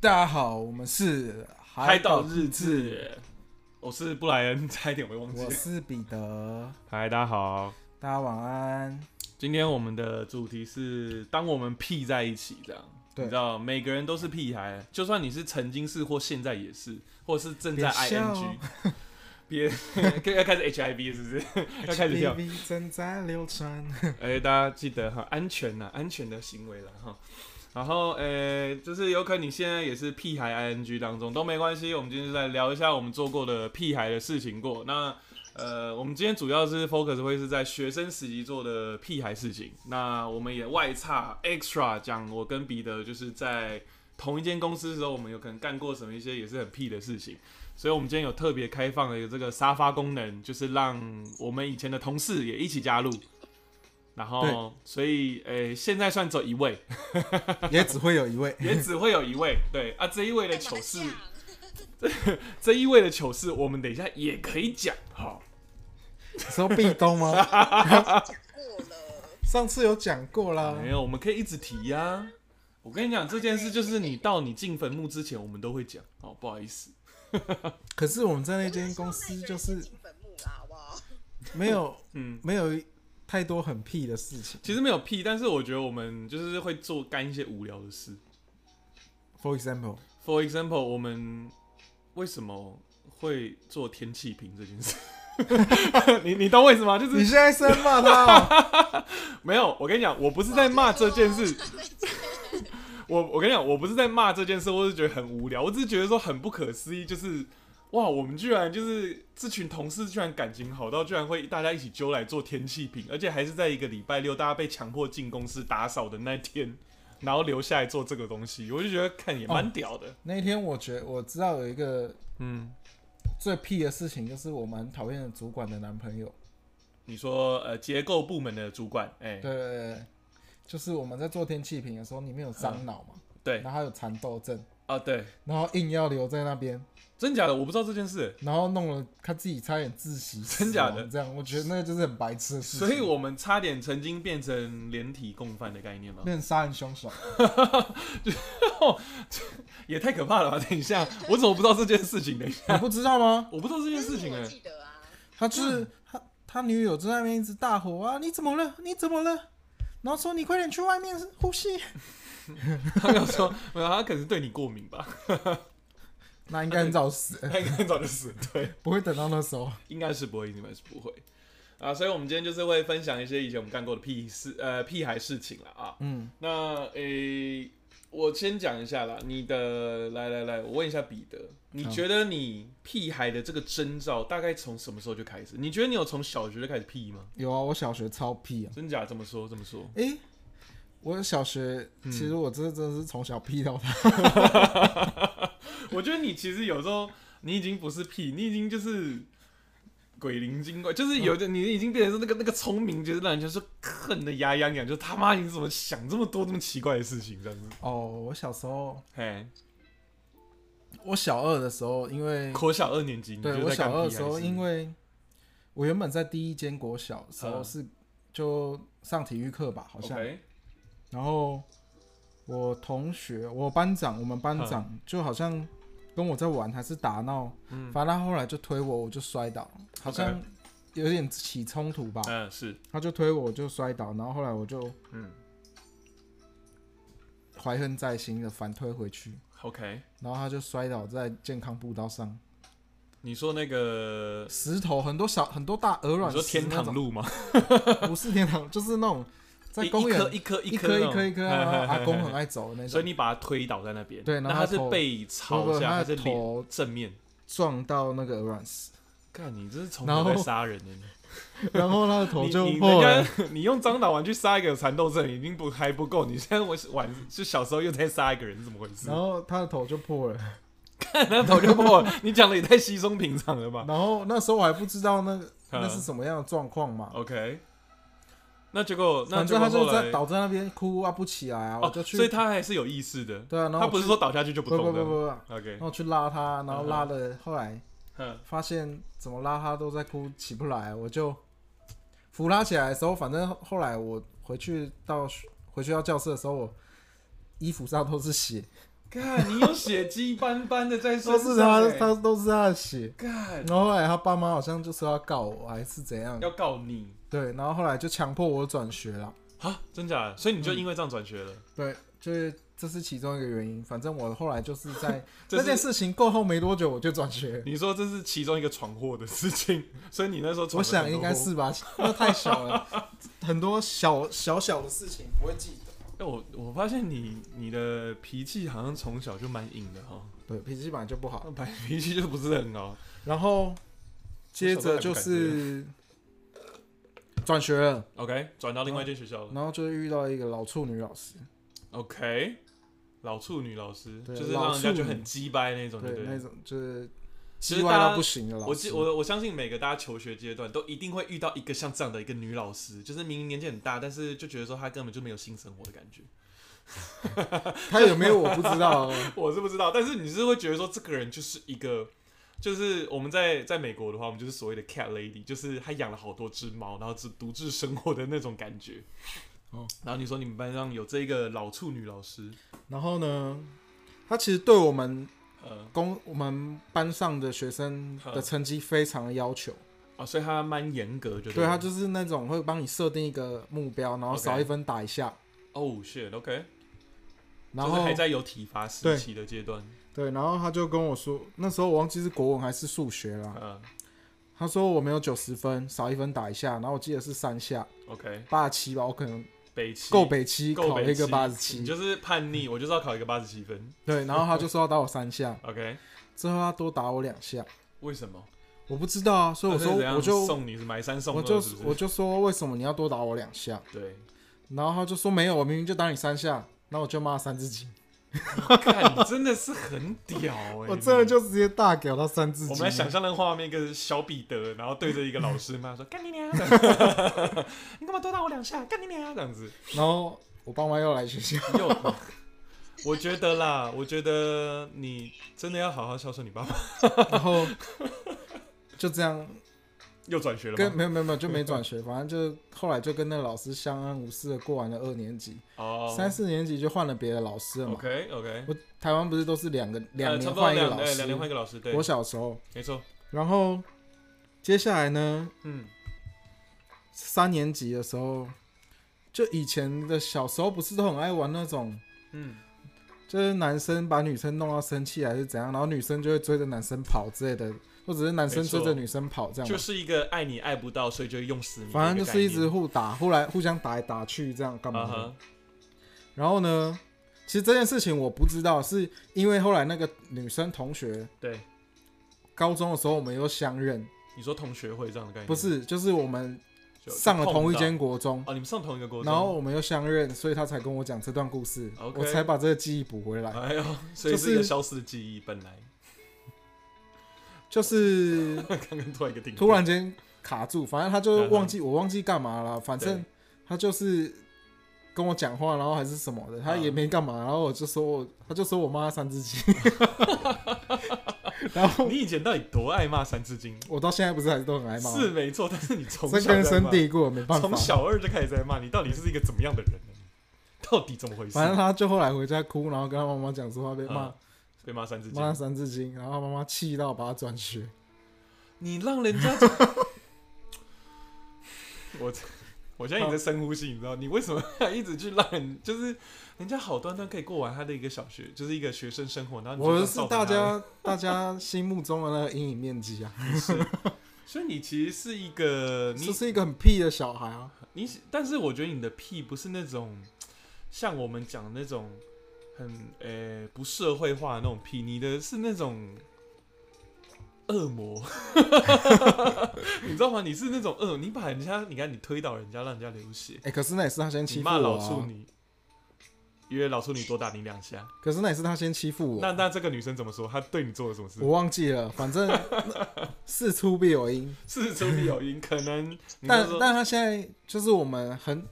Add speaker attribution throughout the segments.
Speaker 1: 大家好，我们是
Speaker 2: 海岛日，志，我是布莱恩， 差一点我忘记
Speaker 1: 我。是彼得，
Speaker 2: 嗨，大家好，
Speaker 1: 大家晚安。
Speaker 2: 今天我们的主题是当我们屁在一起这样。
Speaker 1: 对
Speaker 2: 你知道每个人都是屁孩，就算你是曾经是或现在也是，或是正在
Speaker 1: 别笑
Speaker 2: ing，别 要开始 HIV 是不 是？要开始跳
Speaker 1: HPV 正在流传，
Speaker 2: 哎、大家记得哈，安全呐、安全的行为了哈。然后，呃、就是有可能你现在也是屁孩 ing 当中都没关系，我们今天就来聊一下我们做过的屁孩的事情过。那，呃，我们今天主要是 focus 会是在学生时期做的屁孩事情。那我们也外差 extra 讲，我跟彼得就是在同一间公司的时候，我们有可能干过什么一些也是很屁的事情。所以，我们今天有特别开放的这个沙发功能，就是让我们以前的同事也一起加入。然
Speaker 1: 对
Speaker 2: 后，所以，诶、现在算只有一位，
Speaker 1: 也只会有一位。
Speaker 2: 也只会有一位。对啊，这一位的糗事
Speaker 3: 干，嘛
Speaker 2: 这一位的糗事，我们等一下也可以讲。好，
Speaker 1: 你说壁咚吗？
Speaker 3: 这样过了，
Speaker 1: 上次有讲过啦
Speaker 2: 没。有，我们可以一直提呀、我跟你讲，这件事就是你到你进坟墓之前，我们都会讲。哦，不好意思，
Speaker 1: 可是我们在那间公司就
Speaker 3: 我们说那个人已
Speaker 1: 是
Speaker 3: 经坟墓了，好不好？
Speaker 1: 没有
Speaker 2: 嗯，
Speaker 1: 没有太多很屁的事情。
Speaker 2: 其实没有屁，但是我觉得我们就是会做干一些无聊的事。
Speaker 1: For example，
Speaker 2: For example，我们为什么会做天气瓶这件事？ 你你懂我意思吗？就
Speaker 1: 你
Speaker 2: 是
Speaker 1: 现在是在骂 他哦？
Speaker 2: 没有，我跟你讲，我不是在骂这件 事，我我跟你讲，我不是在骂这件事，我是觉得很无聊，我只是觉得说很不可思议，就是哇，我们居然就是这群同事居然感情好到居然会大家一起揪来做天气瓶，而且还是在一个礼拜六大家被强迫进公司打扫的那天，然后留下来做这个东西，我就觉得看也蛮屌的，
Speaker 1: 那一天我觉我知道有一个
Speaker 2: 嗯。
Speaker 1: 最屁的事情，就是我蛮讨厌的主管的男朋友。
Speaker 2: 你说呃，结构部门的主管，哎、
Speaker 1: 对对对对，就是我们在做天气瓶的时候，里面有伤脑嘛，
Speaker 2: 嗯对
Speaker 1: 然后还有蚕豆症，
Speaker 2: 啊，对，
Speaker 1: 然后硬要留在那边，
Speaker 2: 真假的，我不知道这件事，
Speaker 1: 然后弄了他自己差点窒息死亡，
Speaker 2: 真假的
Speaker 1: 这样，我觉得那个就是很白痴的事情。
Speaker 2: 所以我们差点曾经变成连体共犯的概念吗？
Speaker 1: 变成杀人凶手，
Speaker 2: 也太可怕了吧！等一下，我怎么不知道这件事情？等一下，
Speaker 1: 你不知道吗？
Speaker 2: 我不知道这件事情哎、
Speaker 3: 但是我记得啊，
Speaker 1: 他
Speaker 2: 嗯
Speaker 1: 就是他他女友在那边一直大吼啊，你怎么了？你怎么了？然后说你快点去外面呼吸，
Speaker 2: 他没有说，没有，他可能对你过敏吧？
Speaker 1: 那应该很早死，
Speaker 2: 他 应该很早就 死了，对，
Speaker 1: 不会等到那时候。
Speaker 2: 应该是不会，应该是不会啊。所以我们今天就是会分享一些以前我们干过的屁事，呃，屁孩事情了啊。
Speaker 1: 嗯，
Speaker 2: 那诶、我先讲一下啦，你的来来来，我问一下彼得，你
Speaker 1: 好
Speaker 2: 觉得你屁孩的这个征兆大概从什么时候就开始？你觉得你有从小学就开始屁吗？
Speaker 1: 有啊，我小学超屁啊。
Speaker 2: 真假？这么说，这么说，
Speaker 1: 诶、我小学
Speaker 2: 嗯
Speaker 1: 其实我真的真的是从小屁到大。
Speaker 2: 我觉得你其实有时候你已经不是屁，你已经就是鬼灵精怪，就是有的你已经变成是那个那个聪明，就是让人家说恨的牙痒痒，就他妈你怎么想这么多这么奇怪的事情这样子？
Speaker 1: 哦，我小时候，
Speaker 2: 嘿，
Speaker 1: 我小二的时候，因为
Speaker 2: 国小二年级，你
Speaker 1: 对
Speaker 2: 就
Speaker 1: 我
Speaker 2: 在干
Speaker 1: 小
Speaker 2: 屁
Speaker 1: 二的
Speaker 2: 孩
Speaker 1: 时候，
Speaker 2: 事
Speaker 1: 因为我原本在第一间国小的时候
Speaker 2: 嗯
Speaker 1: 是就上体育课吧，好像
Speaker 2: OK，
Speaker 1: 然后我同学，我班长，我们班长就好像跟我在玩，还是打闹，
Speaker 2: 嗯
Speaker 1: 反正他后来就推我，我就摔倒，好像有点起冲突吧，
Speaker 2: 嗯、是，
Speaker 1: 他就推我，我就摔倒，然后后来我就
Speaker 2: 嗯
Speaker 1: 怀恨在心的反推回去，
Speaker 2: ，OK。
Speaker 1: 然后他就摔倒在健康步道上，
Speaker 2: 你说那个，
Speaker 1: 石头很多小很多大鹅
Speaker 2: 你
Speaker 1: 卵
Speaker 2: 说
Speaker 1: 石
Speaker 2: 天
Speaker 1: 那
Speaker 2: 堂
Speaker 1: 种，
Speaker 2: 路吗？
Speaker 1: 不是天堂，就是那种在
Speaker 2: 一
Speaker 1: 公园
Speaker 2: 一颗
Speaker 1: 一
Speaker 2: 一颗
Speaker 1: 颗
Speaker 2: 一
Speaker 1: 一颗一颗啊，阿公很，
Speaker 2: 嘿嘿嘿
Speaker 1: 爱走的那
Speaker 2: 嘿所以
Speaker 1: 种，
Speaker 2: 你把它推倒在那边，
Speaker 1: 对然后
Speaker 2: 那他
Speaker 1: 他
Speaker 2: 是
Speaker 1: 头不
Speaker 2: 背朝
Speaker 1: 不
Speaker 2: 下，
Speaker 1: 他
Speaker 2: 还
Speaker 1: 的
Speaker 2: 是
Speaker 1: 头
Speaker 2: 脸正面？
Speaker 1: 撞到那个鹅卵石，
Speaker 2: 看你这是从
Speaker 1: 然
Speaker 2: 头在
Speaker 1: 后
Speaker 2: 杀人呢，
Speaker 1: 然后他的头
Speaker 2: 你
Speaker 1: 就
Speaker 2: 你
Speaker 1: 破了
Speaker 2: 人。家你用樟脑丸去杀一个有蚕豆症已经不还不够，你现在我晚就小时候又在杀一个人，怎么回事
Speaker 1: 然？后他的头就破了，
Speaker 2: 那头就破了，你讲的也太稀松平常了吧
Speaker 1: 然后那时候我还不知道那个
Speaker 2: 嗯
Speaker 1: 那是什么样的状况嘛，
Speaker 2: ？OK，那结果那
Speaker 1: 反
Speaker 2: 结
Speaker 1: 正
Speaker 2: 果
Speaker 1: 他就
Speaker 2: 后
Speaker 1: 在
Speaker 2: 来
Speaker 1: 倒在那边哭啊不起来啊，我
Speaker 2: 哦
Speaker 1: 就，去，
Speaker 2: 所以他还是有意识的，
Speaker 1: 对啊，然后
Speaker 2: 他不是说倒下去就
Speaker 1: 不不
Speaker 2: 动
Speaker 1: 不
Speaker 2: 的。
Speaker 1: 不，
Speaker 2: OK，
Speaker 1: 然后去拉他，然后
Speaker 2: 嗯哼
Speaker 1: 拉了，后来
Speaker 2: 嗯
Speaker 1: 发现怎么拉他都在哭起不来，我就扶拉起来的时候，反正后来我回去到回去到教室的时候，我衣服上都是血，
Speaker 2: 看你有血迹斑斑的在身
Speaker 1: 都是
Speaker 2: 上、
Speaker 1: 他，
Speaker 2: 欸，
Speaker 1: 他都是他的血。
Speaker 2: 干
Speaker 1: 然后后来他爸妈好像就说要告我，还是怎样？
Speaker 2: 要告你
Speaker 1: 对，然后后来就强迫我转学了。
Speaker 2: 啊，真假的？所以你
Speaker 1: 嗯
Speaker 2: 就因为这样转学了？
Speaker 1: 对，就是这是其中一个原因。反正我后来就是在
Speaker 2: 这
Speaker 1: 这
Speaker 2: 是
Speaker 1: 件事情过后没多久，我就转学。
Speaker 2: 你说这是其中一个闯祸的事情，所以你那时候
Speaker 1: 我
Speaker 2: 闯了
Speaker 1: 想
Speaker 2: 很多
Speaker 1: 应该
Speaker 2: 祸。
Speaker 1: 是吧，那太小了，很多小小小的事情不会记得。
Speaker 2: 哎、我我发现你你的脾气好像从小就蛮硬的哈，
Speaker 1: 对，脾气本来就不 好。
Speaker 2: 白脾气就不是很好。
Speaker 1: 然后接着就是转学了，
Speaker 2: OK，转到另
Speaker 1: 嗯
Speaker 2: 外一间学校了。
Speaker 1: 然后就遇到一个老处女老师，
Speaker 2: OK，老处女老师
Speaker 1: 对
Speaker 2: 就是让人家
Speaker 1: 老处
Speaker 2: 就
Speaker 1: 女
Speaker 2: 很鸡掰那种，对不
Speaker 1: 对，
Speaker 2: 对
Speaker 1: 那
Speaker 2: 了？
Speaker 1: 种就是
Speaker 2: 其
Speaker 1: 叽
Speaker 2: 实
Speaker 1: 歪
Speaker 2: 大
Speaker 1: 到
Speaker 2: 家
Speaker 1: 不行的老师。
Speaker 2: 我记我我相信每个大家求学阶段都一定会遇到一个像这样的一个女老师，就是明明年纪很大，但是就觉得说她根本就没有性生活的感觉。
Speaker 1: 他有没有我不知道哦，
Speaker 2: 我是不知道，但是你是会觉得说这个人就是一个，就是我们在在美国的话，我们就是所谓的 cat lady，就是她养了好多只猫，然后只独自生活的那种感觉。
Speaker 1: 哦，
Speaker 2: 然后你说你们班上有这个老处女老师，
Speaker 1: 然后呢，他其实对我们
Speaker 2: 呃，
Speaker 1: 公我们班上的学生
Speaker 2: 嗯
Speaker 1: 的成绩非常的要求，
Speaker 2: 啊，所以她蛮严格，就
Speaker 1: 对
Speaker 2: 她
Speaker 1: 他就是那种会帮你设定一个目标，然后
Speaker 2: OK
Speaker 1: 少一分打一下，
Speaker 2: 哦、shit，OK，、
Speaker 1: 然
Speaker 2: 就是
Speaker 1: 后
Speaker 2: 还在有体罚时
Speaker 1: 对
Speaker 2: 期的阶段，
Speaker 1: 对，然后他就跟我说，那时候我忘记是国文还是数学了，
Speaker 2: 嗯
Speaker 1: 他说我没有九十分，少一分打一下，然后我记得是三下
Speaker 2: ，OK，
Speaker 1: 八十七吧，我可能
Speaker 2: 北七
Speaker 1: 够北七
Speaker 2: 够
Speaker 1: 考了一个
Speaker 2: 北七
Speaker 1: 八十
Speaker 2: 你
Speaker 1: 七，
Speaker 2: 就是叛逆，我就是要考一个八十七分
Speaker 1: 对，然后他就说要打我三 下，
Speaker 2: ，OK，
Speaker 1: 之后他多打我两下，
Speaker 2: 为什么？
Speaker 1: 我不知道啊，所以我
Speaker 2: 那
Speaker 1: 说
Speaker 2: 是怎样
Speaker 1: 我就
Speaker 2: 送你是买三送
Speaker 1: 我
Speaker 2: 二，
Speaker 1: 就是
Speaker 2: 不
Speaker 1: 我
Speaker 2: 是？
Speaker 1: 就说为什么你要多打我两下？
Speaker 2: 对，
Speaker 1: 然后他就说没有，我明明就打你三下，然后我就骂三字经，
Speaker 2: 看，你真的是很屌哎、
Speaker 1: 我真的就直接大屌他三字
Speaker 2: 你。
Speaker 1: 经。
Speaker 2: 我们来想象那个画面，一个小彼得，然后对着一个老师骂说：“干你 娘！你干嘛多打我两下？干你娘！”这样子，
Speaker 1: 然后我爸妈又来学校，
Speaker 2: 又，我觉得啦，我觉得你真的要好好孝顺你爸爸。
Speaker 1: 然后就这样
Speaker 2: 又转学了
Speaker 1: 跟
Speaker 2: 吗？
Speaker 1: 没有没有没有就没转学，反正就后来就跟那个老师相安无事的过完了二年级，
Speaker 2: 哦，
Speaker 1: 三四年级就换了别的老师了嘛。
Speaker 2: OK OK，
Speaker 1: 我台湾不是都是两个两
Speaker 2: 差
Speaker 1: 年
Speaker 2: 不多
Speaker 1: 换一个
Speaker 2: 两
Speaker 1: 老
Speaker 2: 哎
Speaker 1: 师？
Speaker 2: 两年换一个老师，对
Speaker 1: 我，小时候，
Speaker 2: 没错，
Speaker 1: 然后接下来呢，
Speaker 2: 嗯，
Speaker 1: 三年级的时候，就以前的小时候不是都很爱玩那种。
Speaker 2: 嗯，
Speaker 1: 就是男生把女生弄到生气还是怎样，然后女生就会追着男生跑之类的，或者是男生
Speaker 2: 没错
Speaker 1: 追着女生跑这样
Speaker 2: 就
Speaker 1: 嘛，
Speaker 2: 是一个爱你爱不到，所以就用死你的概念。
Speaker 1: 反正就是一直互打，互来互相打来打去这样干嘛
Speaker 2: 啊
Speaker 1: 的。
Speaker 2: 哈，
Speaker 1: 然后呢，其实这件事情我不知道，是因为后来那个女生同学
Speaker 2: 对，
Speaker 1: 高中的时候我们又相认，
Speaker 2: 你说同学会这样的概念，
Speaker 1: 不是，就是我们
Speaker 2: 就
Speaker 1: 上了
Speaker 2: 就碰
Speaker 1: 同一
Speaker 2: 到
Speaker 1: 间国中。
Speaker 2: 哦，你们上同一个国中，
Speaker 1: 然后我们又相认，所以他才跟我讲这段故事
Speaker 2: OK
Speaker 1: 我才把这个记忆补回来。
Speaker 2: 哎呦，所以
Speaker 1: 就是
Speaker 2: 一个消失的记忆，本来
Speaker 1: 就是
Speaker 2: 刚刚突然一个停顿，
Speaker 1: 突然间卡住，反正他就
Speaker 2: 嗯哼
Speaker 1: 忘记我忘记干嘛了，反正
Speaker 2: 对
Speaker 1: 他就是跟我讲话，然后还是什么的，他也没干嘛，然后我就说我，他就说我骂他三字 经，然后
Speaker 2: 你以前到底多爱骂三字经？
Speaker 1: 我到现在不是还是都很爱骂吗，
Speaker 2: 是没错，但是你从小
Speaker 1: 这根
Speaker 2: 在
Speaker 1: 深
Speaker 2: 骂，
Speaker 1: 蒂固，没办法
Speaker 2: 从。小二就开始在骂，你到底是一个怎么样的人呢？到底怎么回事？啊
Speaker 1: 反正他就后来回家哭，然后跟他妈妈讲说他被骂
Speaker 2: 嗯被骂三字
Speaker 1: 骂他
Speaker 2: 经，
Speaker 1: 三字经，然后他妈妈气到把他转学。
Speaker 2: 你让人 家，我我现在一直在深呼吸，你知道，你为什么要一直去让人，就是人家好端端可以过完他的一个小学，就是一个学生生活，然后你就这
Speaker 1: 我
Speaker 2: 样
Speaker 1: 是
Speaker 2: 造成
Speaker 1: 大
Speaker 2: 他的
Speaker 1: 家 大家心目中的那个阴影面积啊，
Speaker 2: 是，所以你其实是一个
Speaker 1: 这
Speaker 2: 你
Speaker 1: 是一个很屁的小孩啊。
Speaker 2: 你，但是我觉得你的屁不是那种像我们讲的那种很呃、不社会化的那种屁，你的是那种恶魔， 你知道吗？你是那种恶，你把人家你看你推倒人家，让人家流血，
Speaker 1: 哎、可是那也是他先欺
Speaker 2: 你
Speaker 1: 负
Speaker 2: 骂
Speaker 1: 我
Speaker 2: 老处
Speaker 1: 啊。
Speaker 2: 女。因为老处女多打你两下，
Speaker 1: 可是那也是他先欺负我啊。
Speaker 2: 那那这个女生怎么说？她对你做了什么事？
Speaker 1: 我忘记了，反正 那事出必有因。
Speaker 2: 是出必有因，可能你
Speaker 1: 但
Speaker 2: 就说
Speaker 1: 但他现在就是我们很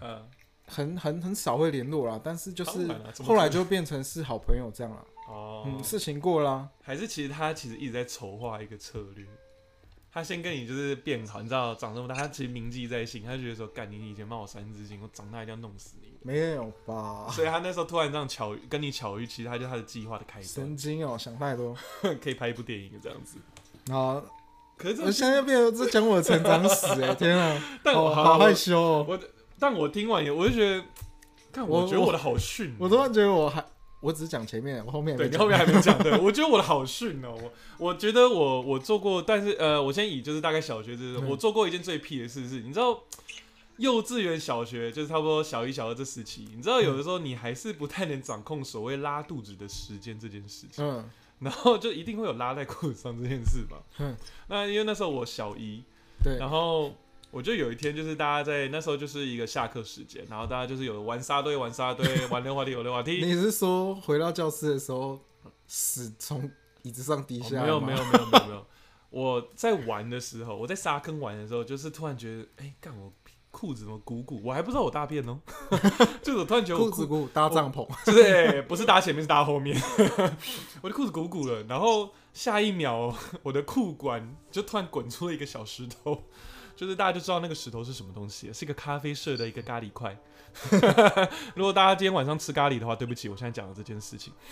Speaker 2: 嗯，
Speaker 1: 很很很少会联络啦，但是就
Speaker 2: 当
Speaker 1: 是
Speaker 2: 然啦怎么
Speaker 1: 后来嗯
Speaker 2: 可
Speaker 1: 就变成是好朋友这样了。
Speaker 2: 哦，
Speaker 1: 嗯，事情过啦，
Speaker 2: 还是其实他其实一直在筹划一个策略，他先跟你就是变好，你知道长这么大，他其实铭记在心，他就觉得说，干你以前骂我三字经，我长大一定要弄死你。
Speaker 1: 没有吧？
Speaker 2: 所以他那时候突然这样巧遇跟你巧遇，其实他就是他的计划的开
Speaker 1: 神经哦，想太多。
Speaker 2: 端，可以拍一部电影这样子。
Speaker 1: 然后
Speaker 2: 可是这
Speaker 1: 我现在变成在讲我的成长史哎、天啊，
Speaker 2: 但我
Speaker 1: 哦
Speaker 2: 好
Speaker 1: 好
Speaker 2: 我
Speaker 1: 害羞哦，
Speaker 2: 我但我听完也，我就觉得，看
Speaker 1: 我
Speaker 2: 我觉得我的好逊哦，
Speaker 1: 我突然觉得我还我只是讲前面，我后面也
Speaker 2: 对
Speaker 1: 没
Speaker 2: 你
Speaker 1: 讲
Speaker 2: 后面还没 讲，对我觉得我的好逊哦，我我觉得我我做过，但是呃，我先以就是大概小学这种，
Speaker 1: 嗯
Speaker 2: 我做过一件最屁的事是，你知道。幼稚园、小学就是差不多小一、小二这时期，你知
Speaker 1: 嗯
Speaker 2: 道有的时候你还是不太能掌控所谓拉肚子的时间这件事情。
Speaker 1: 嗯
Speaker 2: 然后就一定会有拉在裤子上这件事嘛。
Speaker 1: 嗯
Speaker 2: 那因为那时候我小一，
Speaker 1: 对
Speaker 2: 然后我就有一天就是大家在那时候就是一个下课时间，然后大家就是有玩沙堆、玩沙堆、玩溜滑梯、玩溜滑梯。
Speaker 1: 你是说回到教室的时候屎从椅子上滴
Speaker 2: 哦
Speaker 1: 下来
Speaker 2: 没有
Speaker 1: 啊吗
Speaker 2: 没有没有没有没有， 我在玩的时候，我在沙坑玩的时候，就是突然觉得，哎、干我裤子怎么鼓鼓？我还不知道我大便哦， 就是我突然觉得我
Speaker 1: 裤子鼓搭帐篷，
Speaker 2: 对，不是搭前面是搭后面， 我的裤子鼓鼓了，然后下一秒 我的裤管就突然滚出了一个小石头， 就是大家就知道那个石头是什么东西了，是一个咖啡色的一个咖喱块。 如果大家今天晚上吃咖喱的话，对不起，我现在讲了这件事情。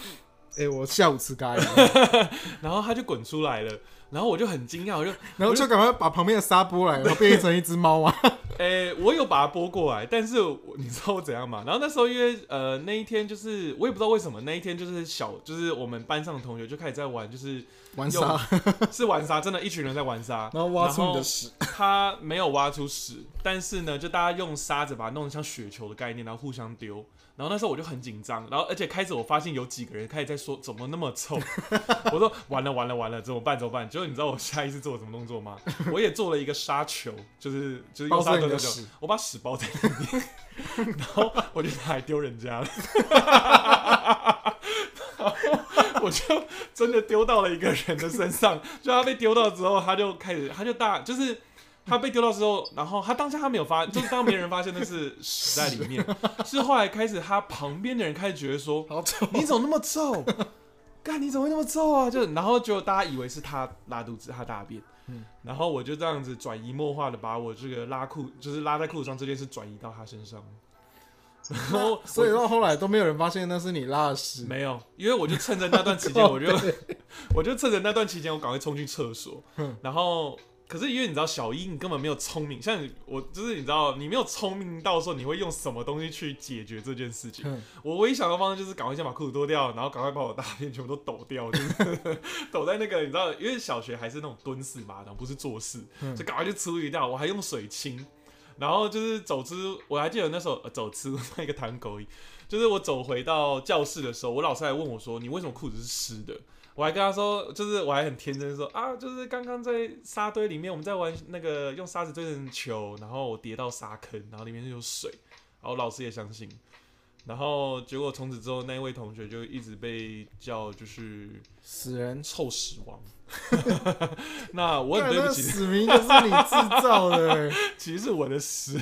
Speaker 1: 哎、我下午吃咖喱，
Speaker 2: 然后它就滚出来了，然后我就很惊讶，我就
Speaker 1: 然后就赶快把旁边的沙拨来，然后变成一只猫 啊，
Speaker 2: 诶、哎我有把它拨过来，但是我你知道我怎样吗？然 后那时候因为呃那一天就是我也不知道为什么那一天就是小就是我们班上的同学就开始在玩就是
Speaker 1: 玩沙，
Speaker 2: 是玩沙，真的，一群人在玩沙，
Speaker 1: 然后挖出你的屎，
Speaker 2: 他没有挖出屎，但是呢，就大家用沙子把它弄得像雪球的概念，然后互相丢。然后那时候我就很紧张，然后而且开始我发现有几个人开始在说怎么那么臭， 我说完了完了完了怎么办怎么办？结果你知道我下意识做了什么动作吗？我也做了一个沙球，就是就是用
Speaker 1: 包
Speaker 2: 沙
Speaker 1: 在你
Speaker 2: 球
Speaker 1: 的
Speaker 2: 球
Speaker 1: 屎，
Speaker 2: 我把屎包在里面， 然后我就拿来丢人家了，然 后我就真的丢到了一个人的身上， 就他被丢到之后，他就开始他就大就是。他被丢到之后，然后他当下他没 有发，就是当没人发现那是屎在里面，是后来开始他旁边的人开始觉得 说，
Speaker 1: 好丑，
Speaker 2: 你怎么那么臭？干，你怎么会那么臭啊？就然后就大家以为是他拉肚子，他大便。
Speaker 1: 嗯
Speaker 2: 然后我就这样子转移默化的把我这个拉裤，就是拉在裤子上这件事转移到他 身上。然后我
Speaker 1: 所以到后来都没有人发现那是你拉的屎，
Speaker 2: 没有，因为我就趁着那段期间，我就 我就趁着那段期间，我赶快冲去厕所
Speaker 1: 嗯，
Speaker 2: 然后。可是因为你知道小一你根本没有聪明，像你我就是你知道你没有聪明到说你会用什么东西去解决这件事情。
Speaker 1: 嗯
Speaker 2: 我唯一想到方式就是赶快先把裤子脱掉，然后赶快把我大便全部都抖掉，就是 抖在那个你知道，因为小学还是那种蹲式马桶，不是坐式，
Speaker 1: 嗯
Speaker 2: 就赶快去处理掉。我还用水清，然后就是走之，我还记得那时候、呃、走之 那个弹狗椅，就是我走回到教室的时候，我老师还问我说：“你为什么裤子是湿的？”我还跟他说，就是我还很天真地说啊，就是刚刚在沙堆里面，我们在玩那个用沙子堆成球，然后我跌到沙坑，然后里面就有水，然后老师也相信，然后结果从此之后，那一位同学就一直被叫就是
Speaker 1: 死人，
Speaker 2: 臭屎王。 那我很
Speaker 1: 干
Speaker 2: 对
Speaker 1: 啊那个
Speaker 2: 不起，
Speaker 1: 屎明就是你制造的、
Speaker 2: 其实是我的屎，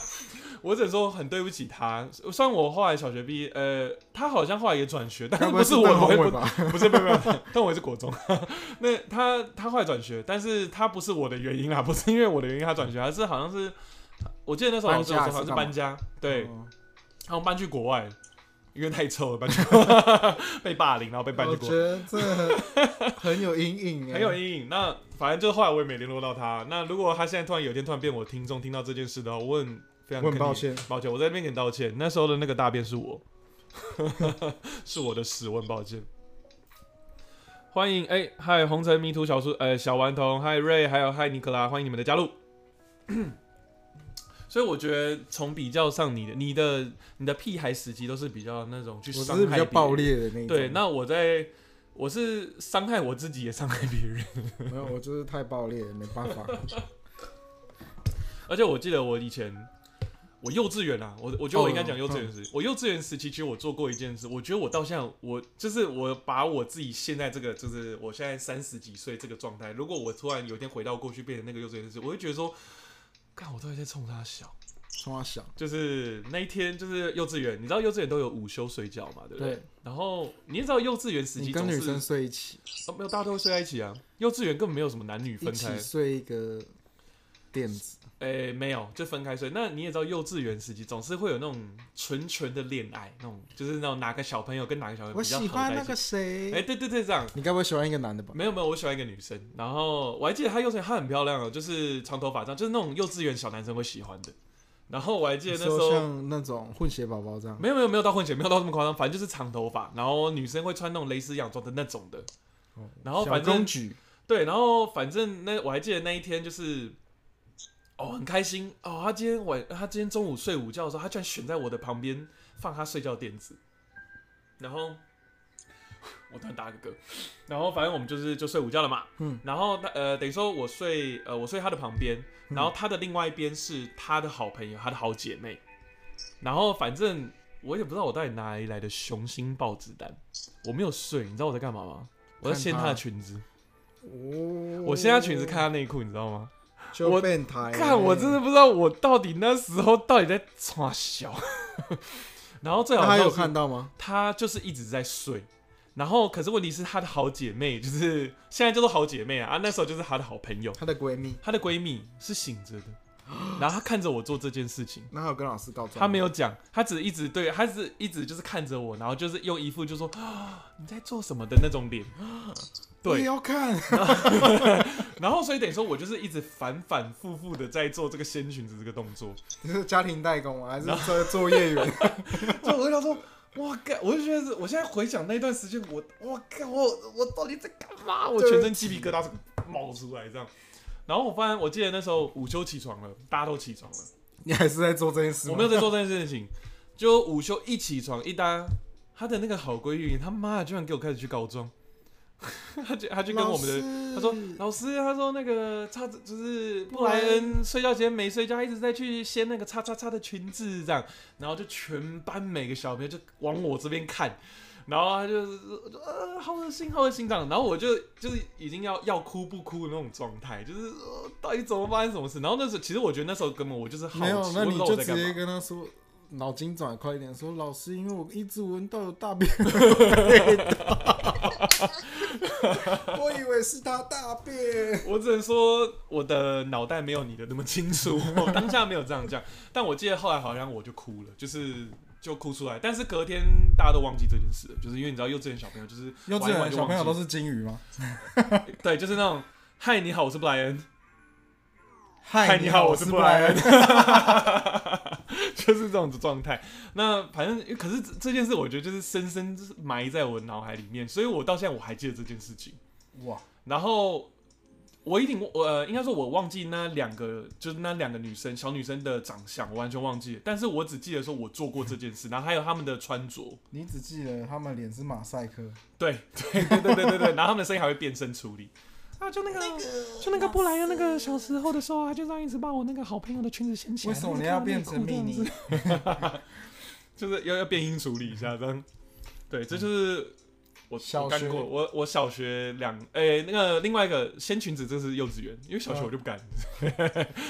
Speaker 2: 我只能说很对不起他。虽然我后来小学毕业，呃，他好像后来也转学，但
Speaker 1: 该
Speaker 2: 是
Speaker 1: 不
Speaker 2: 不
Speaker 1: 会
Speaker 2: 是
Speaker 1: 是
Speaker 2: 我
Speaker 1: 邓
Speaker 2: 我
Speaker 1: 宏
Speaker 2: 也
Speaker 1: 伟
Speaker 2: 不
Speaker 1: 吧？
Speaker 2: 不是，没有没有，但我也是国中。 那他他后来转学，但是他不是我的原因啦，不是因为我的原因他转学，而是好像是我记得那时候老师有说
Speaker 1: 搬家
Speaker 2: 好像是搬家，对，
Speaker 1: 哦，
Speaker 2: 他们搬去国外，因为太臭了，搬去 被霸凌， 然后被搬去
Speaker 1: 我
Speaker 2: 国
Speaker 1: 觉
Speaker 2: 外。
Speaker 1: 得这很很有阴 影、欸，
Speaker 2: 很有阴影。那反正就后来我也没联络到他。那如果他现在突然有一天突然变我听众，听到这件事的话，我很非常
Speaker 1: 我
Speaker 2: 跟你
Speaker 1: 很抱歉，
Speaker 2: 抱歉，我在那边给你道歉。那时候的那个大便是我， 是我的屎，我很抱歉。欢迎哎，嗨、红尘迷途小叔，呃，小顽童，嗨瑞，还有嗨尼克拉，欢迎你们的加入。 所以我觉得从比较上，你的、你的、你的屁孩时期都是比较那种去
Speaker 1: 我
Speaker 2: 伤
Speaker 1: 只
Speaker 2: 害
Speaker 1: 是比较
Speaker 2: 别
Speaker 1: 爆
Speaker 2: 人。
Speaker 1: 裂的那一种。
Speaker 2: 对，那我在我是伤害我自己，也伤害别人。
Speaker 1: 没有，我就是太爆裂了，没办 法。
Speaker 2: 而且我记得我以前，我幼稚园啊，我我觉得我应该讲
Speaker 1: 嗯
Speaker 2: 幼稚园时期，我幼稚园时期其实我做过一件事，我觉得我到现在，我就是我把我自己现在这个，就是我现在三十几岁这个状态，如果我突然有一天回到过去变成那个幼稚园时期，我会觉得说，看我到底在冲他小，
Speaker 1: 冲他小，
Speaker 2: 就是那一天，就是幼稚园，你知道幼稚园都有午休睡觉嘛，对不对？
Speaker 1: 对
Speaker 2: 然后你也知道幼稚园时期
Speaker 1: 你跟
Speaker 2: 总
Speaker 1: 女
Speaker 2: 是
Speaker 1: 生睡一起，
Speaker 2: 哦、没有，大家都会睡在一起啊。幼稚园根本没有什么男女
Speaker 1: 一
Speaker 2: 分开
Speaker 1: 起，睡一个垫子，
Speaker 2: 诶、没有，就分开睡。那你也知道，幼稚园时期总是会有那种纯纯的恋爱，那种就是那种哪个小朋友跟哪个小朋友
Speaker 1: 我
Speaker 2: 比较合
Speaker 1: 喜
Speaker 2: 在
Speaker 1: 欢
Speaker 2: 一
Speaker 1: 那
Speaker 2: 起。
Speaker 1: 个谁，
Speaker 2: 哎、对对对，这样。
Speaker 1: 你该不会喜欢一个男的吧？
Speaker 2: 没有没有，我喜欢一个女生，然后我还记得她幼稚园，她很漂亮哦，就是长头发这样，就是那种幼稚园小男生会喜欢的。然后我还记得那
Speaker 1: 你
Speaker 2: 时候
Speaker 1: 说像那种混血宝宝这样，
Speaker 2: 没有没有没有到婚前，没有到这么夸张，反正就是长头发，然后女生会穿那种蕾丝洋装的那种的，
Speaker 1: 哦
Speaker 2: 然后
Speaker 1: 小
Speaker 2: 反正
Speaker 1: 公举，
Speaker 2: 对，然后反正那我还记得那一天就是，哦很开心哦，他今天晚他今天中午睡午觉的时候，他居然选在我的旁边放他睡觉垫子，然后我突然打个嗝，然后反正我们就是就睡午觉了嘛，
Speaker 1: 嗯，
Speaker 2: 然后他呃等于说我睡呃我睡他的旁边，
Speaker 1: 嗯
Speaker 2: 然后他的另外一边是他的好朋友，他的好姐妹，然后反正我也不知道我到底哪里来的雄心豹子胆，我没有睡，你知道我在干嘛吗？我在
Speaker 1: 看
Speaker 2: 掀
Speaker 1: 他
Speaker 2: 她的裙子。
Speaker 1: 哦
Speaker 2: 我现在裙子看她内裤，你知道吗？我
Speaker 1: 就变态，
Speaker 2: 看我
Speaker 1: 哎
Speaker 2: 真的，不知道我到底那时候到底在耍小。 然后最
Speaker 1: 那
Speaker 2: 好
Speaker 1: 他
Speaker 2: 笑
Speaker 1: 有
Speaker 2: 是
Speaker 1: 看，到吗？
Speaker 2: 她就是一直在睡。然后可是问题是，她的好姐妹就是 现在叫做好姐妹啊，啊那时候就是她的好朋友，
Speaker 1: 她的闺蜜，
Speaker 2: 她的闺蜜是醒着的，然后她看着我做这件事情。
Speaker 1: 那她有跟老师告状？
Speaker 2: 她没有讲，她只一直对，她只一直就是看着我，然后就是用一副就说啊你在做什么的那种脸， 啊
Speaker 1: 我也
Speaker 2: 对，
Speaker 1: 要看，
Speaker 2: 然后所以等于说我就是一直反反复复的在做这个掀裙子这个动作，
Speaker 1: 你是家庭代工吗？还是做作业员？
Speaker 2: 所以 我就想说，哇干！我就觉得是，我现在回想那段时间，我哇干，我我到底在干嘛？我全身鸡皮疙瘩这个冒出来这样。然后我发现，我记得那时候午休起床了，大家都起床了，
Speaker 1: 你还是在做这件事吗？
Speaker 2: 我没有在做这件事情。就午休一起床一搭，他的那个好闺蜜，他妈的居然给我开始去告状， 他就他就跟我们的
Speaker 1: 的
Speaker 2: 他说：“老师，他说那个叉子就是布莱恩睡觉前没睡觉，一直在去掀那个叉叉叉的裙子这样，然后就全班每个小朋友就往我这边看，然后他就是就呃好恶心，好恶心这样，然后我就就是已经要要哭不哭的那种状态，就是、呃到底怎么发生什么事？然后那时候其实我觉得那时候根本我就是好
Speaker 1: 没
Speaker 2: 奇，
Speaker 1: 有，那
Speaker 2: 我不
Speaker 1: 你
Speaker 2: 知道
Speaker 1: 就
Speaker 2: 我在
Speaker 1: 直
Speaker 2: 干
Speaker 1: 接
Speaker 2: 嘛。
Speaker 1: 跟他说，脑筋转快一点，说老师，因为我一直闻到有大便的味道， 我以为是他大便。
Speaker 2: 我只能说我的脑袋没有你的那么清楚， 我当下没有这样讲，但我记得后来好像我就哭了，就是就哭出来，但是隔天大家都忘记这件事了，就是因为你知道幼稚园小朋友就是
Speaker 1: 幼稚
Speaker 2: 玩一玩
Speaker 1: 园
Speaker 2: 就
Speaker 1: 小朋友都
Speaker 2: 忘
Speaker 1: 是金鱼吗？
Speaker 2: 记对，就是那种嗨你好，我是布莱恩，
Speaker 1: 嗨，
Speaker 2: 你
Speaker 1: 你
Speaker 2: 好，
Speaker 1: 好，
Speaker 2: 我是
Speaker 1: 是
Speaker 2: 布
Speaker 1: 布
Speaker 2: 莱
Speaker 1: 莱
Speaker 2: 恩
Speaker 1: 恩。，
Speaker 2: 就是这种的状态。那反正可是这这件事，我觉得就是深深就是埋在我脑海里面，所以我到现在我还记得这件事情。
Speaker 1: 哇，
Speaker 2: 然后我一定我呃，应该说我忘记那两个，就是那两个女生小女生的长相，我完全忘记了。但是我只记得说我做过这件事，然后还有她们的 穿着，
Speaker 1: 你只记得他们脸是马赛克，
Speaker 2: 对对对对对对对，然后她们的声音还会变声处理。啊，就那个，就那个布莱恩，那个小时候的时候啊，就这样一直把我那个好朋友的裙子掀起
Speaker 1: 为什么你要变成秘密？
Speaker 2: 就是要要变音处理一下，这样。对，这就是我
Speaker 1: 小
Speaker 2: 我干
Speaker 1: 学
Speaker 2: 过，我我小学两诶、那个另外一个掀裙子，这是幼稚园，因为小学
Speaker 1: 嗯
Speaker 2: 我就不敢。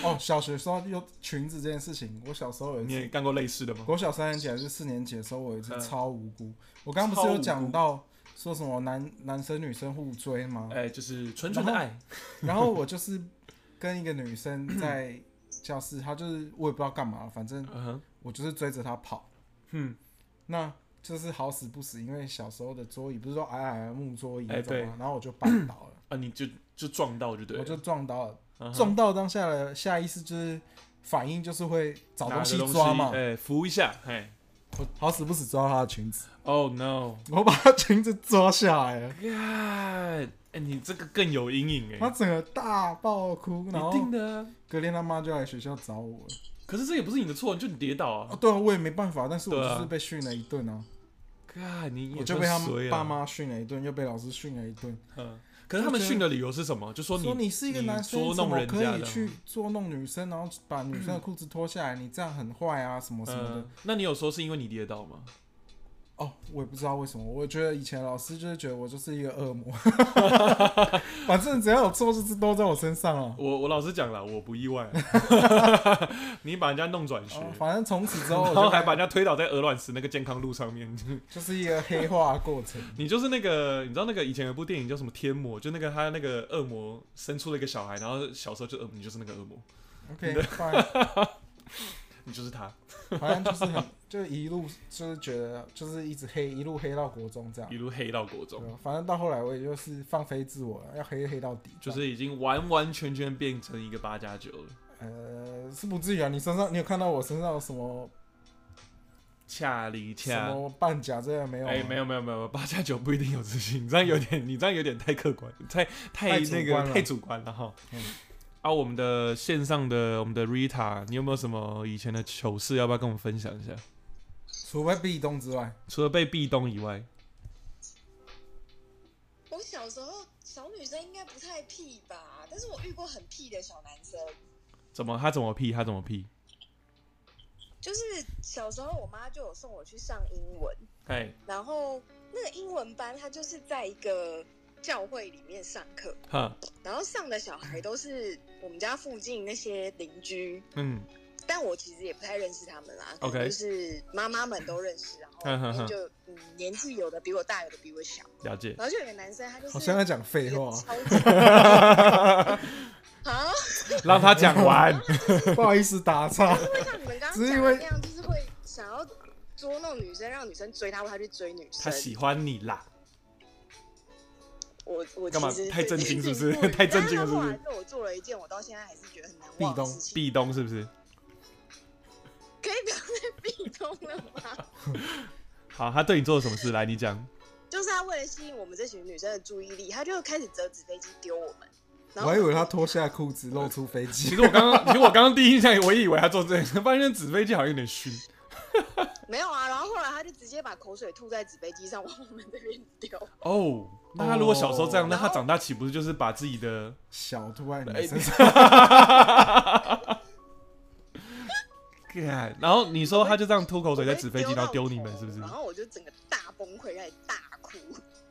Speaker 1: 哦，小学说到有裙子这件事情，我小时候有一
Speaker 2: 你
Speaker 1: 次
Speaker 2: 也干过类似的吗？
Speaker 1: 国小三年级还是四年级的时候，我有一次
Speaker 2: 嗯
Speaker 1: 超无辜。我刚刚不是有讲到说什么男男生女生互追吗？
Speaker 2: 哎、就是纯纯
Speaker 1: 然后
Speaker 2: 的爱，
Speaker 1: 然后我就是跟一个女生 在教室，她就是我也不知道干嘛，反正
Speaker 2: 嗯哼，
Speaker 1: 我就是追着她跑。
Speaker 2: 嗯，
Speaker 1: 那就是好死不死，因为小时候的桌椅不是说矮矮的木桌椅
Speaker 2: 哎
Speaker 1: 那种
Speaker 2: 对
Speaker 1: 吗？然后我就绊倒了，
Speaker 2: 啊，你就就撞到就 对了，
Speaker 1: 我就撞到了。
Speaker 2: 嗯哼
Speaker 1: 撞到当下的下意识就是反应就是会找
Speaker 2: 拿
Speaker 1: 东
Speaker 2: 个
Speaker 1: 西
Speaker 2: 东
Speaker 1: 抓嘛
Speaker 2: 哎、。扶一下，哎
Speaker 1: 我好死不死抓到她的裙子，
Speaker 2: ，Oh no，
Speaker 1: 我把她裙子抓下来了。
Speaker 2: God，哎、你这个更有阴影哎、
Speaker 1: 他整个大爆哭，然后
Speaker 2: 一定的啊、
Speaker 1: 隔天他妈就来学校找我了。
Speaker 2: 可是这也不是你的错，就你跌倒
Speaker 1: 啊，
Speaker 2: 啊
Speaker 1: 对啊，我也没办法，但是我
Speaker 2: 对啊
Speaker 1: 就是被训了一顿啊，
Speaker 2: ，God，你也啊
Speaker 1: 我就被他
Speaker 2: 算衰了
Speaker 1: 爸，妈训了一顿，又被老师训了一顿，
Speaker 2: 嗯，可是他们
Speaker 1: 就觉得
Speaker 2: 训的理由是什么？就说你
Speaker 1: 说你是一个男生，
Speaker 2: 你
Speaker 1: 你
Speaker 2: 捉
Speaker 1: 怎
Speaker 2: 弄
Speaker 1: 么
Speaker 2: 人家
Speaker 1: 可
Speaker 2: 的啊
Speaker 1: 以去捉弄女生，然后把女
Speaker 2: 嗯
Speaker 1: 生的裤子脱下来，你这样很坏啊，什么什么的。
Speaker 2: 嗯，那你有说是因为你跌倒吗？
Speaker 1: 哦，我也不知道为什么，我觉得以前老师就是觉得我就是一个恶魔， 反正只要有错就是都在我身上啊了。
Speaker 2: 我我老实讲了，我不意外。啊 你把人家弄转学，
Speaker 1: 哦反正从此之后我
Speaker 2: 然
Speaker 1: 就
Speaker 2: 后还把人家推倒在鹅卵石那个健康路上面。
Speaker 1: 就是一个黑化的过程。
Speaker 2: 你就是那个，你知道那个以前有部电影叫什么《天魔》，就那个他那个恶魔生出了一个小孩，然后小时候就恶嗯魔，你就是那个恶魔，
Speaker 1: OK，反
Speaker 2: 你就是他，
Speaker 1: 反正就是很就一路就是觉得就是一直黑，一路黑到国中这样
Speaker 2: 一。路黑到国
Speaker 1: 对
Speaker 2: 中，
Speaker 1: 吧反正到后来我也就是放飞自我了，要黑黑到底。
Speaker 2: 就
Speaker 1: 这样
Speaker 2: 是已经完完全全变成一个八加九了，
Speaker 1: 呃，是不至于啊。你身上你有看到我身上有什么
Speaker 2: 恰里恰
Speaker 1: 什。么半甲这样没有啊？
Speaker 2: 啊哎、没有没有没有，八加九不一定有自信，你这样有点，你这样有点太客观，太太
Speaker 1: 太主
Speaker 2: 那
Speaker 1: 观
Speaker 2: 个
Speaker 1: 了
Speaker 2: 太主观了哈。
Speaker 1: 嗯
Speaker 2: 啊，我们的线上的我们的 Rita，你有没有什么以前的糗事，要不要跟我们分享一下？
Speaker 1: 除了壁咚之外，
Speaker 2: 除了被壁咚以外，
Speaker 3: 我小时候小女生应该不太屁吧，但是我遇过很屁的小男生，
Speaker 2: 怎么他怎么屁他怎么屁？
Speaker 3: 就是小时候我妈就有送我去上英文，
Speaker 2: 哎，
Speaker 3: 然后那个英文班它就是在一个教会里面上课，
Speaker 2: 哈，
Speaker 3: 然后上的小孩都是我们家附近那些邻居，
Speaker 2: 嗯，
Speaker 3: 但我其实也不太认识他们啦。
Speaker 2: OK
Speaker 3: 可能就是妈妈们都认识，然
Speaker 2: 哼哼
Speaker 3: 后
Speaker 2: 哼
Speaker 3: 就嗯年纪有的比我大，有的比我小。
Speaker 2: 了解。
Speaker 3: 然后就有个男生，他就是
Speaker 1: 好像在讲废话啊。
Speaker 3: 超级啊，
Speaker 2: 让他讲 完。
Speaker 1: 不好意思打岔。
Speaker 3: 就像你们刚刚
Speaker 1: 只是因
Speaker 3: 讲
Speaker 1: 为
Speaker 3: 的那样，就是会想要捉弄女生，让女生追他，或他去追女生。
Speaker 2: 他喜欢你啦，
Speaker 3: 我我
Speaker 2: 干嘛
Speaker 3: 其实
Speaker 2: 太震惊是不是
Speaker 3: 对
Speaker 2: 太震惊了是不是
Speaker 3: 但他后来对我做了一件我到现在还是觉得很难忘的事情。
Speaker 2: 壁咚是不是？
Speaker 3: 可以不要再壁咚了吗？
Speaker 2: 好，他对你做了什么事？来，你讲。
Speaker 3: 就是他为了吸引我们这群女生的注意力，他就开始折纸飞机丢我们。然
Speaker 1: 我
Speaker 3: 后
Speaker 1: 还以为他
Speaker 3: 们
Speaker 1: 脱下裤子露出飞
Speaker 2: 其
Speaker 1: 机，
Speaker 2: 实我刚刚，其实我刚刚第一印象，我也以为他做这件事，发现纸飞机好像有点虚。
Speaker 3: 没有啊，然后后来他就直接把口水吐在纸飞机上，往我们这边丢。
Speaker 2: 哦，那他如果小时候这样，
Speaker 1: 哦
Speaker 2: 那他长大岂不是就是把自己的？
Speaker 1: 小突然
Speaker 2: 哎
Speaker 1: 你身上，
Speaker 2: 干然后你说他就这样吐口水在纸飞机，
Speaker 3: 我被
Speaker 2: 然后丢
Speaker 3: 丢到
Speaker 2: 你们，
Speaker 3: 头
Speaker 2: 是不是
Speaker 3: 然？后我就整个大崩溃，开始大哭。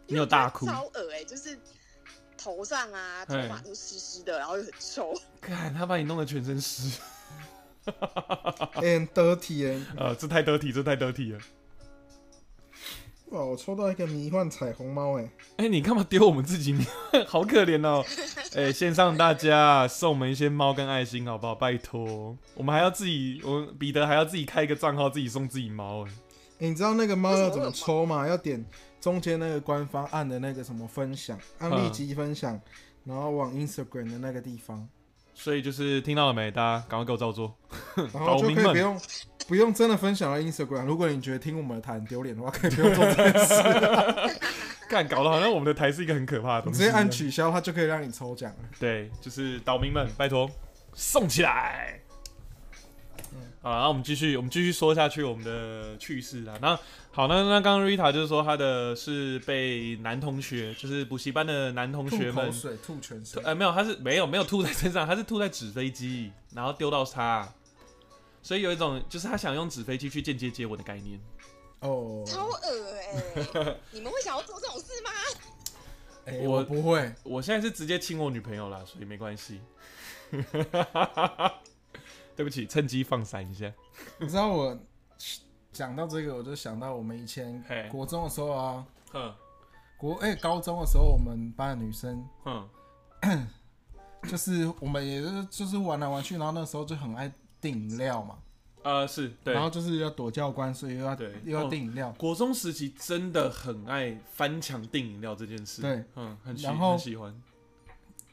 Speaker 2: 你有大哭？
Speaker 3: 超恶哎、就是头上啊，头发都湿湿的，然后又很臭。
Speaker 2: 哦看他把你弄得全身湿。
Speaker 1: 哎，很 dirty 哎。
Speaker 2: 呃，这太得体，这太得体了。
Speaker 1: 哇，我抽到一个迷幻彩虹猫哎，
Speaker 2: 哎、你干嘛丢我们自己？你 好可怜哦！哎、线上大家送我们一些猫跟爱心好不好？拜托，我们还要自己，我们彼得还要自己开一个账号，自己送自己猫、哎，
Speaker 1: 哎，你知道那个猫要怎么抽吗？要点中间那个官方按的那个什么分享，
Speaker 2: 嗯
Speaker 1: 按立即分享，然后往 Instagram 的那个地方，
Speaker 2: 所以就是听到了没？大家赶快给我照做。
Speaker 1: 然后就
Speaker 2: 嗯岛民
Speaker 1: 可以
Speaker 2: 们
Speaker 1: 不用不用真的分享 到 Instagram。如果你觉得听我们的谈丢脸的话，可以不用做这件事，
Speaker 2: 干，搞得好像我们的台是一个很可怕的东
Speaker 1: 你
Speaker 2: 西。
Speaker 1: 直接按。取消，它就可以让你抽奖了。
Speaker 2: 对，就是岛民们，拜托送起来。好，然后我们继续，我们继续说下去我们的趣事啊。那好，那那刚刚 Rita 就是说她的是被男同学，就是补习班的男同学
Speaker 1: 吐口
Speaker 2: 们
Speaker 1: 水，吐全 身。
Speaker 2: 呃，没有，他是没有没有吐在身上，他是吐在纸飞机，然后丢到他，所以有一种就是他想用纸飞机去间接接吻的概念。
Speaker 1: 哦，
Speaker 3: 超恶哎、你们会想要做这种事吗？
Speaker 1: 哎
Speaker 2: 我
Speaker 1: 我不会。
Speaker 2: 我现在是直接亲我女朋友啦，所以没关系。 对不起，趁机放闪一下。
Speaker 1: 你知道我讲到这个，我就想到我们以前
Speaker 2: 嘿
Speaker 1: 国中的时候啊，
Speaker 2: 哼
Speaker 1: 国哎、高中的时候，我们班的女生
Speaker 2: 哼，
Speaker 1: 就是我们也是就是玩来玩去，然后那时候就很爱订饮料嘛，
Speaker 2: 呃，是对
Speaker 1: 然。后就是要躲教官，所以又要
Speaker 2: 对哦
Speaker 1: 又要订饮料。
Speaker 2: 国中时期真的很爱翻墙订饮料这件事，
Speaker 1: 对，
Speaker 2: 嗯，很喜
Speaker 1: 然后
Speaker 2: 很喜欢。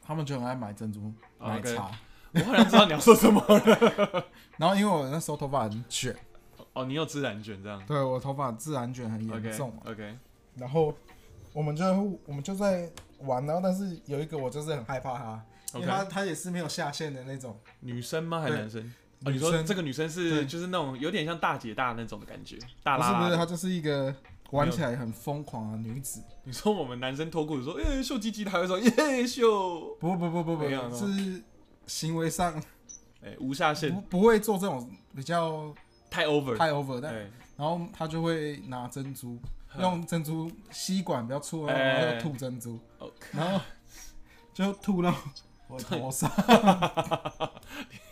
Speaker 1: 他们就很爱买珍珠
Speaker 2: 哦
Speaker 1: 奶茶。
Speaker 2: 我好像知道你要说什么了。
Speaker 1: 然后因为我那时候头发很卷，
Speaker 2: 哦，你有自然卷这样
Speaker 1: 对我头发自然卷很严
Speaker 2: ？OK
Speaker 1: 重嘛啊
Speaker 2: OK，
Speaker 1: 然后我们就我们就在玩，然后但是有一个我就是很害怕他，因为
Speaker 2: OK
Speaker 1: 他他也是没有下线的那种。
Speaker 2: 女生吗？还是
Speaker 1: 对
Speaker 2: 男生？哦，
Speaker 1: 女
Speaker 2: 你说
Speaker 1: 生
Speaker 2: 这个女生是
Speaker 1: 对
Speaker 2: 就是那种有点像大姐大那种的感觉，大
Speaker 1: 不
Speaker 2: 拉
Speaker 1: 是不
Speaker 2: 拉
Speaker 1: 是，她
Speaker 2: 的。
Speaker 1: 就是一个玩起来很疯狂的女子。
Speaker 2: 你说我们男生脱裤子说，耶秀鸡鸡，她会说耶秀，
Speaker 1: 不不不不不
Speaker 2: 没有，
Speaker 1: 是行为上
Speaker 2: 哎，无下
Speaker 1: 不
Speaker 2: 限，
Speaker 1: 不会做这种比较
Speaker 2: 太 over，
Speaker 1: 嗯太 over，但
Speaker 2: 哎，
Speaker 1: 然后他就会拿珍珠，用珍珠吸管比较粗，然后
Speaker 2: 嗯哎
Speaker 1: 然后就吐珍 珠，
Speaker 2: 哦
Speaker 1: 然后就吐到我的头上。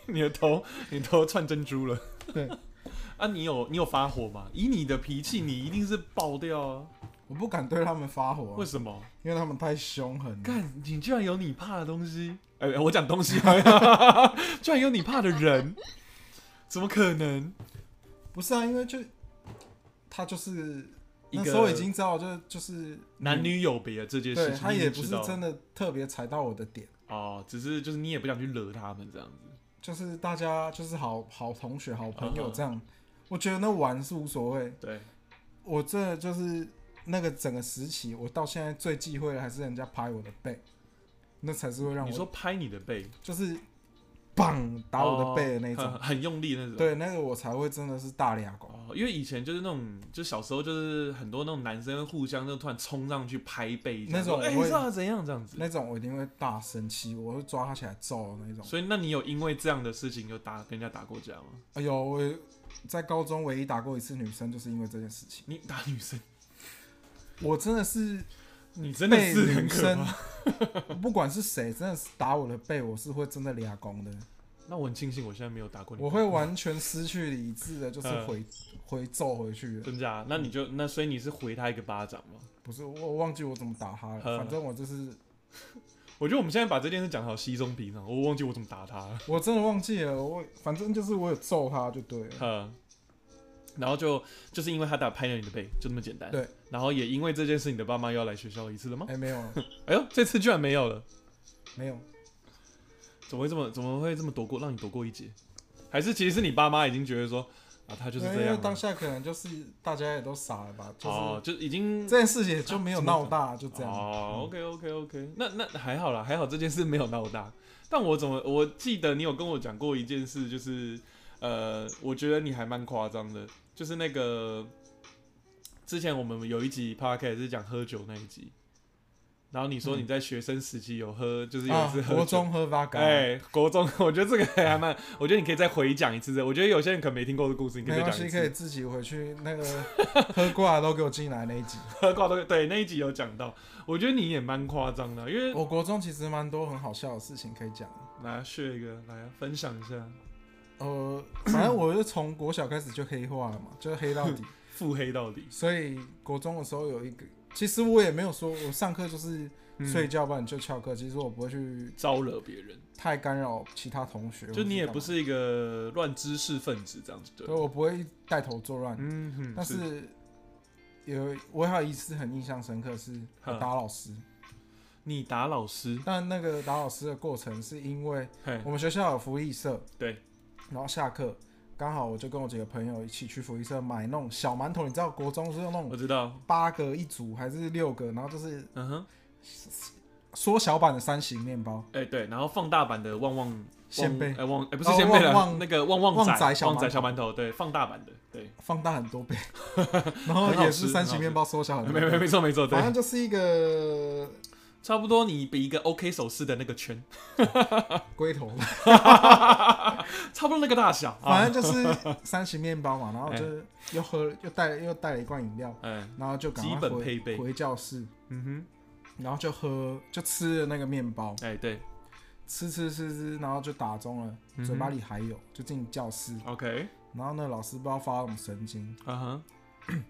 Speaker 2: 你的头，你的头串珍珠了。
Speaker 1: 对，
Speaker 2: 啊，你有你有发火吗？以你的脾气，你一定是爆掉啊！
Speaker 1: 我不敢对他们发火、啊
Speaker 2: 为什么？
Speaker 1: 因为他们太凶狠了。
Speaker 2: 干，你居然有你怕的东西？哎、我讲东西，啊 居然有你怕的人，怎么可能？
Speaker 1: 不是啊，因为就他就是
Speaker 2: 一
Speaker 1: 那
Speaker 2: 个
Speaker 1: 时候已经知道就，就是嗯
Speaker 2: 男女有别啊这件事
Speaker 1: 对
Speaker 2: 情，
Speaker 1: 他
Speaker 2: 你已
Speaker 1: 也
Speaker 2: 经
Speaker 1: 不
Speaker 2: 知
Speaker 1: 是
Speaker 2: 道啊
Speaker 1: 真的特别踩到我的点，
Speaker 2: 哦，只是就是你也不想去惹他们这样子。
Speaker 1: 就是大家就是好好同学、好朋友
Speaker 2: 嗯哼
Speaker 1: 这样。我觉得那玩是无所谓，
Speaker 2: 对，
Speaker 1: 我这就是那个整个时期，我到现在最忌讳的还是人家拍我的背，那才是会让
Speaker 2: 你说
Speaker 1: 我
Speaker 2: 拍你的背，
Speaker 1: 就是棒打我的背的那
Speaker 2: 哦很
Speaker 1: 种，
Speaker 2: 很用力那种。
Speaker 1: 对，那个我才会真的是大俩狗。
Speaker 2: 哦，因为以前就是那种，就小时候就是很多那种男生互相就突然冲上去拍背这样，
Speaker 1: 那种
Speaker 2: 说哎、
Speaker 1: 我
Speaker 2: 你
Speaker 1: 会
Speaker 2: 知道怎样这样子。
Speaker 1: 那种我一定会大生气，我会抓他起来揍的那种。
Speaker 2: 所以，那你有因为这样的事情有打跟人家打过架吗？
Speaker 1: 哎呦，我在高中唯一打过一次女生，就是因为这件事情。
Speaker 2: 你打女 生，
Speaker 1: 我真的是
Speaker 2: 你真的
Speaker 1: 被
Speaker 2: 是很
Speaker 1: 女
Speaker 2: 可
Speaker 1: 生
Speaker 2: 怕。，
Speaker 1: 不管是谁，真的是打我的背，我是会真的俩攻的，
Speaker 2: 那我很庆幸我现在没有打过你。
Speaker 1: 我会完全失去理智的，就是
Speaker 2: 嗯
Speaker 1: 回回揍回去的。
Speaker 2: 真假啊？那你就那所以你是回他一个巴掌吗？
Speaker 1: 不是，我我忘记我怎么打他了，
Speaker 2: 嗯
Speaker 1: 反正我就是
Speaker 2: 我觉得我们现在把这件事讲得好稀松平常，我忘记我怎么打他了。
Speaker 1: 我真的忘记了，我反正就是我有揍他就对了。
Speaker 2: 嗯，然后就就是因为他打拍了你的背，就那么简单。
Speaker 1: 对，
Speaker 2: 然后也因为这件事，你的爸妈又要来学校一次了吗？
Speaker 1: 哎，没有
Speaker 2: 哎呦，这次居然没有了。
Speaker 1: 没有，
Speaker 2: 怎么会这么怎么会这么躲过，让你躲过一劫？还是其实是你爸妈已经觉得说啊，他就是
Speaker 1: 对
Speaker 2: 这
Speaker 1: 哎因为
Speaker 2: 样啊、
Speaker 1: 当下可能就是大家也都傻了吧，就是、
Speaker 2: 哦，就已经
Speaker 1: 这件事情也就没有闹大，就这样。嗯
Speaker 2: 哦，OK OK OK，那那还好啦，还好这件事没有闹大。但我怎么我记得你有跟我讲过一件事，就是呃，我觉得你还蛮夸张的，就是那个之前我们有一集 p o d c a s 是讲喝酒那一集，然后你说你在学生时期有喝，就是有一
Speaker 1: 嗯啊
Speaker 2: 次，喝
Speaker 1: 国
Speaker 2: 酒。
Speaker 1: 中啊喝八嘎，
Speaker 2: 哎，国中， 我觉得这个还蛮，我觉得你可以再回讲一次这，我觉得有些人可能没听过的故事，你可以
Speaker 1: 没
Speaker 2: 再
Speaker 1: 关
Speaker 2: 讲一
Speaker 1: 系，可以
Speaker 2: 次。
Speaker 1: 自己回去那个喝过来都给我进来那一集。
Speaker 2: 喝挂都对那一集有讲到，我觉得你也蛮夸张的，因为
Speaker 1: 我国中其实蛮多很好笑的事情可以讲的，
Speaker 2: 来啊学一个来啊分享一下
Speaker 1: 呃，反正我就从国小开始就黑化了嘛，就黑到底。
Speaker 2: 腹黑到底。
Speaker 1: 所以国中的时候有一个，其实我也没有说我上课就是
Speaker 2: 嗯
Speaker 1: 睡觉，不然就翘课。其实我不会去
Speaker 2: 招惹别人，
Speaker 1: 太干扰其他同学，
Speaker 2: 就你也不
Speaker 1: 或
Speaker 2: 是一个乱知识分子这样子，对
Speaker 1: 干嘛，对我不会带头作乱。
Speaker 2: 嗯哼，
Speaker 1: 但是有我还有一次很印象深刻是我
Speaker 2: 嗯
Speaker 1: 打老师，
Speaker 2: 你打老师，
Speaker 1: 但那个打老师的过程是因为
Speaker 2: 嘿，
Speaker 1: 我们学校有福利社，
Speaker 2: 对，
Speaker 1: 然后下课刚好我就跟我几个朋友一起去福利社买那种小馒头，你知道国中是用那
Speaker 2: 我
Speaker 1: 种
Speaker 2: 知道，
Speaker 1: 八个一组还是六个，然后就是
Speaker 2: 嗯哼，
Speaker 1: 缩小版的三型面包，
Speaker 2: 哎对，然后放大版的旺旺
Speaker 1: 鲜贝
Speaker 2: 旺哎旺哎不是
Speaker 1: 哦
Speaker 2: 鲜贝
Speaker 1: 旺
Speaker 2: 了，
Speaker 1: 旺
Speaker 2: 那个旺旺
Speaker 1: 旺仔
Speaker 2: 仔
Speaker 1: 小馒头
Speaker 2: 旺仔小馒头，对，放大版的，对，
Speaker 1: 放大很多 倍，然后
Speaker 2: 很好
Speaker 1: 也
Speaker 2: 吃
Speaker 1: 是三型面包缩小很多
Speaker 2: 没没
Speaker 1: 倍，
Speaker 2: 没错没错，对
Speaker 1: 反，正就是一个
Speaker 2: 差不多你比一个 OK 手势的那个圈，
Speaker 1: 龟头，
Speaker 2: 啊差不多那个大小。
Speaker 1: 反
Speaker 2: 啊，
Speaker 1: 正就是三型面包嘛， 然后就又喝又带又带了一罐饮料，
Speaker 2: 哎，
Speaker 1: 然后就赶
Speaker 2: 基
Speaker 1: 快
Speaker 2: 本配备
Speaker 1: 回回教室，
Speaker 2: 嗯
Speaker 1: 然后就喝就吃了那个面包，
Speaker 2: 哼，哎，对
Speaker 1: 吃吃吃吃，然后就打中了，
Speaker 2: 嗯哼
Speaker 1: 嘴巴里还有，就进教室。
Speaker 2: ，OK，
Speaker 1: 然后那老师不知道发什么神经，
Speaker 2: 啊哈，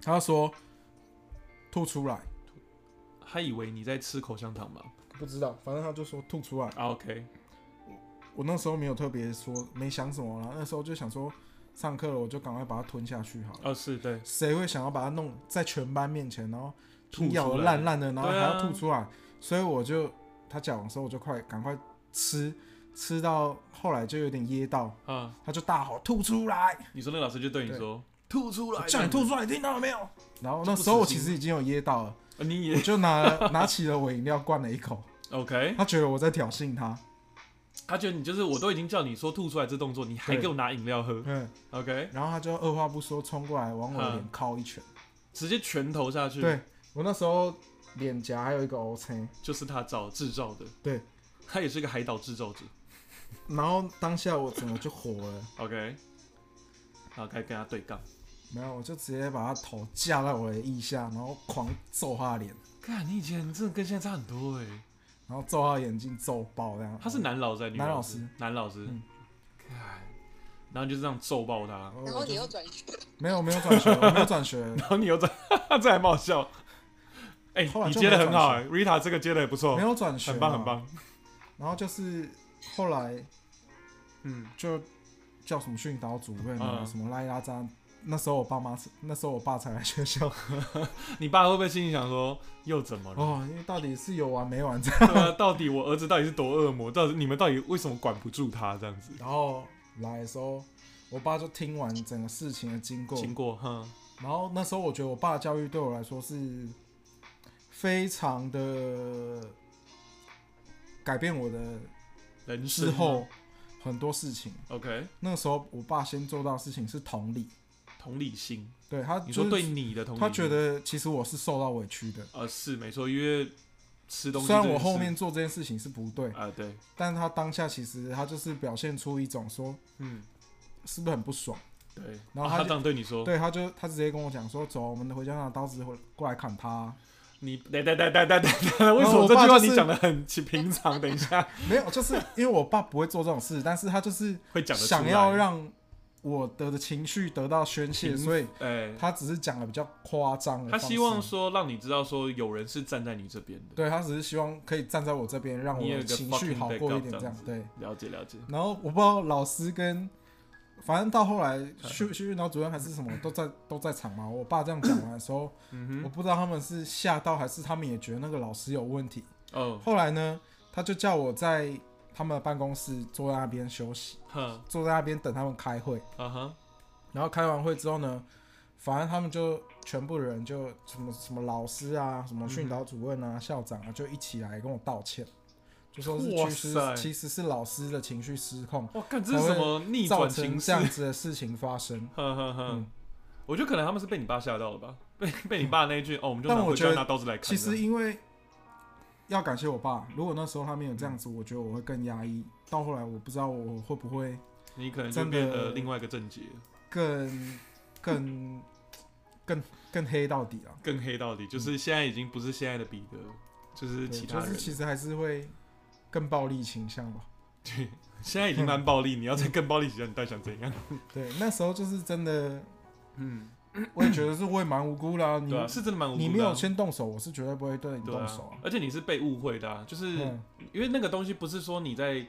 Speaker 1: 他就说吐出来，
Speaker 2: 还以为你在吃口香糖吧
Speaker 1: 不知道，反正他就说吐出来。
Speaker 2: 啊？OK，
Speaker 1: 我那时候没有特别说，没想什么啦，那时候就想说上课了，我就赶快把它吞下去好了。
Speaker 2: 哦，是对，
Speaker 1: 谁会想要把它弄在全班面前，然后
Speaker 2: 吐出来
Speaker 1: 咬得烂烂的，然后还
Speaker 2: 对啊
Speaker 1: 要吐出来？所以我就他讲的时候，我就快赶快吃，吃到后来就有点噎到，
Speaker 2: 啊，
Speaker 1: 他就大吼吐出来。
Speaker 2: 你说那个老师就对你
Speaker 1: 对
Speaker 2: 说哦吐出来，
Speaker 1: 叫你吐出来，听到了没有？然后那时候我其实已经有噎到了，
Speaker 2: 呃，你
Speaker 1: 我
Speaker 2: 也
Speaker 1: 就 拿了拿起了我饮料灌了一口，
Speaker 2: OK，
Speaker 1: 他觉得我在挑衅他，
Speaker 2: 他觉得你就是我都已经叫你说吐出来这动作，你还
Speaker 1: 对
Speaker 2: 给我拿饮料喝
Speaker 1: 嗯，
Speaker 2: ，OK，
Speaker 1: 然后他就二话不说冲过来往我的
Speaker 2: 嗯
Speaker 1: 脸敲一拳，
Speaker 2: 直接拳头下去，
Speaker 1: 对我那时候脸颊还有一个 O C，
Speaker 2: 就是他造制造的，
Speaker 1: 对，
Speaker 2: 他也是个海岛制造者
Speaker 1: 然后当下我整个就火了，
Speaker 2: ，OK，然后该跟他对杠，
Speaker 1: 没有，我就直接把他头架在我的腋下，然后狂揍他的脸，
Speaker 2: 看你以前真的跟现在差很多哎、
Speaker 1: 然后揍他的眼睛揍爆这样。哦
Speaker 2: 他是男老师还是女
Speaker 1: 男
Speaker 2: 老
Speaker 1: 老
Speaker 2: 师
Speaker 1: 师？
Speaker 2: 男老师。
Speaker 1: 嗯
Speaker 2: 干然后你就这样揍爆他，
Speaker 1: 然
Speaker 3: 然
Speaker 1: 后我
Speaker 3: 后
Speaker 1: 就
Speaker 3: 你
Speaker 1: 是
Speaker 3: 又转学，
Speaker 1: 没有没有转 学，我没有转学，
Speaker 2: 然后你又在， 这还蛮好笑。哎、
Speaker 1: 后来
Speaker 2: 你
Speaker 1: 就
Speaker 2: 接的
Speaker 1: 没有
Speaker 2: 很好、哎
Speaker 1: 转
Speaker 2: r i t a 这个接的也不错
Speaker 1: 没，有转学，啊
Speaker 2: 哦很棒很。棒。
Speaker 1: 然后就是后来
Speaker 2: 嗯，
Speaker 1: 就叫什么训导主任啊，
Speaker 2: 嗯
Speaker 1: 什么拉一拉渣。那时候我爸妈，那时候我爸才来学校
Speaker 2: 你爸会不会心里想说，又怎么了？
Speaker 1: 哦，因为到底是有完没完这样。
Speaker 2: 对啊，到底我儿子到底是多恶魔？到底你们到底为什么管不住他这样子？
Speaker 1: 然后来的时候，我爸就听完整个事情的经过，
Speaker 2: 经过，哼，
Speaker 1: 然后那时候我觉得我爸的教育对我来说是非常的改变我的
Speaker 2: 人生
Speaker 1: 之后很多事情。
Speaker 2: ，OK，
Speaker 1: 那时候我爸先做到的事情是同理，
Speaker 2: 同理心，
Speaker 1: 对他
Speaker 2: 你
Speaker 1: 就
Speaker 2: 说
Speaker 1: 是
Speaker 2: 对你的同理心，
Speaker 1: 他觉得其实我是受到委屈的，
Speaker 2: 呃是没错，因为吃东西
Speaker 1: 虽然
Speaker 2: 这件
Speaker 1: 我
Speaker 2: 事
Speaker 1: 后面做这件事情是不对，
Speaker 2: 啊、对，
Speaker 1: 但他当下其实他就是表现出一种说
Speaker 2: 嗯
Speaker 1: 是不是很不爽，
Speaker 2: 对，
Speaker 1: 然后
Speaker 2: 啊
Speaker 1: 他
Speaker 2: 他
Speaker 1: 就
Speaker 2: 这样对你说，
Speaker 1: 对，他就他直接跟我讲说走，我们回家拿刀子回过来砍他，
Speaker 2: 你等等等等等等等，为什么
Speaker 1: 我
Speaker 2: 这
Speaker 1: 爸
Speaker 2: 句话
Speaker 1: 就
Speaker 2: 你
Speaker 1: 是
Speaker 2: 讲的很平平常？等一下
Speaker 1: 没有，就是因为我爸不会做这种事，但是他就是
Speaker 2: 会讲的
Speaker 1: 想要让我的情绪得到宣泄，
Speaker 2: 平
Speaker 1: 所以
Speaker 2: 哎，
Speaker 1: 他只是讲的比较夸张的
Speaker 2: 他
Speaker 1: 方式。
Speaker 2: 希望说让你知道说有人是站在你这边的，
Speaker 1: 对他只是希望可以站在我这边，让我
Speaker 2: 你有一
Speaker 1: 的
Speaker 2: 个
Speaker 1: 情绪
Speaker 2: fucking
Speaker 1: 好过一
Speaker 2: backup
Speaker 1: 点，
Speaker 2: 这
Speaker 1: 这
Speaker 2: 样
Speaker 1: 样
Speaker 2: 子
Speaker 1: 对。
Speaker 2: 了解了解，
Speaker 1: 然后我不知道老师跟，反正到 后来训训导主任还是什么都在都在场嘛。我爸这样讲完的时候，
Speaker 2: 嗯
Speaker 1: 我
Speaker 2: 哼，
Speaker 1: 不知道他们是吓到还是他们也觉得那个老师有问题。
Speaker 2: 哦，
Speaker 1: 后来呢，他就叫我在他们的办公室坐在那边休息，
Speaker 2: 哼，
Speaker 1: 坐在那边等他们开会。
Speaker 2: 啊哈，
Speaker 1: 然后开完会之后呢，反正他们就全部人就什么什么老师啊，什么训导主任啊、校长啊，就一起来跟我道歉，就说是
Speaker 2: 哇
Speaker 1: 其实
Speaker 2: 塞
Speaker 1: 其实是老师的情绪失控，
Speaker 2: 哇，看这是什么逆
Speaker 1: 造
Speaker 2: 转
Speaker 1: 成
Speaker 2: 情
Speaker 1: 这
Speaker 2: 势？
Speaker 1: 样子的事情发生。
Speaker 2: 哼哼哼
Speaker 1: 嗯，
Speaker 2: 我觉得可能他们是被你爸吓到了吧，被被你爸那一句哦，我们就
Speaker 1: 但
Speaker 2: 拿
Speaker 1: 我
Speaker 2: 回
Speaker 1: 觉
Speaker 2: 家
Speaker 1: 得
Speaker 2: 拿刀子来砍。
Speaker 1: 其实因为要感谢我爸，如果那时候他没有这样子，
Speaker 2: 嗯
Speaker 1: 我觉得我会更压抑。到后来我不知道我会不会
Speaker 2: 你可能就
Speaker 1: 真的
Speaker 2: 变得另外一个正解，
Speaker 1: 更更更更黑到底啊。
Speaker 2: 更黑到底，就是现在已经不是现在的彼得，就是
Speaker 1: 对
Speaker 2: 其他
Speaker 1: 就
Speaker 2: 人
Speaker 1: 是。其实还是会更暴力倾向吧。
Speaker 2: 对，现在已经
Speaker 1: 嗯
Speaker 2: 蛮暴力，你要再更暴力起来，你到底想怎样？
Speaker 1: 对，那时候就是真的，
Speaker 2: 嗯，
Speaker 1: 我也觉得是我也蛮无辜啦、你、
Speaker 2: 对啊，是真的蛮无辜的啊。
Speaker 1: 你没有先动手，我是绝对不会对你
Speaker 2: 对
Speaker 1: 动
Speaker 2: 啊
Speaker 1: 手啊。，
Speaker 2: 而且你是被误会的、啊，就是
Speaker 1: 嗯，
Speaker 2: 因为那个东西不是说你在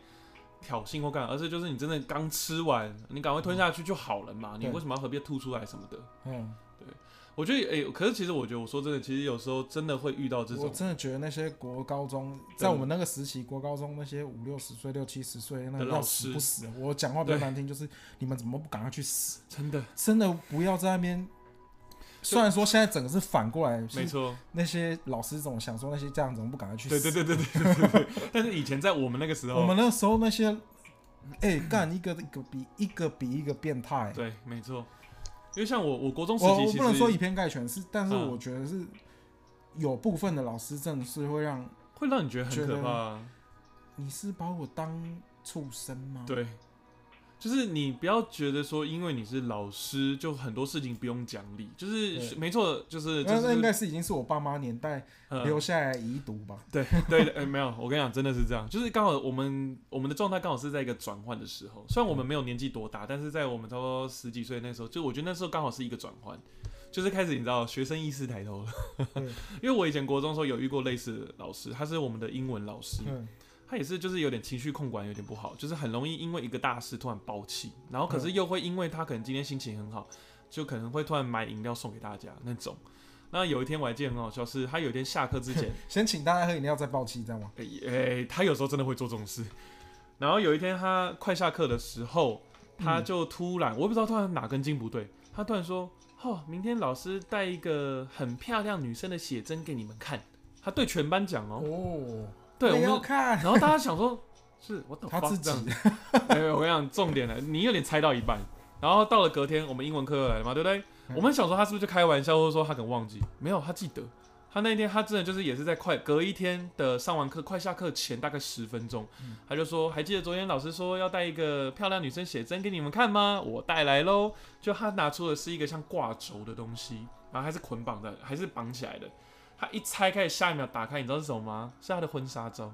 Speaker 2: 挑衅或干嘛，而是就是你真的刚吃完，你赶快吞下去就好了嘛，你
Speaker 1: 对
Speaker 2: 为什么要何必吐出来什么的？
Speaker 1: 嗯，
Speaker 2: 我觉得，诶、可是其实我觉得，我说真的，其实有时候真的会遇到这
Speaker 1: 我
Speaker 2: 种
Speaker 1: 真的觉得那些国高中，在我们那个时期，国高中那些五六十岁、六七十岁那
Speaker 2: 的
Speaker 1: 个
Speaker 2: 老
Speaker 1: 要死
Speaker 2: 师
Speaker 1: 不死，我讲话比较
Speaker 2: 对
Speaker 1: 难听，就是你们怎么不赶快去死？
Speaker 2: 真的，
Speaker 1: 真的不要在那边。虽然说现在整个是反过来，
Speaker 2: 没
Speaker 1: 是
Speaker 2: 错，
Speaker 1: 那些老师总想说那些家长怎么不赶快去
Speaker 2: 对
Speaker 1: 死？
Speaker 2: 对对哦对对对对 对。但是以前在我们那个时候，
Speaker 1: 我们那时候那些，哎、干一个一个比一个比一个变态。
Speaker 2: 对，没错，因为像我，我国中时
Speaker 1: 我
Speaker 2: 期
Speaker 1: 我
Speaker 2: 其实
Speaker 1: 不能说以偏概全，是，但是
Speaker 2: 嗯
Speaker 1: 我觉得是有部分的老师真的是会让
Speaker 2: 会让你觉得很
Speaker 1: 觉
Speaker 2: 可
Speaker 1: 得
Speaker 2: 怕啊。
Speaker 1: 你是把我当畜生吗？，
Speaker 2: 对，就是你不要觉得说，因为你是老师，就很多事情不用讲理，就是
Speaker 1: 对
Speaker 2: 没错，就是
Speaker 1: 那
Speaker 2: 就
Speaker 1: 那
Speaker 2: 是
Speaker 1: 应该是已经是我爸妈年代
Speaker 2: 嗯
Speaker 1: 留下来的遗毒吧。
Speaker 2: 对对，呃，没有，我跟你讲，真的是这样，就是刚好我们我们的状态刚好是在一个转换的时候，虽然我们没有年纪多大，但是在我们差不多十几岁那时候，就我觉得那时候刚好是一个转换，就是开始你知道学生意识抬头了，
Speaker 1: 对
Speaker 2: 因为我以前国中的时候有遇过类似的老师，他是我们的英文老师，
Speaker 1: 嗯，
Speaker 2: 他也是就是有点情绪控管有点不好，就是很容易因为一个大事突然爆气，然后可
Speaker 1: 嗯
Speaker 2: 是又会因为他可能今天心情很好，就可能会突然买饮料送给大家那种。那有一天我还记得很好笑，是他有一天下课之前，
Speaker 1: 先请大家喝饮料再爆气，这样吗？
Speaker 2: 诶、诶呃他有时候真的会做这种事。然后有一天他快下课的时候，他
Speaker 1: 嗯
Speaker 2: 就突然、我也不知道突然哪根筋不对，他突然说：“哦，明天老师带一个很漂亮女生的写真给你们看。”他对全班讲哦，
Speaker 1: 哦，
Speaker 2: 对我
Speaker 1: 也要
Speaker 2: 们，
Speaker 1: 看
Speaker 2: 然后大家想说，是我懂
Speaker 1: 他自
Speaker 2: 这
Speaker 1: 己
Speaker 2: 样。没有，我跟你讲，重点来，你有点猜到一半。然后到了隔天，我们英文课又来了嘛，对不对？
Speaker 1: 嗯
Speaker 2: 我们想说他是不是就开玩笑，或者说他可能忘记？没有，他记得。他那天他真的就是也是在快隔一天的上完课快下课前大概十分钟，他就说还记得昨天老师说要带一个漂亮女生写真给你们看吗？我带来喽。就他拿出的是一个像挂轴的东西，然后还是捆绑的，还是绑起来的。他一拆开，下一秒打开，你知道是什么吗？是他的婚纱照。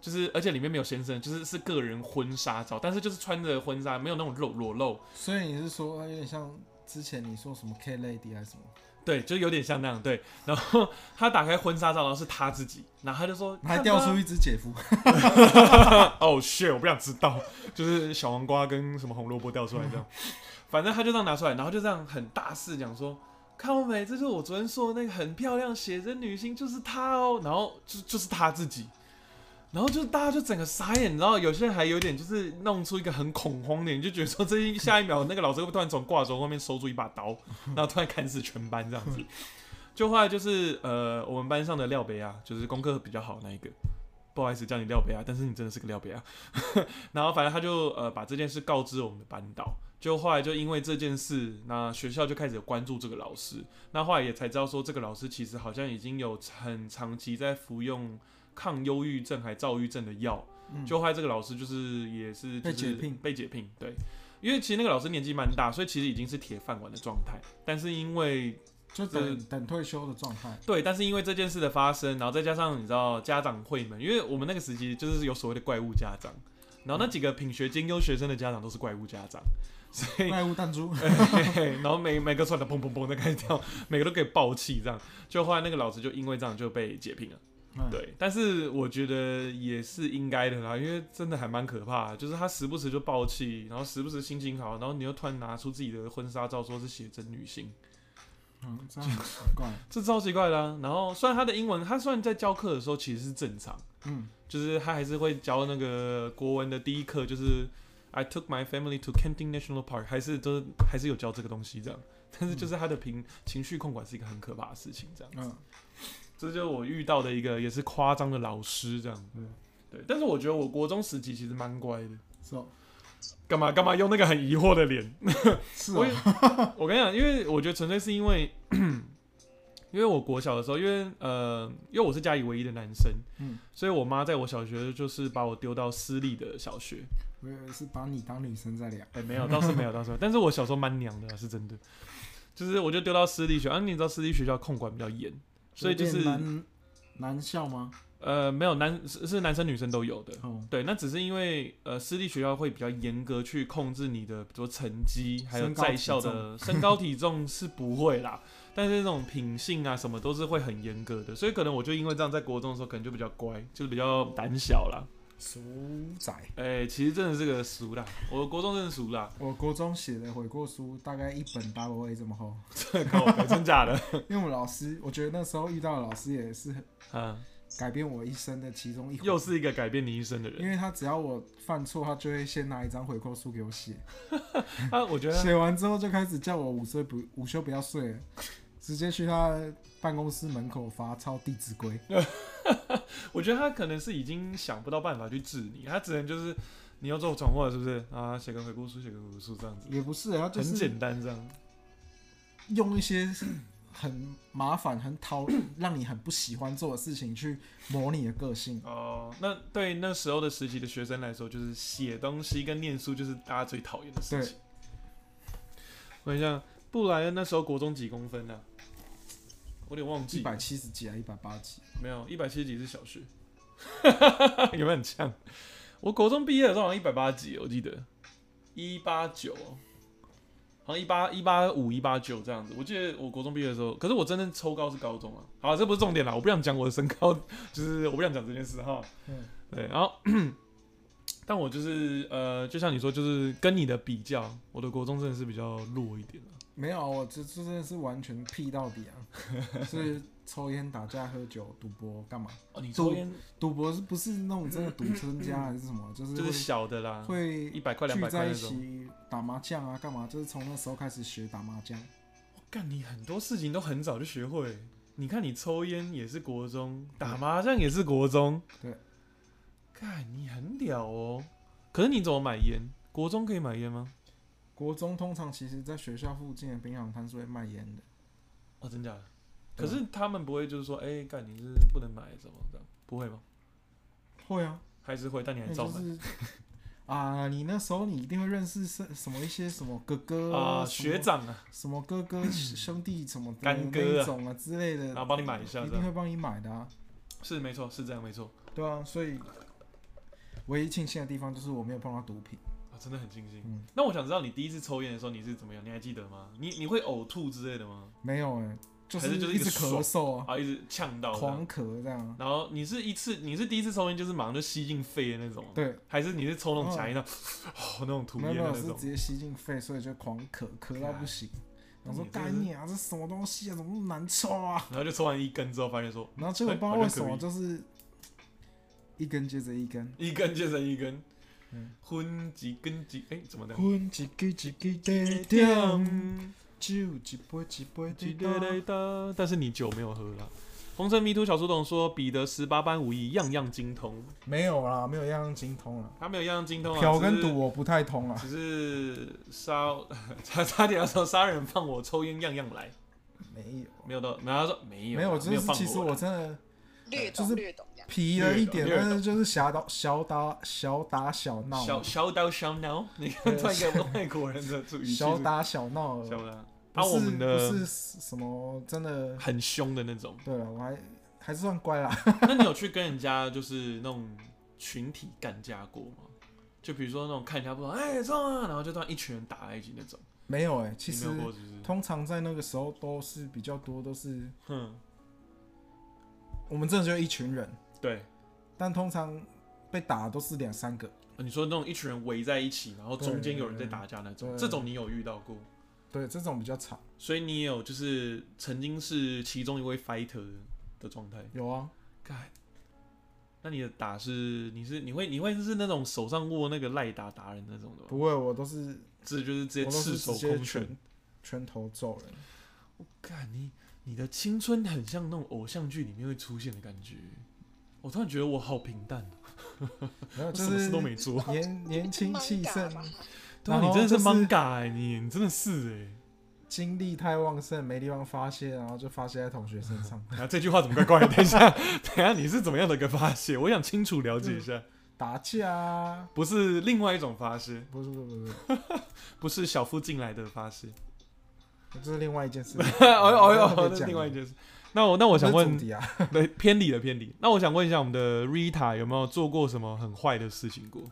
Speaker 2: 就是，而且里面没有先生，就是是个人婚纱照，但是就是穿着婚纱，没有那种露裸露，
Speaker 1: 所以你是说有点像之前你说什么 K Lady 还是什么？
Speaker 2: 对，就有点像那样，对。然后 他打开婚纱照，然后是他自己，然后他就说，
Speaker 1: 还
Speaker 2: 看
Speaker 1: 掉
Speaker 2: 吧
Speaker 1: 出一只姐夫，
Speaker 2: 哦 shit，我不想知道，就是小黄瓜跟什么红萝卜掉出来这样，反正他就这样拿出来，然后就这样很大肆讲说，看到没，这就是我昨天说的那个很漂亮写真女星，就是她哦，然后就就是她自己，然后就大家就整个傻眼，然后有些人还有点就是弄出一个很恐慌的，你就觉得说这一下一秒那个老师会不会突然从挂轴后面收出一把刀，然后突然砍死全班这样子。就后来就是呃，我们班上的廖北亚，就是功课比较好那一个，不好意思叫你廖北亚，但是你真的是个廖北亚。 然后反正他就呃把这件事告知我们的班导，就后来就因为这件事，那学校就开始有关注这个老师，那后来也才知道说这个老师其实好像已经有很长期在服用抗忧郁症还躁郁症的药，
Speaker 1: 嗯
Speaker 2: 就后来这个老师就是也是、就是、
Speaker 1: 被解聘
Speaker 2: 被解聘对。因为其实那个老师年纪蛮大，所以其实已经是铁饭碗的状态。但是因为
Speaker 1: 就等等退休的状态。
Speaker 2: 对，但是因为这件事的发生，然后再加上你知道家长会们，因为我们那个时期就是有所谓的怪物家长，然后那几个品学兼优学生的家长都是怪物家长，所以
Speaker 1: 怪物弹
Speaker 2: 呃
Speaker 1: 珠，
Speaker 2: 然后每每个算的砰砰砰的开始跳，每个都可以爆气这样，就后来那个老师就因为这样就被解聘了。
Speaker 1: 嗯，
Speaker 2: 对，但是我觉得也是应该的啦，因为真的还蛮可怕的就是他时不时就爆气，然后时不时心情好，然后你又突然拿出自己的婚纱照说是写真女星。
Speaker 1: 嗯，这样很奇怪。
Speaker 2: 这超奇怪啦、然后虽然他的英文，他虽然在教课的时候其实是正常，
Speaker 1: 嗯，
Speaker 2: 就是他还是会教那个国文的第一课，就是 I took my family to Kenting National Park，还是都是还是有教这个东西这样。但是就是他的情情绪控管是一个很可怕的事情，这样。
Speaker 1: 嗯，
Speaker 2: 这就是我遇到的一个也是夸张的老师这样。
Speaker 1: 嗯
Speaker 2: 对，但是我觉得我国中时期其实蛮乖的。
Speaker 1: 是哦，
Speaker 2: 干嘛干嘛用那个很疑惑的脸？
Speaker 1: 是
Speaker 2: 我
Speaker 1: 哦
Speaker 2: 也，我跟你讲，因为我觉得纯粹是因为， 因为我国小的时候，因为呃，因为我是家里唯一的男生，
Speaker 1: 嗯，
Speaker 2: 所以我妈在我小学就是把我丢到私立的小学。
Speaker 1: 我以为是把你当女生在聊。
Speaker 2: 哎、没有，倒是没有，倒 是没有。但是我小时候蛮娘的啊、是真的。就是我就丢到私立学校，啊，你知道私立学校控管比较严，所以就
Speaker 1: 有
Speaker 2: 是
Speaker 1: 点男男校吗？
Speaker 2: 呃，没有男是是男生女生都有的。
Speaker 1: 哦，
Speaker 2: 对，那只是因为呃，私立学校会比较严格去控制你的，比如说成绩，还有
Speaker 1: 身高
Speaker 2: 在
Speaker 1: 体
Speaker 2: 校的身高体重是不会啦，但是那种品性啊什么都是会很严格的，所以可能我就因为这样，在国中的时候可能就比较乖，就比较胆小啦。
Speaker 1: 鼠仔。
Speaker 2: 哎、其实真的是个俗啦，我国中真的 俗啦，
Speaker 1: 我国中写的悔过书大概一本 double A 这么厚，
Speaker 2: 这靠北，真假的？
Speaker 1: 因为我们老师，我觉得那时候遇到的老师也是
Speaker 2: 嗯，
Speaker 1: 改变我一生的其中一环。
Speaker 2: 又是一个改变你一生的
Speaker 1: 因
Speaker 2: 人
Speaker 1: 为他只要我犯错，他就会先拿一张悔过书给我写，
Speaker 2: 啊！我觉得
Speaker 1: 写完之后就开始叫我午睡不午休不要睡了，直接去他办公室门口罚抄《弟子规》。
Speaker 2: 我觉得他可能是已经想不到办法去治你，他只能就是你要做闯祸了是不是啊？写个回顾书，写个回顾书这样子，
Speaker 1: 也不是，他就
Speaker 2: 很
Speaker 1: 是
Speaker 2: 简单这样。
Speaker 1: 用一些很麻烦、很讨让你很不喜欢做的事情去磨你的个性。
Speaker 2: 哦，那对那时候的时期的学生来说，就是写东西跟念书就是大家最讨厌的事情。我想想，布莱恩那时候国中几公分呢、啊？我有点忘
Speaker 1: 一
Speaker 2: 记，
Speaker 1: 百七十几啊，一百八几，
Speaker 2: 没有一百七十几是小学， 有没有很呛？我国中毕业的时候好像一百八几，我记得一八九，好像一八一八五一八九这样子。我记得我国中毕业的时候，可是我真正抽高是高中啊。好，这不是重点啦，我不想讲我的身高， 就是我不想讲这件事哈。
Speaker 1: 嗯，
Speaker 2: 对，然后， 但我就是呃，就像你说，就是跟你的比较，我的国中真的是比较弱一点啊
Speaker 1: 没有啊，我这这真的是完全屁到 底啊！是抽烟、打架、喝酒、赌博干嘛？
Speaker 2: 哦，你
Speaker 1: 抽
Speaker 2: 抽烟
Speaker 1: 赌博是不是那种真的赌身家还是什么？就是
Speaker 2: 就是小的啦，
Speaker 1: 会
Speaker 2: 啊一
Speaker 1: 会
Speaker 2: 百块、两
Speaker 1: 聚
Speaker 2: 百块
Speaker 1: 在
Speaker 2: 那
Speaker 1: 一
Speaker 2: 种。
Speaker 1: 起打麻将啊，干嘛？就是从那时候开始学打麻将。
Speaker 2: 我干，你很多事情都很早就学会。你看，你抽烟也是国中，打麻将也是国中，
Speaker 1: 对。
Speaker 2: 干，你很屌哦。可是你怎么买烟？国中可以买烟吗？
Speaker 1: 国中通常其实在学校附近的槟榔摊是会卖烟的，
Speaker 2: 哦，真假的？可是他们不会就是说，哎、干你是不能买什么这样，不会吗？
Speaker 1: 会啊，
Speaker 2: 还是会，但你还
Speaker 1: 那
Speaker 2: 哎照
Speaker 1: 就
Speaker 2: 买、
Speaker 1: 是啊，你那时候你一定会认识什什么一些什么哥哥
Speaker 2: 啊、
Speaker 1: 什么
Speaker 2: 学长啊，
Speaker 1: 什么哥 哥兄弟什么的
Speaker 2: 干哥啊
Speaker 1: 那一种啊之类的，
Speaker 2: 然后帮你买一下
Speaker 1: 一
Speaker 2: 这
Speaker 1: 定
Speaker 2: 样，
Speaker 1: 会帮你买的啊，
Speaker 2: 是没错，是这样没错
Speaker 1: 对啊，所以唯一庆幸的地方就是我没有碰到毒品，
Speaker 2: 啊，真的很庆幸。
Speaker 1: 嗯
Speaker 2: 那我想知道你第一次抽烟的时候你是怎么样，你还记得吗？你你会呕吐之类的吗？
Speaker 1: 没有哎、就
Speaker 2: 还是就是
Speaker 1: 一
Speaker 2: 一
Speaker 1: 直
Speaker 2: 个
Speaker 1: 咳嗽啊，
Speaker 2: 啊，一直呛到这样
Speaker 1: 狂咳这样啊，
Speaker 2: 然后你是一次，你是第一次抽烟，就是马上就吸进肺的那种吗，
Speaker 1: 对，
Speaker 2: 还是你是抽那种假烟的，哦，那种吐
Speaker 1: 没有
Speaker 2: 烟
Speaker 1: 没有
Speaker 2: 的那
Speaker 1: 是
Speaker 2: 种
Speaker 1: 直接吸进肺，所以就狂咳，咳到不行。我
Speaker 2: 干
Speaker 1: 说
Speaker 2: 哎你真的是
Speaker 1: 干你啊，这什么东西啊，怎么那么难抽啊？
Speaker 2: 然后就抽完一根之后，发现说
Speaker 1: 然后结果
Speaker 2: 对
Speaker 1: 不知道
Speaker 2: 好像
Speaker 1: 为什
Speaker 2: 可
Speaker 1: 么
Speaker 2: 以
Speaker 1: 就是一根接着一根，
Speaker 2: 一根接着一根
Speaker 1: 嗯，
Speaker 2: 昏几根几，哎，怎么的？
Speaker 1: 分一支一支地点，
Speaker 2: 嗯
Speaker 1: 酒一杯一杯
Speaker 2: 滴
Speaker 1: 滴
Speaker 2: 答
Speaker 1: 答。
Speaker 2: 答答但是你酒没有喝啦。红尘迷途小书童说：“彼得十八般武艺，样样精通。
Speaker 1: 没有啦，没有样样精通啦，
Speaker 2: 他没有样样精通啊，
Speaker 1: 嫖
Speaker 2: 只是
Speaker 1: 跟赌我不太通啦。
Speaker 2: 只是杀差差点要说杀人放火、抽烟样样来，
Speaker 1: 没有，
Speaker 2: 没有到，没有他说没有啊，
Speaker 1: 没有，就
Speaker 2: 没有
Speaker 1: 是
Speaker 2: 放
Speaker 1: 其实
Speaker 2: 火啊
Speaker 1: 我真的
Speaker 3: 略
Speaker 1: 就是
Speaker 3: 懂略懂这样。
Speaker 1: 皮了一点，
Speaker 2: 略懂略懂
Speaker 1: 但是就是小打小打小打小闹，
Speaker 2: 小小刀小脑，你看
Speaker 1: 对
Speaker 2: 突然给我外国人的语气是，
Speaker 1: 小打小闹而已，
Speaker 2: 小刀，
Speaker 1: 不
Speaker 2: 啊，
Speaker 1: 是
Speaker 2: 我们
Speaker 1: 不
Speaker 2: 的
Speaker 1: 是什么真的，
Speaker 2: 很凶的那种。
Speaker 1: 对啊了，我还还是算乖啦。
Speaker 2: 那你有去跟人家就是那种群体干架过吗？就比如说那种看人家不爽，哎冲啊，然后就突然一群人打在一起那种，
Speaker 1: 没有哎，其
Speaker 2: 你
Speaker 1: 实
Speaker 2: 没有过是不是？
Speaker 1: 通常在那个时候都是比较多，都是
Speaker 2: 哼，
Speaker 1: 我们真的就一群人，
Speaker 2: 对，
Speaker 1: 但通常被打的都是两三个，
Speaker 2: 哦你说那种一群人围在一起，然后中间有人在打架那种，
Speaker 1: 对
Speaker 2: 这种你有遇到过？
Speaker 1: 对，这种比较惨。
Speaker 2: 所以你也有就是曾经是其中一位 fighter 的状态。
Speaker 1: 有啊，
Speaker 2: 干，那你的打是你是你会你会是那种手上握那个赖打打人那种的吗？
Speaker 1: 不会，我都是
Speaker 2: 这就是
Speaker 1: 我
Speaker 2: 直接
Speaker 1: 都
Speaker 2: 赤
Speaker 1: 是直
Speaker 2: 手
Speaker 1: 接
Speaker 2: 空拳。
Speaker 1: 拳拳头揍人。
Speaker 2: 干你你的青春很像那种偶像剧里面会出现的感觉。我突然觉得我好平淡哦，
Speaker 1: 没有，
Speaker 2: 我
Speaker 1: 就
Speaker 2: 什么事
Speaker 1: 是
Speaker 2: 都没做。
Speaker 1: 年年轻气盛，
Speaker 2: 对啊，
Speaker 1: 然
Speaker 2: 你
Speaker 1: 后
Speaker 2: 真的是
Speaker 1: 就是
Speaker 2: manga 哎、你你真的是哎、，
Speaker 1: 精力太旺盛，没地方发泄，然后就发泄在同学身上
Speaker 2: 啊，这句话怎么怪 怪的？等一下，等一下，你是怎么样的一个发泄？我想清楚了解一下，
Speaker 1: 打架啊，
Speaker 2: 不是另外一种发泄，
Speaker 1: 不是不是不是，
Speaker 2: 不是小夫进来的发 泄。
Speaker 1: 这是另外一件事。
Speaker 2: 哎呦哎
Speaker 1: 不要特别
Speaker 2: 呦，那是
Speaker 1: 讲
Speaker 2: 另外一件事。那我那我
Speaker 1: 我
Speaker 2: 想问，
Speaker 1: 啊，
Speaker 2: 对偏离了偏离。那我想问一下，我们的 Rita 有没有做过什么很坏的事情过？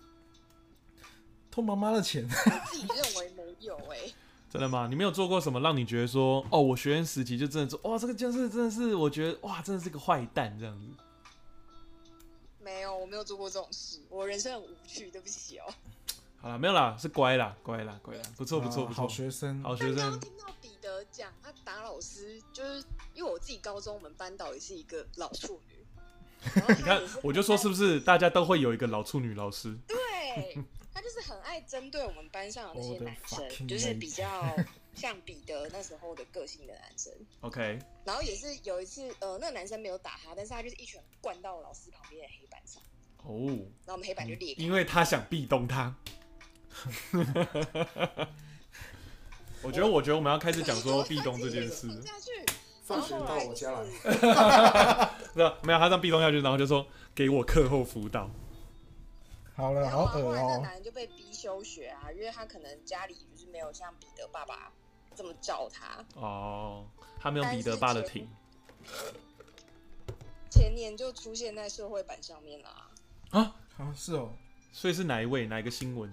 Speaker 1: 偷妈妈的钱，
Speaker 3: 我自己认为没有哎、
Speaker 2: 真的吗？你没有做过什么让你觉得说，哦，我学生时期就真的说，哇，这个教室真的是，我觉得哇，真的是个坏蛋这样子。
Speaker 3: 没有，我没有做过这种事，我人生很无趣，对不起哦。
Speaker 2: 好了，没有啦，是乖啦，乖啦，乖啦，不错不错
Speaker 1: 啊
Speaker 2: 不错，
Speaker 1: 好学生，
Speaker 2: 好学
Speaker 3: 但刚
Speaker 2: 生
Speaker 3: 刚，听到彼得讲他打老师，就是因为我自己高中我们班导也是一个老处女，然后
Speaker 2: 你
Speaker 3: 他
Speaker 2: 看
Speaker 3: 也是，
Speaker 2: 我就说是不是大家都会有一个老处女老师？
Speaker 3: 对，他就是很爱针对我们班上的那些
Speaker 1: All the
Speaker 3: 男生，
Speaker 1: fucking
Speaker 3: 就是比
Speaker 1: ladies
Speaker 3: 较像彼得那时候的个性的男生。
Speaker 2: OK，
Speaker 3: 然后也是有一次，呃，那个男生没有打他，但是他就是一拳灌到老师旁边的黑板上，
Speaker 2: 哦，
Speaker 3: 然后我们黑板就裂开。
Speaker 2: 因为他想壁咚他。 我觉得，我觉得我们要开始讲说壁咚这件事，
Speaker 3: 放下去，
Speaker 1: 放学到我家来
Speaker 3: 然后后就是
Speaker 2: 没有没有，他让壁咚下去，然后就说给我课后辅导。
Speaker 1: 好
Speaker 3: 没
Speaker 1: 了，
Speaker 3: 有
Speaker 1: 好
Speaker 3: 啊
Speaker 1: 恶
Speaker 3: 后来那个
Speaker 1: 哦、
Speaker 3: 男人就被逼休学啊，因为他可能家里就是没有像彼得爸爸这么照他。
Speaker 2: 哦，他没有彼得爸的挺
Speaker 3: 前年就出现在社会版上面了、啊，
Speaker 2: 啊，
Speaker 1: 好是哦、
Speaker 2: 所以是哪一位？哪一个新闻？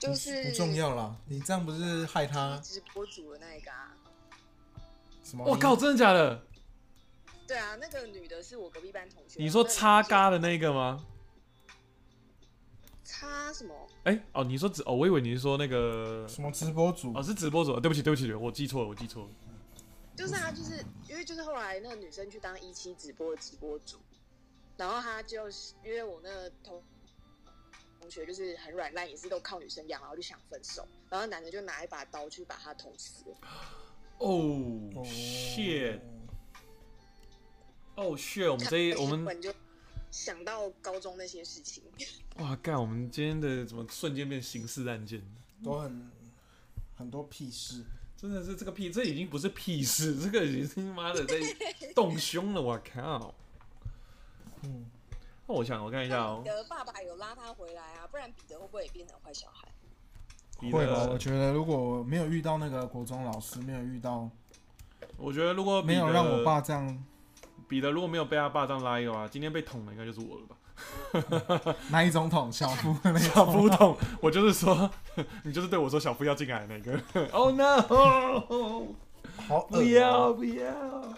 Speaker 3: 就是
Speaker 1: 不重要啦，你这样不是害他
Speaker 3: 直播主的那一个啊。
Speaker 1: 什么？
Speaker 2: 我靠，真的假的？
Speaker 3: 对啊，那个女的是我隔壁班同学。
Speaker 2: 你说
Speaker 3: 擦
Speaker 2: 擦嘎的那个吗？
Speaker 3: 擦什么？
Speaker 2: 哎、哦，你说直哦，我以为你是说那个
Speaker 1: 什么直播主
Speaker 2: 哦，？是直播主，对不起，对不起，对不起我记错了，我记错了。
Speaker 3: 就是他就是因为就是后来那个女生去当一期直播的直播主，然后他就是因为我那个同同学就是很软烂，也是都靠女生养，然后就想分手，然后男的就拿一把刀去把她捅死了。
Speaker 1: Oh
Speaker 2: 哦，谢。哦，血！我们这一我们
Speaker 3: 本就想到高中那些事情，
Speaker 2: 哇干，我们今天的怎么瞬间变刑事案件？
Speaker 1: 都很很多屁事，
Speaker 2: 真的是这个屁，这已经不是屁事，这个已经是妈的在动胸了，我靠！
Speaker 1: 嗯，
Speaker 2: 那我想我看一下
Speaker 3: 那彼
Speaker 2: 哦，
Speaker 3: 得爸爸有拉他回来啊，不然彼得会不会也变成坏小孩？
Speaker 2: 彼
Speaker 1: 会吧？我
Speaker 2: 得，
Speaker 1: 觉得如果我没有遇到那个国中老师，没有遇到，
Speaker 2: 我觉得如果彼
Speaker 1: 没有
Speaker 2: 得
Speaker 1: 让我爸这样，
Speaker 2: 彼得如果没有被他爸这样拉一个话，今天被捅的应该就是我了 吧？
Speaker 1: 哪一种桶小 夫的那种
Speaker 2: 小夫捅，我就是说， 你就是对我说小夫要进来那个。oh no！
Speaker 1: 好恶
Speaker 2: 不
Speaker 1: 哦
Speaker 2: 要不要！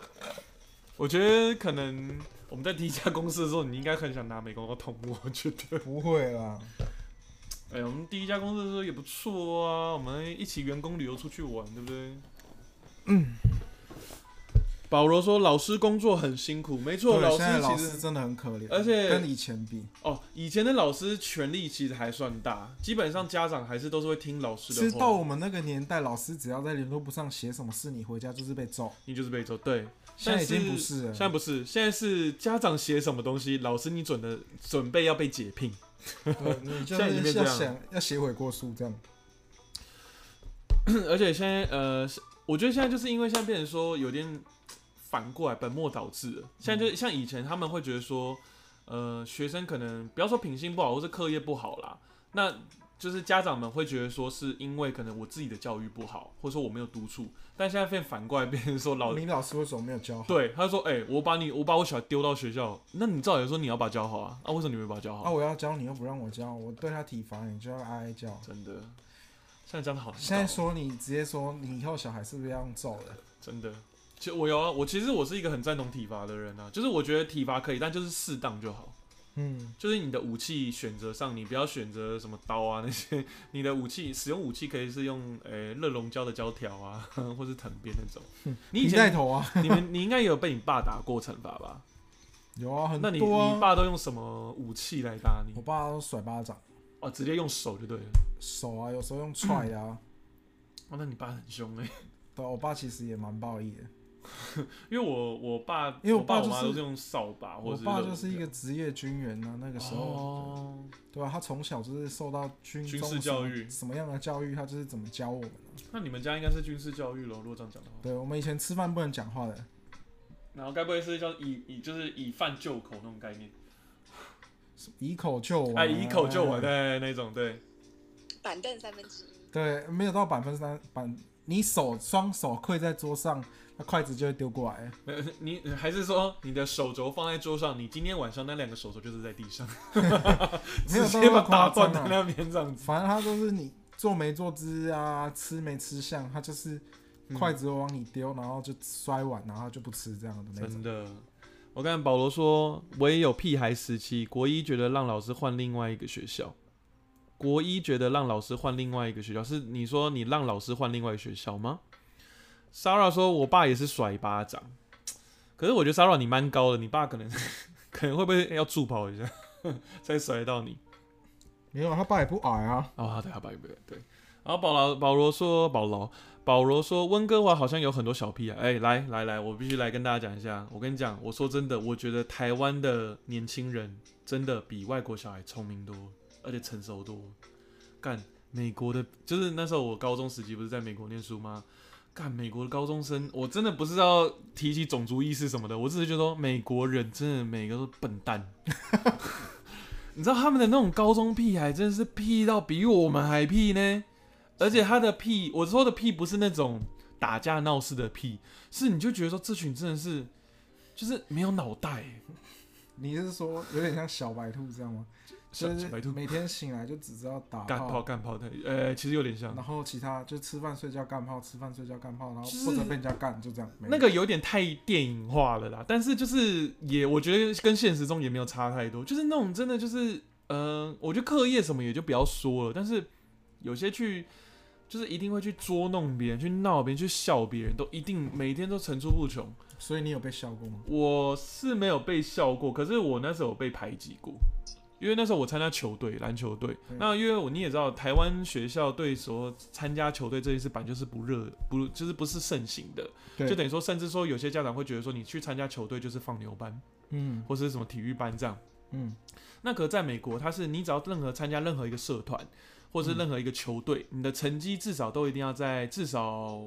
Speaker 2: 我觉得可能我们在第一家公司的时候，你应该很想拿美工刀捅我。我觉得，
Speaker 1: 不会啦，
Speaker 2: 哎、我们第一家公司的时候也不错啊，我们一起员工旅游出去玩，对不嗯对？嗯。保罗说：“老师工作很辛苦，没错，
Speaker 1: 对，
Speaker 2: 老
Speaker 1: 现在老
Speaker 2: 师其
Speaker 1: 师
Speaker 2: 实
Speaker 1: 真的很可怜，
Speaker 2: 而且
Speaker 1: 跟以前比，
Speaker 2: 哦，以前的老师权力其实还算大，基本上家长还是都是会听老师
Speaker 1: 其
Speaker 2: 的
Speaker 1: 实到
Speaker 2: 话。
Speaker 1: 我们那个年代，老师只要在联络簿上写什么事，你回家就是被 揍。
Speaker 2: 你就是被揍，对，
Speaker 1: 现在已
Speaker 2: 但
Speaker 1: 经
Speaker 2: 是
Speaker 1: 不是了，
Speaker 2: 现在不是，现在是家长写什么东西，老师你准的准备要被解聘。
Speaker 1: 对你就
Speaker 2: 现在已经
Speaker 1: 是
Speaker 2: 变这
Speaker 1: 要
Speaker 2: 样
Speaker 1: 想要写悔过书这样。
Speaker 2: 而且现在呃，是我觉得现在就是因为现在变成说有点反过来本末倒置了。现在就像以前他们会觉得说，呃，学生可能不要说品性不好，或是课业不好啦，那就是家长们会觉得说是因为可能我自己的教育不好，或者说我没有督促。但现在变反过来变成说老。
Speaker 1: 明老师为什么没有教好？
Speaker 2: 对，他就说：“哎、我把你，我把我小孩丢到学校，那你照理说你要把他教好啊，啊，为什么你没把他教好？
Speaker 1: 啊，我要教你又不让我教，我对他体罚你就要挨挨教。
Speaker 2: 真的，现在真的好难搞哦。
Speaker 1: 现在说你直接说你以后小孩是不是要用揍的？
Speaker 2: 真的，其实我有啊，我其实我是一个很赞同体罚的人啊，就是我觉得体罚可以，但就是适当就好。
Speaker 1: 嗯，
Speaker 2: 就是你的武器选择上，你不要选择什么刀啊那些，你的武器使用武器可以是用呃热熔胶的胶条啊，或是藤鞭那种。你以
Speaker 1: 皮带
Speaker 2: 前
Speaker 1: 头啊，
Speaker 2: 你们你应该也有被你爸打过惩罚吧？
Speaker 1: 有啊，很
Speaker 2: 那你
Speaker 1: 多啊。
Speaker 2: 你爸都用什么武器来打你
Speaker 1: 我？爸都甩巴掌，
Speaker 2: 哦，直接用手就对了。
Speaker 1: 手啊，有时候用踹的啊。
Speaker 2: 哦，那你爸很凶哎、
Speaker 1: 对，我爸其实也蛮暴力的。
Speaker 2: 因为我我爸
Speaker 1: 因为我
Speaker 2: 我爸
Speaker 1: 爸
Speaker 2: 我
Speaker 1: 就
Speaker 2: 妈
Speaker 1: 是
Speaker 2: 都是用扫把或
Speaker 1: 我
Speaker 2: 者
Speaker 1: 爸
Speaker 2: 热
Speaker 1: 就是一个职业军人啊，那个时候，
Speaker 2: 哦
Speaker 1: 对啊吧、他从小就是受到军
Speaker 2: 军
Speaker 1: 中
Speaker 2: 事
Speaker 1: 什么
Speaker 2: 教育
Speaker 1: 什么样的教育，他就是怎么教我们啊、
Speaker 2: 那你们家应该是军事教育咯，如果这样讲的话。
Speaker 1: 对我们以前吃饭不能讲话的，
Speaker 2: 然后该不会是叫以以就是以饭救口那种概念？
Speaker 1: 以口就
Speaker 2: 哎，
Speaker 1: 碗、
Speaker 2: 以口救我，对那种对。
Speaker 3: 板凳三分之一，
Speaker 1: 对，没有到百分之三板，你手双手跪在桌上，那筷子就会丢过来。
Speaker 2: 没有 你还是说你的手肘放在桌上，你今天晚上那两个手肘就是在地上，
Speaker 1: 没有
Speaker 2: 直
Speaker 1: 到
Speaker 2: 接
Speaker 1: 那
Speaker 2: 把
Speaker 1: 么
Speaker 2: 打
Speaker 1: 夸张
Speaker 2: 断在
Speaker 1: 啊。
Speaker 2: 那边这样子。
Speaker 1: 反正他都是你坐没坐姿啊，吃没吃相，他就是筷子往你丢，然后就摔碗，然后就不吃这样的那种。
Speaker 2: 真的，我看保罗说，我也有屁孩时期，国一觉得让老师换另外一个学校。国一觉得让老师换另外一个学校，是你说你让老师换另外一个学校吗？Sara 说，我爸也是甩巴掌，可是我觉得 Sara 你蛮高的，你爸可能 可能会不会要助跑一下才甩到你？
Speaker 1: 没有，他爸也不矮啊。
Speaker 2: 啊、对啊，白白对。然后保罗保罗说，保罗保罗说，温哥华好像有很多小屁啊！哎，来来来，我必须来跟大家讲一下。我跟你讲，我说真的，我觉得台湾的年轻人真的比外国小孩聪明多，而且成熟多。干，美国的，就是那时候我高中时期不是在美国念书吗？干，美国的高中生，我真的不是要提起种族意识什么的，我只是觉得说美国人真的每个都笨蛋。你知道他们的那种高中屁孩真的是屁到比我们还屁呢，而且他的屁，我说的屁不是那种打架闹事的屁，是你就觉得说这群真的是就是没有脑袋，
Speaker 1: 你是说有点像小白兔这样吗？
Speaker 2: 小
Speaker 1: 就是
Speaker 2: 小白兔
Speaker 1: 每天醒来就只知道打
Speaker 2: 干炮
Speaker 1: 炮，
Speaker 2: 干炮的，呃，其实有点像
Speaker 1: 然后其他就吃饭睡觉干炮，吃饭睡觉干炮，然后
Speaker 2: 就是
Speaker 1: 或者被人家干，就这样。没
Speaker 2: 那个有点太电影化了啦，但是就是也我觉得跟现实中也没有差太多，就是那种真的就是，嗯，我觉得课业什么也就不要说了，但是有些去就是一定会去捉弄别人、去闹别人、去笑别人，都一定每天都层出不穷。
Speaker 1: 所以你有被笑过吗？
Speaker 2: 我是没有被笑过，可是我那时候有被排挤过，因为那时候我参加球队，篮球队。
Speaker 1: 嗯
Speaker 2: 那因为我你也知道，台湾学校对所参加球队这件事本来就是不热，不就是不是盛行的，
Speaker 1: 对
Speaker 2: 就等于说，甚至说有些家长会觉得说，你去参加球队就是放牛班
Speaker 1: 嗯
Speaker 2: 或是什么体育班这样。
Speaker 1: 嗯，
Speaker 2: 那可在美国，它是你只要任何参加任何一个社团，或
Speaker 1: 嗯
Speaker 2: 是任何一个球队，你的成绩至少都一定要在至少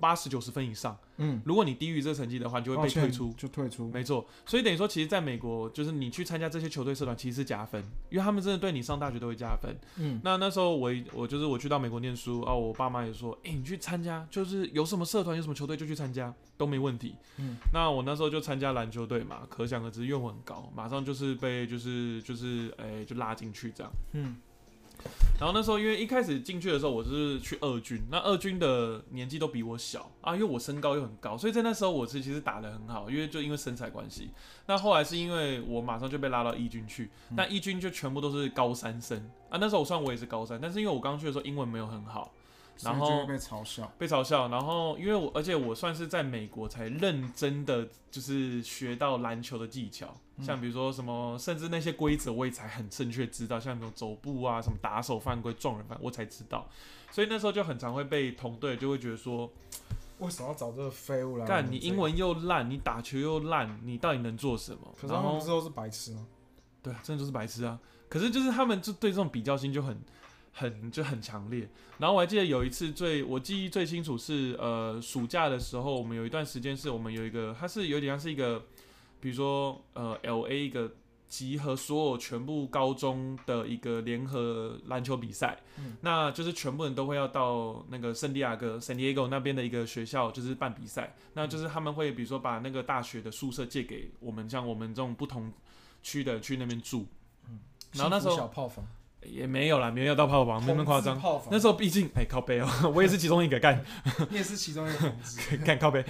Speaker 2: 八十九十分以上。
Speaker 1: 嗯，
Speaker 2: 如果你低于这个成绩的话，你就会
Speaker 1: 抱
Speaker 2: 被
Speaker 1: 歉
Speaker 2: 退出。
Speaker 1: 就退出。
Speaker 2: 没错，所以等于说，其实在美国，就是你去参加这些球队社团，其实是加分，因为他们真的对你上大学都会加分。
Speaker 1: 嗯，
Speaker 2: 那那时候我我就是我去到美国念书啊，我爸妈也说，哎、你去参加，就是有什么社团有什么球队就去参加，都没问题。
Speaker 1: 嗯，
Speaker 2: 那我那时候就参加篮球队嘛，可想而知，因为我很高，马上就是被就是就是哎、就拉进去这样。
Speaker 1: 嗯
Speaker 2: 然后那时候因为一开始进去的时候，我是去二军，那二军的年纪都比我小啊，因为我身高又很高，所以在那时候我是其实打得很好，因为就因为身材关系。那后来是因为我马上就被拉到一军去，那一军就全部都是高三生啊。那时候我算我也是高三，但是因为我刚去的时候英文没有很好，然后
Speaker 1: 所以就会被嘲笑。
Speaker 2: 被嘲笑。然后因为我，而且我算是在美国才认真的就是学到篮球的技巧，
Speaker 1: 嗯
Speaker 2: 像比如说什么，甚至那些规则我也才很正确知道，像那种走步啊、什么打手犯规、撞人犯，我才知道。所以那时候就很常会被同队就会觉得说，
Speaker 1: 为什么要找这个废物来？
Speaker 2: 干你英，文又烂，你打球又烂，你到底能做什么？
Speaker 1: 可是他
Speaker 2: 然
Speaker 1: 们
Speaker 2: 后
Speaker 1: 不是都是白痴吗？
Speaker 2: 对啊，真的就是白痴啊。可是就是他们就对这种比较心就很、很就很强烈。然后我还记得有一次最我记忆最清楚是呃暑假的时候，我们有一段时间是我们有一个，它是有点像是一个，比如说呃 L A 一个集合所有全部高中的一个联合篮球比赛，
Speaker 1: 嗯
Speaker 2: 那就是全部人都会要到那个圣地亚哥 San Diego 那边的一个学校，就是办比赛。那就是他们会比如说把那个大学的宿舍借给我们，像我们这种不同区的去那边住。然后那时
Speaker 1: 幸
Speaker 2: 候
Speaker 1: 福小炮房，
Speaker 2: 也没有啦，没有到炮房，没有那么夸张
Speaker 1: 同。志炮房
Speaker 2: 那时候毕竟哎、靠背哦、 我也是其中一个干
Speaker 1: 你也是其中一个同志。
Speaker 2: 干靠背。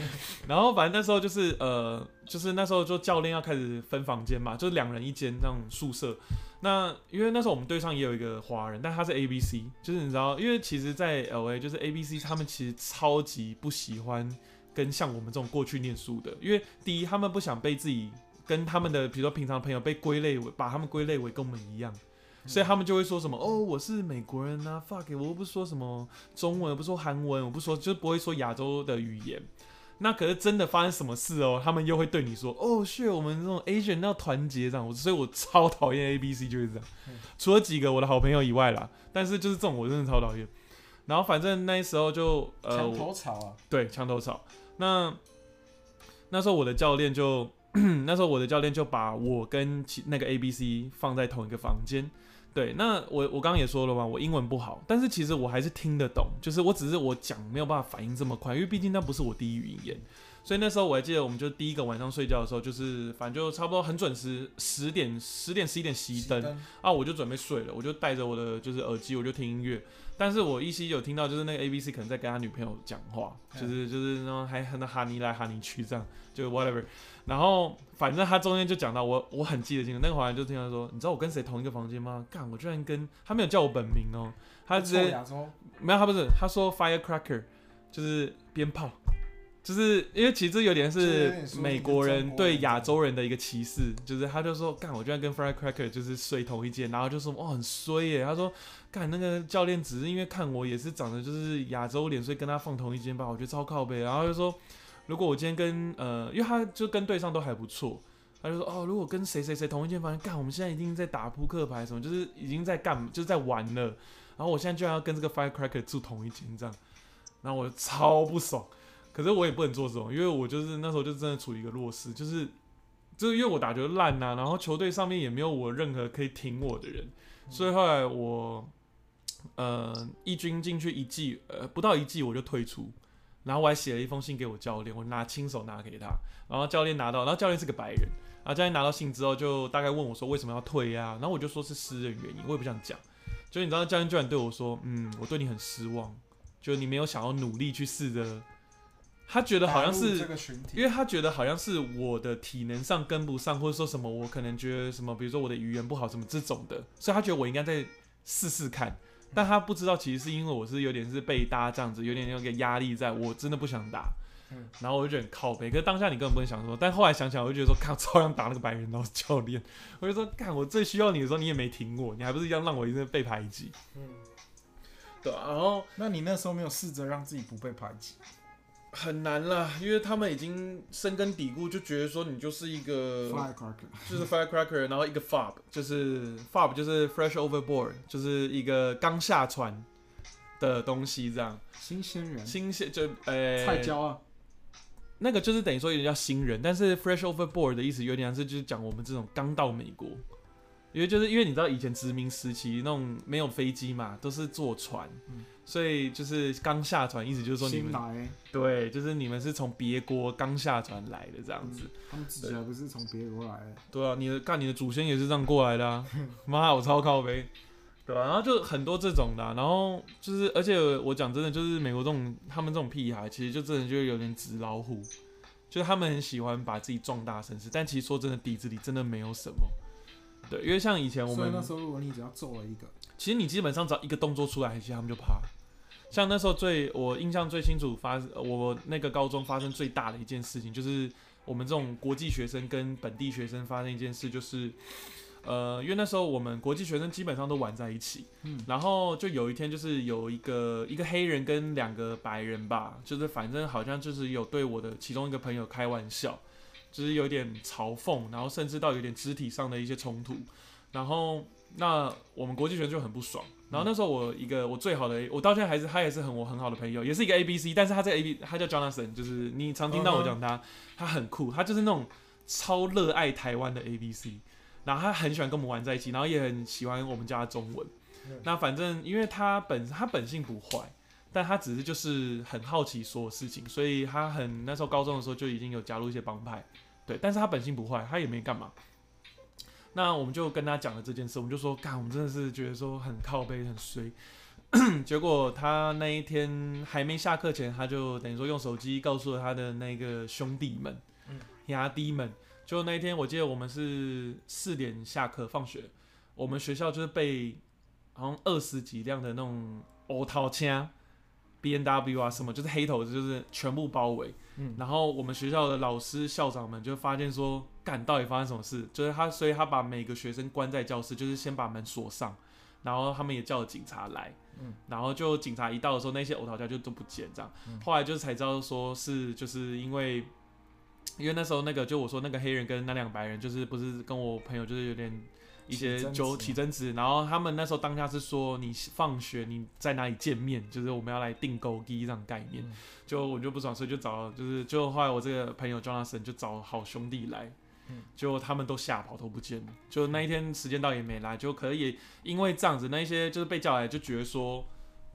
Speaker 2: 然后反正那时候就是呃，就是那时候就教练要开始分房间嘛，就是两人一间那种宿舍。那因为那时候我们队上也有一个华人，但他是 A B C，就是你知道，因为其实，在 L A 就是 A B C 他们其实超级不喜欢跟像我们这种过去念书的，因为第一他们不想被自己跟他们的比如说平常朋友被归类为把他们归类为跟我们一样。所以他们就会说什么哦，我是美国人呐、f u c k it，我又不说什么中文，我不说韩文，我不说，就是不会说亚洲的语言。那可是真的发生什么事哦，他们又会对你说哦，是我们这种 Asian 要团结这样，我所以我超讨厌 A B C 就是这样
Speaker 1: 嗯，
Speaker 2: 除了几个我的好朋友以外啦，但是就是这种我真的超讨厌。然后反正那时候就 呃，
Speaker 1: 墙
Speaker 2: 我
Speaker 1: 头草啊，
Speaker 2: 对，墙头草。那那时候我的教练就， 那时候我的教练就把我跟其那个 A、B、C 放在同一个房间。对，那我我刚刚也说了嘛，我英文不好，但是其实我还是听得懂，就是我只是我讲没有办法反应这么快，因为毕竟那不是我第一语言。所以那时候我还记得，我们就第一个晚上睡觉的时候，就是反正就差不多很准时，十点、十点、十一点熄灯，啊，我就准备睡了，我就戴着我的就是耳机，我就听音乐。但是我依稀有听到，就是那个 A B C 可能在跟他女朋友讲话，
Speaker 1: 嗯
Speaker 2: 就是就是那种还很哈尼来哈尼去这样，就 whatever。然后反正他中间就讲到我，我很记得清楚，那个华人就听他说，你知道我跟谁同一个房间吗？干，我居然跟他没有叫我本名哦，他直
Speaker 1: 臭
Speaker 2: 接
Speaker 1: 亚洲，
Speaker 2: 没有，他不是，他说 firecracker 就是鞭炮，就是因为其实有点
Speaker 1: 就是有
Speaker 2: 是
Speaker 1: 点说
Speaker 2: 美国
Speaker 1: 你是中国
Speaker 2: 人
Speaker 1: 人
Speaker 2: 对亚洲人的一个歧视，就是他就说干，我居然跟 firecracker 就是睡同一间，然后就说哦很衰耶，他说干那个教练只是因为看我也是长得就是亚洲脸，所以跟他放同一间吧，我觉得超靠背，然后就说如果我今天跟呃，因为他就跟对上都还不错。他就说哦，如果跟谁谁谁同一间房间，干，我们现在已经在打扑克牌什么，就是已经在干，就是在玩了。然后我现在居然要跟这个 Firecracker 住同一间这样，然后我超不爽。可是我也不能做这种，因为我就是那时候就真的处于一个弱势，就是就是因为我打球烂呐、然后球队上面也没有我任何可以挺我的人，
Speaker 1: 嗯
Speaker 2: 所以后来我呃一军进去一季，呃不到一季我就退出。然后我还写了一封信给我教练，我拿亲手拿给他，然后教练拿到，然后教练是个白人，然后教练拿到信之后就大概问我说为什么要退呀、然后我就说是私人原因，我也不想讲。就你知道教练居然对我说，嗯，我对你很失望，就你没有想要努力去试着，他觉得好像
Speaker 1: 打
Speaker 2: 是
Speaker 1: 入这个群体，
Speaker 2: 因为他觉得好像是我的体能上跟不上，或者说什么我可能觉得什么，比如说我的语言不好什么这种的，所以他觉得我应该再试试看。但他不知道，其实是因为我是有点是被搭这样子，有点那个压力在，我真的不想打。
Speaker 1: 嗯
Speaker 2: 然后我就觉得很靠背，可是当下你根本不能想说，但后来想想，我就觉得说，看，超想打那个白人，然后教练，我就说，看，我最需要你的时候，你也没挺我，你还不是一样让我一直被排挤？
Speaker 1: 嗯，
Speaker 2: 对啊，然后
Speaker 1: 那你那时候没有试着让自己不被排挤？
Speaker 2: 很难啦，因为他们已经深根底固，就觉得说你就是一个
Speaker 1: Firecracker，
Speaker 2: 就是 firecracker，然后一个 fob，就是 fob 就是 fresh overboard，就是一个刚下船的东西，这样
Speaker 1: 新鲜人，
Speaker 2: 新鲜就呃
Speaker 1: 菜椒啊，
Speaker 2: 那个就是等于说有点叫新人，但是 fresh overboard 的意思有点像是就是讲我们这种刚到美国，因为就是因为你知道以前殖民时期那种没有飞机嘛，都是坐船，
Speaker 1: 嗯
Speaker 2: 所以就是刚下船，意思就是说你
Speaker 1: 新
Speaker 2: 们
Speaker 1: 来，
Speaker 2: 对，就是你们是从别国刚下船来的这样子。
Speaker 1: 他们自己还不是从别国来的，
Speaker 2: 对啊，你的干你的祖先也是这样过来 的啊！妈，我超靠呗。对啊，然后就很多这种的啊、然后就是，而且我讲真的，就是美国这种他们这种屁孩，其实就真的就有点纸老虎，就是他们很喜欢把自己壮大成是，但其实说真的，底子里真的没有什么。对，因为像以前我
Speaker 1: 所以
Speaker 2: 们
Speaker 1: 那时候如果你只要揍了一个，
Speaker 2: 其实你基本上只要一个动作出来，其实他们就怕了。像那时候最我印象最清楚发我那个高中发生最大的一件事情，就是我们这种国际学生跟本地学生发生一件事，就是呃，因为那时候我们国际学生基本上都玩在一起，
Speaker 1: 嗯
Speaker 2: 然后就有一天就是有一个一个黑人跟两个白人吧，就是反正好像就是有对我的其中一个朋友开玩笑，就是有点嘲讽，然后甚至到有点肢体上的一些冲突，然后那我们国际学生就很不爽。然后那时候我一个我最好的，我到现在还是他也是很我很好的朋友，也是一个 A B C，但是他这个 A B 他叫 Jonathan，就是你常听到我讲他，他很酷，他就是那种超热爱台湾的 A B C，然后他很喜欢跟我们玩在一起，然后也很喜欢我们家的中文
Speaker 1: 嗯。
Speaker 2: 那反正因为他本他本性不坏，但他只是就是很好奇所有事情，所以他很那时候高中的时候就已经有加入一些帮派，对，但是他本性不坏，他也没干嘛。那我们就跟他讲了这件事，我们就说，干，我们真的是觉得说很靠背，很衰。 结果他那一天还没下课前，他就等于说用手机告诉了他的那个兄弟们
Speaker 1: 嗯、
Speaker 2: 牙弟们。就那一天，我记得我们是四点下课放学，我们学校就是被好像二十几辆的那种欧套枪、B N W 啊什么，就是黑头，就是全部包围。
Speaker 1: 嗯，
Speaker 2: 然后我们学校的老师、校长们就发现说，干到底发生什么事？就是他，所以他把每个学生关在教室，就是先把门锁上，然后他们也叫了警察来，
Speaker 1: 嗯，
Speaker 2: 然后就警察一到的时候，那些呕讨家就都不见这样。
Speaker 1: 嗯
Speaker 2: 后来就才知道说是就是因为。因为那时候那个就我说那个黑人跟那两个白人就是不是跟我朋友就是有点一些
Speaker 1: 起争
Speaker 2: 纠
Speaker 1: 执
Speaker 2: 起争执，然后他们那时候当下是说你放学你在哪里见面，就是我们要来订购第一这样概念，
Speaker 1: 嗯
Speaker 2: 就我就不爽，所以就找就是就后来我这个朋友 Jonathan 就找好兄弟来
Speaker 1: 嗯，
Speaker 2: 结果他们都吓跑都不见了，就那一天时间到也没来，就可能也因为这样子，那一些就是被叫来就觉得说，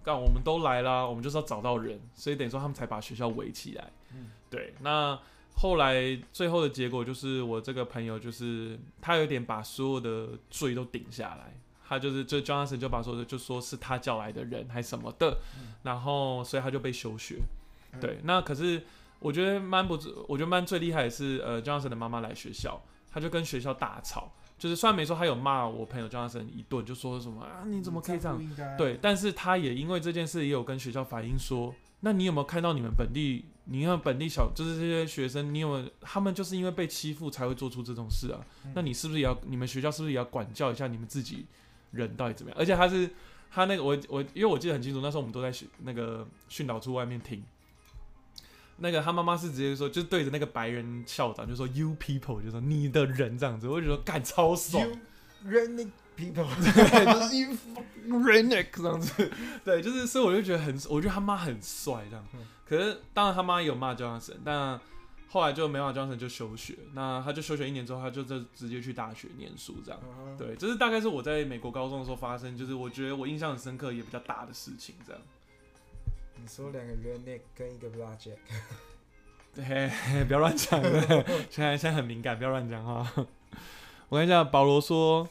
Speaker 2: 干我们都来啦，我们就是要找到人，所以等于说他们才把学校围起来。
Speaker 1: 嗯
Speaker 2: 对，那后来最后的结果就是我这个朋友就是他有点把所有的罪都顶下来，他就是就 Jonathan 就把所有的就说是他叫来的人还什么的，
Speaker 1: 嗯
Speaker 2: 然后所以他就被休学。
Speaker 1: 嗯
Speaker 2: 对，那可是我觉得蛮不，我觉得蛮最厉害的是呃 Jonathan 的妈妈来学校，他就跟学校大吵。就是虽然没说他有骂我朋友 Jonathan 一顿，就说什么啊你怎么可以这样
Speaker 1: 不？应该？
Speaker 2: 对，但是他也因为这件事也有跟学校反映说，那你有没有看到你们本地，你看本地小，就是这些学生，你有没有他们就是因为被欺负才会做出这种事啊？
Speaker 1: 嗯，
Speaker 2: 那你是不是也要，你们学校是不是也要管教一下你们自己人到底怎么样？而且他是他那个我我，因为我记得很清楚，那时候我们都在训那个训导处外面听。那个他妈妈是直接说，就是对着那个白人校长就说 “you people”，就说你的人这样子，我就觉得干超爽。
Speaker 1: You redneck people，
Speaker 2: 对，就是 you redneck 这样子， 对，就是所以我就觉得很，我觉得他妈很帅这样
Speaker 1: 嗯。
Speaker 2: 可是当然他妈也有骂 Johnson，但后来就没骂 Johnson 就休学，那他就休学一年之后，他就就直接去大学念书这样。
Speaker 1: 嗯，
Speaker 2: 对，这是大概是我在美国高中的时候发生，就是我觉得我印象很深刻也比较大的事情这样。
Speaker 1: 你说两个 redneck 跟一个 black jack，
Speaker 2: 对，嘿嘿不要乱讲， 现在现在很敏感，不要乱讲话。 我跟你讲，保罗说，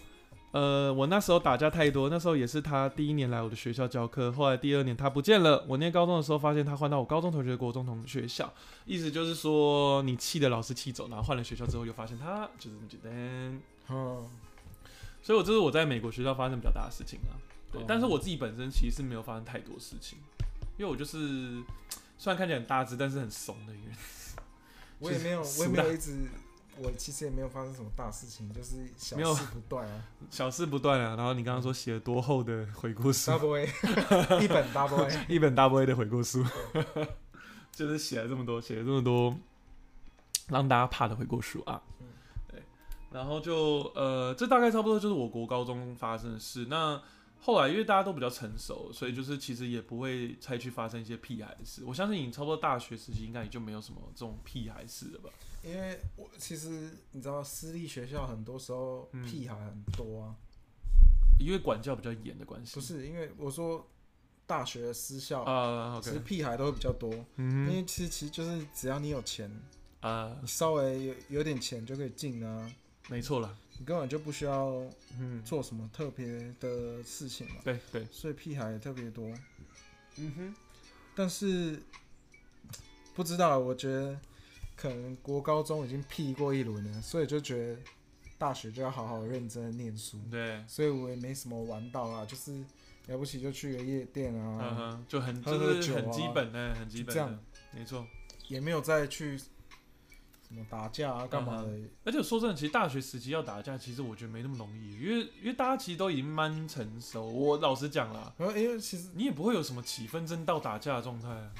Speaker 2: 呃，我那时候打架太多，那时候也是他第一年来我的学校教课，后来第二年他不见了。我念高中的时候发现他换到我高中同学的国中同学校，意思就是说你气的老师气走，然后换了学校之后又发现他，就这么简单。
Speaker 1: 嗯，
Speaker 2: 所以我这是我在美国学校发生比较大的事情啦。对，
Speaker 1: 哦
Speaker 2: 但是我自己本身其实是没有发生太多事情，因为我就是虽然看起来很大只，但是很怂的一个人。
Speaker 1: 我也没有，
Speaker 2: 就是
Speaker 1: 我也没有一直，我其实也没有发生什么大事情，就是小
Speaker 2: 没有
Speaker 1: 事不断啊。
Speaker 2: 小事不断啊，然后你刚刚说写了多厚的回顾书，
Speaker 1: Double A，一本 Double A，
Speaker 2: 一本大 V 的回顾书。 就是写了这么多，写了这么多让大家怕的悔过书啊。对，然后就呃，这大概差不多就是我国高中发生的事。那后来因为大家都比较成熟，所以就是其实也不会再去发生一些屁孩的事。我相信你差不多大学时期应该也就没有什么这种屁孩事了吧？
Speaker 1: 因为我其实你知道，私立学校很多时候
Speaker 2: 嗯
Speaker 1: 屁孩很多啊，
Speaker 2: 因为管教比较严的关系。
Speaker 1: 不是哦因为我说大学私校，
Speaker 2: 啊
Speaker 1: 其实
Speaker 2: ，OK，
Speaker 1: 屁孩都会比较多，因
Speaker 2: 嗯
Speaker 1: 为其实其实就是只要你有钱，
Speaker 2: 哼啊
Speaker 1: 你，稍微有有点钱就可以进啊，
Speaker 2: 没错了，
Speaker 1: 你根本就不需要
Speaker 2: 嗯，
Speaker 1: 做什么特别的事情嘛，
Speaker 2: 对对，
Speaker 1: 所以屁孩也特别多。
Speaker 2: 嗯哼。
Speaker 1: 但是不知道，我觉得可能国高中已经屁过一轮了，所以就觉得大学就要好好认真地念书。
Speaker 2: 对，
Speaker 1: 所以我也没什么玩到啊，就是了不起就去个夜店
Speaker 2: 嗯
Speaker 1: 啊，
Speaker 2: 哼，就很
Speaker 1: 喝喝
Speaker 2: 就是
Speaker 1: 酒
Speaker 2: 很基
Speaker 1: 啊
Speaker 2: 本的，很基
Speaker 1: 就
Speaker 2: 本
Speaker 1: 这
Speaker 2: 的
Speaker 1: 样，
Speaker 2: 没错。
Speaker 1: 也没有再去什么打架啊干
Speaker 2: 嗯
Speaker 1: 嘛的。
Speaker 2: 而且说真的，其实大学时期要打架，其实我觉得没那么容易，因为因为大家其实都已经蛮成熟。我老实讲啦，
Speaker 1: 然后因为其实
Speaker 2: 你也不会有什么起纷争到打架的状态啊。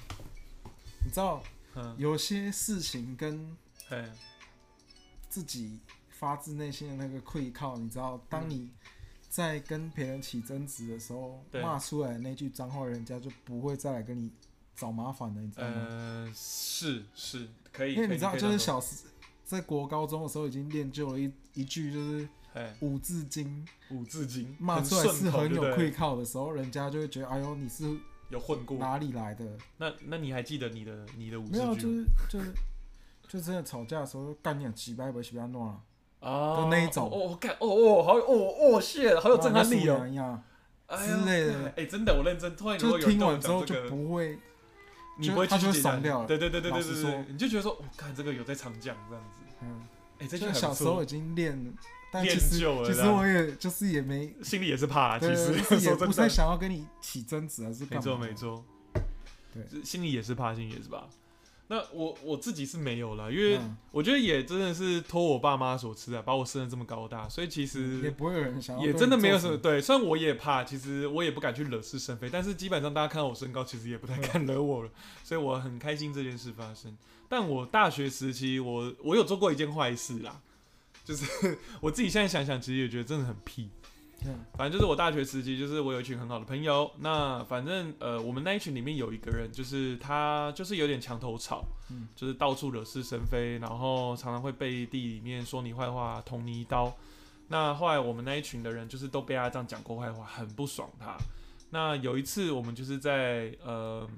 Speaker 1: 你知道，
Speaker 2: 嗯，
Speaker 1: 有些事情跟
Speaker 2: 哎，
Speaker 1: 自己发自内心的那个愧靠，你知道，当你在跟别人起争执的时候，
Speaker 2: 对
Speaker 1: 骂出来的那句脏话，人家就不会再来跟你找麻烦了，你知道吗？
Speaker 2: 呃，是是，可以，
Speaker 1: 因为
Speaker 2: 可
Speaker 1: 你
Speaker 2: 以
Speaker 1: 知道，
Speaker 2: 可以
Speaker 1: 就
Speaker 2: 这
Speaker 1: 是小
Speaker 2: 样说
Speaker 1: 时在国高中的时候已经练就了一一句就是
Speaker 2: 哎
Speaker 1: 五字经，
Speaker 2: 五字经
Speaker 1: 骂出来是
Speaker 2: 很
Speaker 1: 很
Speaker 2: 顺口对
Speaker 1: 有
Speaker 2: 不
Speaker 1: 愧
Speaker 2: 对
Speaker 1: 靠的时候，人家就会觉得，哎呦，你是
Speaker 2: 有混过。
Speaker 1: 哪里来的？
Speaker 2: 那那你还记得你的你的五
Speaker 1: 没有，啊就
Speaker 2: 字经
Speaker 1: 是就是就真的吵架的时候，干你娘几百不几百弄啊，
Speaker 2: 啊
Speaker 1: 就那一种
Speaker 2: 哦，哦干哦哦，好哦哦，shit，好有震撼力
Speaker 1: 妈
Speaker 2: 哦
Speaker 1: 你娘
Speaker 2: 哎呀
Speaker 1: 之类的
Speaker 2: 哎，真的，我认真，突然
Speaker 1: 一样就
Speaker 2: 如果有
Speaker 1: 是
Speaker 2: 人
Speaker 1: 听
Speaker 2: 跟我
Speaker 1: 完之
Speaker 2: 讲
Speaker 1: 后
Speaker 2: 这
Speaker 1: 就
Speaker 2: 个
Speaker 1: 不会，
Speaker 2: 你
Speaker 1: 就
Speaker 2: 不会
Speaker 1: 他
Speaker 2: 去
Speaker 1: 就
Speaker 2: 解
Speaker 1: 怂
Speaker 2: 难
Speaker 1: 掉了
Speaker 2: 对对对对对
Speaker 1: 老
Speaker 2: 对
Speaker 1: 实
Speaker 2: 对
Speaker 1: 说，
Speaker 2: 你就觉得说，我、看这个有在长讲这样子，
Speaker 1: 嗯，
Speaker 2: 哎、这
Speaker 1: 就
Speaker 2: 句
Speaker 1: 是
Speaker 2: 还
Speaker 1: 小
Speaker 2: 不
Speaker 1: 时候
Speaker 2: 错
Speaker 1: 已，经练，但
Speaker 2: 练
Speaker 1: 其实
Speaker 2: 就了
Speaker 1: 其实
Speaker 2: 啦
Speaker 1: 我也就是也没，
Speaker 2: 心里也是怕啦，其
Speaker 1: 对
Speaker 2: 实
Speaker 1: 就是也
Speaker 2: 说真
Speaker 1: 不太
Speaker 2: 的，
Speaker 1: 想要跟你起争执，还是干
Speaker 2: 没
Speaker 1: 嘛
Speaker 2: 错
Speaker 1: 的？
Speaker 2: 没错，
Speaker 1: 对
Speaker 2: 是，心里也是怕，心里也是怕。那我我自己是没有了，因为
Speaker 1: 嗯
Speaker 2: 我觉得也真的是托我爸妈所赐啊，把我生的这么高大，所以其
Speaker 1: 嗯也
Speaker 2: 实
Speaker 1: 不会有人想要，
Speaker 2: 也真的没有什么。对。虽然我也怕，其实我也不敢去惹是生非，但是基本上大家看到我身高，其实也不太敢惹我了，所以我很开心这件事发生。但我大学时期，我我有做过一件坏事啦，就是 我自己现在想想，其实也觉得真的很屁。
Speaker 1: 嗯
Speaker 2: 反正就是我大学时期，就是我有一群很好的朋友。那反正呃，我们那一群里面有一个人，就是他就是有点墙头草，
Speaker 1: 嗯
Speaker 2: 就是到处惹是生非，然后常常会背地里面说你坏话，捅你一刀。那后来我们那一群的人就是都被他这样讲过坏话，很不爽他。那有一次我们就是在呃，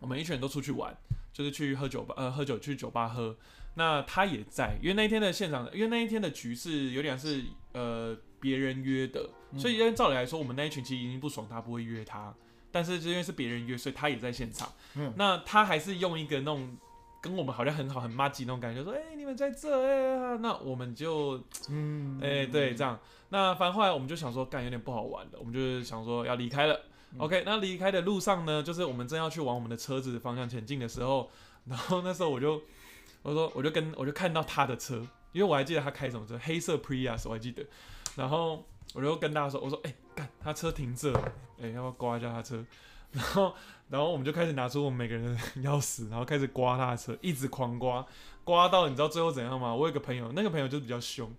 Speaker 2: 我们一群人都出去玩，就是去喝酒吧，呃，喝酒去酒吧喝。那他也在，因为那一天的现场，因为那一天的局是有点像是呃别人约的，
Speaker 1: 嗯
Speaker 2: 所以因为照理来说，我们那一群其实已经不爽他，不会约他。但是就因为是别人约，所以他也在现场。
Speaker 1: 嗯
Speaker 2: 那他还是用一个那种跟我们好像很好、很骂鸡那种感觉，说：“哎、你们在这哎、啊那我们就
Speaker 1: 嗯，
Speaker 2: 哎、对，这样。那反正后来我们就想说，干有点不好玩了，我们就是想说要离开了。
Speaker 1: 嗯
Speaker 2: OK，那离开的路上呢，就是我们正要去往我们的车子方向前进的时候，然后那时候我就我说我就跟我就看到他的车，因为我还记得他开什么车，黑色 Prius，我还记得。然后我就跟大家说，我说哎，干、他车停这，哎、要不要刮一下他车？ 然后，然后我们就开始拿出我们每个人的 钥匙，然后开始刮他的车，一直狂刮，刮到你知道最后怎样吗？我有个朋友，那个朋友就比较凶，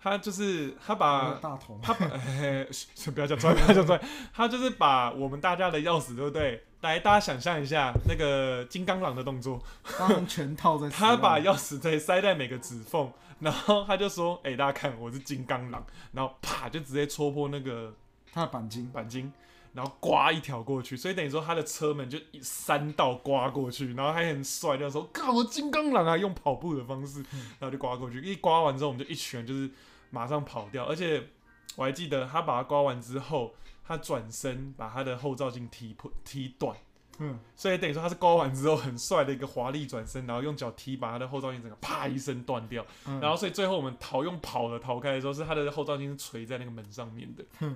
Speaker 2: 他就是他把
Speaker 1: 大头，
Speaker 2: 他把， 哎嘘嘘不要讲出来，不要讲出来，他就是把我们大家的钥匙，对不对？来，大家想象一下那个金刚狼的动作，
Speaker 1: 他们全套在啊使
Speaker 2: 他
Speaker 1: 用
Speaker 2: 把钥匙对塞在每个指缝，然后他就说：“哎、大家看，我是金刚狼。”然后啪就直接戳破那个
Speaker 1: 他的钣金，
Speaker 2: 钣金，然后刮一条过去，所以等于说他的车门就一三道刮过去，然后还很帅，那时候看我金刚狼啊，用跑步的方式，然后就刮过去，一刮完之后我们就一拳就是马上跑掉，而且我还记得他把它刮完之后，他转身把他的后照镜踢破踢断。
Speaker 1: 嗯，
Speaker 2: 所以等于说他是刮完之后很帅的一个华丽转身，然后用脚踢把他的后照镜整个啪一声断掉，
Speaker 1: 嗯
Speaker 2: 然后所以最后我们逃用跑的逃开的时候，是他的后照镜是垂在那个门上面的。
Speaker 1: 哼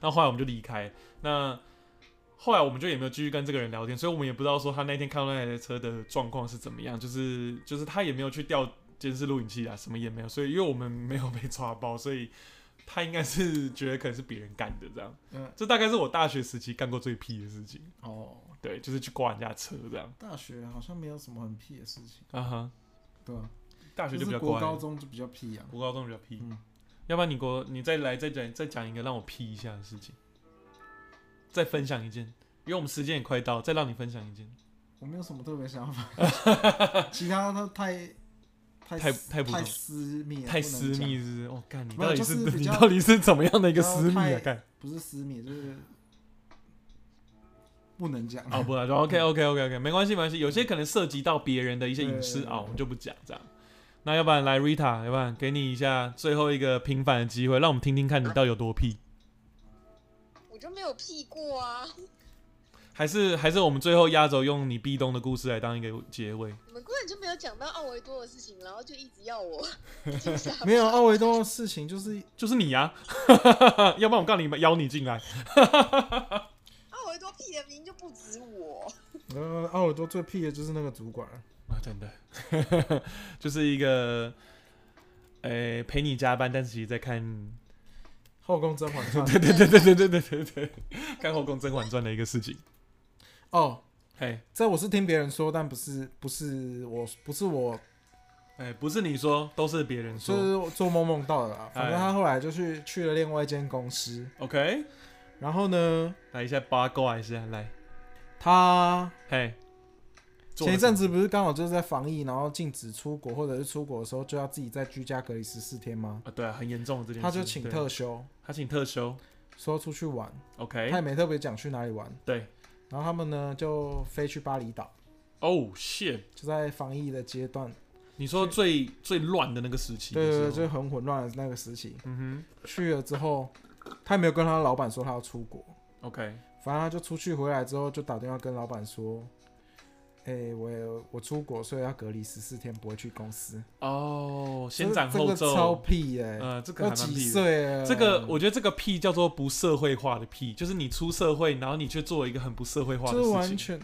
Speaker 2: 然后后来我们就离开，那后来我们就也没有继续跟这个人聊天，所以我们也不知道说他那天看到那台车的状况是怎么样，就是就是他也没有去调监视录影器啊，什么也没有，所以因为我们没有被抓包，所以他应该是觉得可能是别人干的这样。
Speaker 1: 嗯
Speaker 2: 这大概是我大学时期干过最屁的事情。
Speaker 1: 哦，
Speaker 2: 对，就是去刮人家车这样。
Speaker 1: 大学好像没有什么很屁的事情，
Speaker 2: 啊哈，
Speaker 1: 对吧、
Speaker 2: 大学
Speaker 1: 就
Speaker 2: 就
Speaker 1: 是
Speaker 2: 比较
Speaker 1: 国
Speaker 2: 乖，
Speaker 1: 高中就比较屁啊。
Speaker 2: 国高中比较屁。
Speaker 1: 嗯
Speaker 2: 要不然你国你再来再讲再讲一个让我屁一下的事情，再分享一件，因为我们时间也快到，再让你分享一件，
Speaker 1: 我没有什么特别想法， 其他都太太
Speaker 2: 太
Speaker 1: 私
Speaker 2: 太不
Speaker 1: 太
Speaker 2: 懂
Speaker 1: 私密了，
Speaker 2: 太
Speaker 1: 不能
Speaker 2: 私
Speaker 1: 讲
Speaker 2: 密，是不是？我、干你
Speaker 1: 没有
Speaker 2: 到底、
Speaker 1: 就是是比
Speaker 2: 你
Speaker 1: 较
Speaker 2: 到底是怎么样的一个私密
Speaker 1: 比
Speaker 2: 啊？
Speaker 1: 较
Speaker 2: 干
Speaker 1: 不是私密，就是不能讲。
Speaker 2: 哦不啊，OK OK OK
Speaker 1: 嗯
Speaker 2: OK，没关系没关系，有些可能涉及到别人的一些隐私
Speaker 1: 对
Speaker 2: 啊，我们就不讲这样。那要不然来 Rita，要不然给你一下最后一个平反的机会，让我们听听看你到底有多屁，
Speaker 3: 我就没有屁过啊！
Speaker 2: 还是还是我们最后压轴用你壁咚的故事来当一个结尾。
Speaker 3: 你们根本就没有讲到奥维多的事情，然后就一直 要我听下
Speaker 1: 没有奥维多的事情，就是
Speaker 2: 就是你呀、 要不然我告诉你们邀你进来。
Speaker 3: 奥维多屁的名就不止我，
Speaker 1: 呃奥维多最屁的就是那个主管，
Speaker 2: 啊，真的， 就是一个，诶、陪你加班，但是其实在看，
Speaker 1: 后宫甄嬛传
Speaker 2: 对对对对对对对对对， 看《后宫甄嬛传》的一个事情。
Speaker 1: 哦，
Speaker 2: 嘿，
Speaker 1: 这我是听别人说，但不是不是我不是我，
Speaker 2: 哎、不是你说，都是别人
Speaker 1: 就
Speaker 2: 说。
Speaker 1: 是我做梦梦到的啦。反正
Speaker 2: 哎
Speaker 1: 他后来就去去了另外一间公司，
Speaker 2: OK，
Speaker 1: 然后呢，
Speaker 2: 来一下八卦一下，来，
Speaker 1: 他
Speaker 2: 嘿，做
Speaker 1: 前一
Speaker 2: 了什
Speaker 1: 阵
Speaker 2: 么
Speaker 1: 子不是刚好就是在防疫，然后禁止出国，或者是出国的时候就要自己在居家隔离十四天吗？
Speaker 2: 啊，对啊，很严重的这件事，
Speaker 1: 他就请
Speaker 2: 对
Speaker 1: 特，休，
Speaker 2: 他请特休
Speaker 1: 说出去玩，他也
Speaker 2: ，OK，
Speaker 1: 没特别讲去哪里玩。
Speaker 2: 对
Speaker 1: 然后他们呢就飞去巴厘岛，
Speaker 2: ，Oh shit，
Speaker 1: 就在防疫的阶段，
Speaker 2: 你说最最乱的那个时期的
Speaker 1: 对
Speaker 2: 时
Speaker 1: 对
Speaker 2: 候，
Speaker 1: 对，就是很混乱的那个时期。
Speaker 2: 嗯
Speaker 1: 去了之后，他也没有跟他老板说他要出国，
Speaker 2: 哼，OK，
Speaker 1: 反正他就出去回来之后就打电话跟老板说：“哎、我我出国，所以要隔离十四天，不会去公司。
Speaker 2: 哦，”先
Speaker 1: 这
Speaker 2: 斩
Speaker 1: 这
Speaker 2: 后
Speaker 1: 个
Speaker 2: 奏，
Speaker 1: 超屁哎、
Speaker 2: 呃，这个
Speaker 1: 都
Speaker 2: 还蛮
Speaker 1: 几
Speaker 2: 屁的。
Speaker 1: 岁啊了？
Speaker 2: 这个我觉得这个屁叫做不社会化的屁，就是你出社会，然后你却做一个很不社会化
Speaker 1: 就是
Speaker 2: 的事
Speaker 1: 完
Speaker 2: 情，
Speaker 1: 全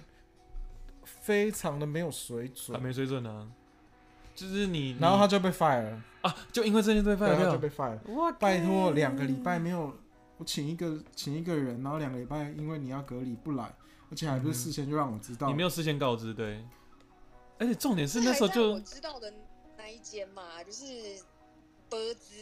Speaker 1: 非常的没有水准。
Speaker 2: 啊，没水准啊。就是你，
Speaker 1: 然后他就被 fire 了，
Speaker 2: 他啊，就因为这件事被
Speaker 1: 对，
Speaker 2: 废
Speaker 1: 他
Speaker 2: 掉
Speaker 1: 就，被 fire 了。
Speaker 2: 哇，
Speaker 1: 拜托，两个礼拜没有，我请一个请一个人，然后两个礼拜因为你要隔离不来，而且还不是事先就让我知道，
Speaker 2: 你没有事先告知，对。而且重点是那时候
Speaker 3: 还 在
Speaker 2: 就
Speaker 3: 我知道的那一间嘛，就是波兹，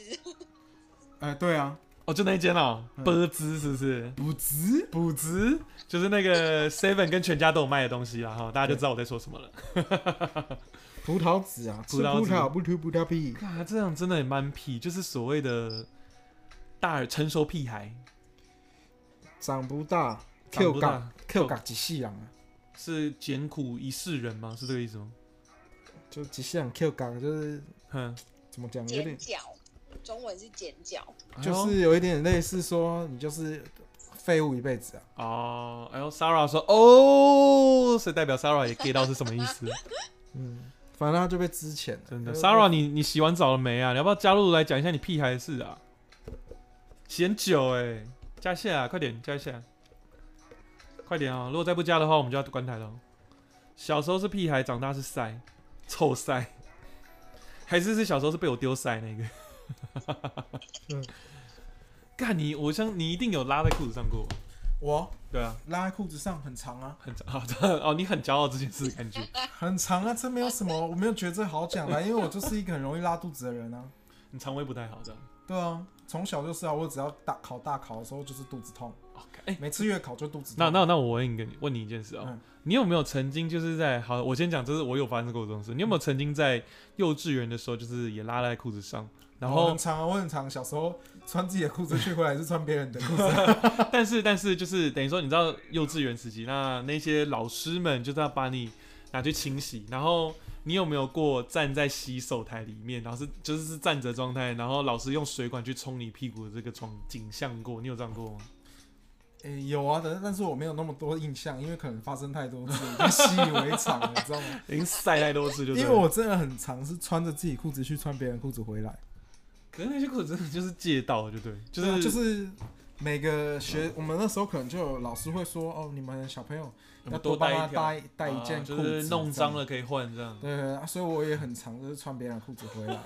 Speaker 1: 哎、对啊，
Speaker 2: 哦，就那一间哦，
Speaker 1: 嗯
Speaker 2: 波兹是不是？
Speaker 1: 补值
Speaker 2: 补值就是那个 Seven 跟全家都有卖的东西啦，哈，大家就知道我在说什么了。
Speaker 1: 葡萄籽啊，吃
Speaker 2: 葡萄
Speaker 1: 葡
Speaker 2: 籽
Speaker 1: 萄不吐葡萄皮，
Speaker 2: 啊，这样真的也蛮屁，就是所谓的大人成熟屁孩，
Speaker 1: 长不大
Speaker 2: 长
Speaker 1: ，Q
Speaker 2: 不
Speaker 1: 港
Speaker 2: 大
Speaker 1: Q 港极细人啊，
Speaker 2: 是简苦一世人吗？是这个意思吗？
Speaker 1: 就极细人 Q 港就是
Speaker 2: 哼，
Speaker 1: 怎么讲，有
Speaker 3: 剪
Speaker 1: 点
Speaker 3: 脚，中文是剪脚，
Speaker 2: 哎呦
Speaker 1: 就是有一点类似说你就是废物一辈子啊，
Speaker 2: 哦，哎呦，Sara 说哦，所以代表 Sara 也 get 到是什么意思？
Speaker 1: 嗯，反正他就被支遣了，
Speaker 2: 真的
Speaker 1: 就是
Speaker 2: ，Sara，你你洗完澡了没啊？你要不要加入来讲一下你屁孩的事啊？洗很久哎、加下、啊，快点加下，快点啊、如果再不加的话，我们就要关台了哦。小时候是屁孩，长大是塞，臭塞，还是是小时候是被我丢塞那个
Speaker 1: 嗯？
Speaker 2: 干你，我想你一定有拉在裤子上过吧，
Speaker 1: 我
Speaker 2: 对啊。
Speaker 1: 拉在裤子上很长啊，
Speaker 2: 很骄傲 的哦，你很骄傲这件事，感觉
Speaker 1: 很长啊，这没有什么，我没有觉得这好讲啦，因为我就是一个很容易拉肚子的人啊。
Speaker 2: 你肠胃不太好的。
Speaker 1: 对啊，从小就是啊，我只要大考大考的时候就是肚子痛，
Speaker 2: OK，哎、
Speaker 1: 每次月考就肚子痛。
Speaker 2: 那那那我问一个，问你一件事哦，
Speaker 1: 哦嗯
Speaker 2: 你有没有曾经就是在好，我先讲，这是我有发生过这种事。你有没有曾经在幼稚园的时候，就是也拉在裤子上，然
Speaker 1: 我
Speaker 2: 后
Speaker 1: 很长啊，我很长，小时候穿自己的裤子去，回来是穿别人的 裤子。
Speaker 2: 但是但是就是等于说，你知道幼稚园时期，那那些老师们就是要把你拿去清洗，然后你有没有过站在洗手台里面，然后是就是是站着状态，然后老师用水管去冲你屁股的这个状景象过？你有这样过吗？
Speaker 1: 诶、有啊，但是但是我没有那么多印象，因为可能发生太多次，已经习以为常了，你知道吗？
Speaker 2: 已经晒太多次就
Speaker 1: 因
Speaker 2: 对
Speaker 1: 为
Speaker 2: 了
Speaker 1: 我真的很长，是穿着自己裤子去穿别人裤子回来，
Speaker 2: 可是那些裤子真的就是借到，就对，就
Speaker 1: 对啊
Speaker 2: 是
Speaker 1: 就是每个学，我们那时候可能就有老师会说，哦，你们小朋友
Speaker 2: 我
Speaker 1: 要
Speaker 2: 们多
Speaker 1: 帮
Speaker 2: 带
Speaker 1: 他
Speaker 2: 一条，
Speaker 1: 带带一
Speaker 2: 啊
Speaker 1: 件裤
Speaker 2: 就
Speaker 1: 子，
Speaker 2: 是弄
Speaker 1: 这样
Speaker 2: 脏了可以换这样。
Speaker 1: 对，啊所以我也很常就是穿别人的裤子回来。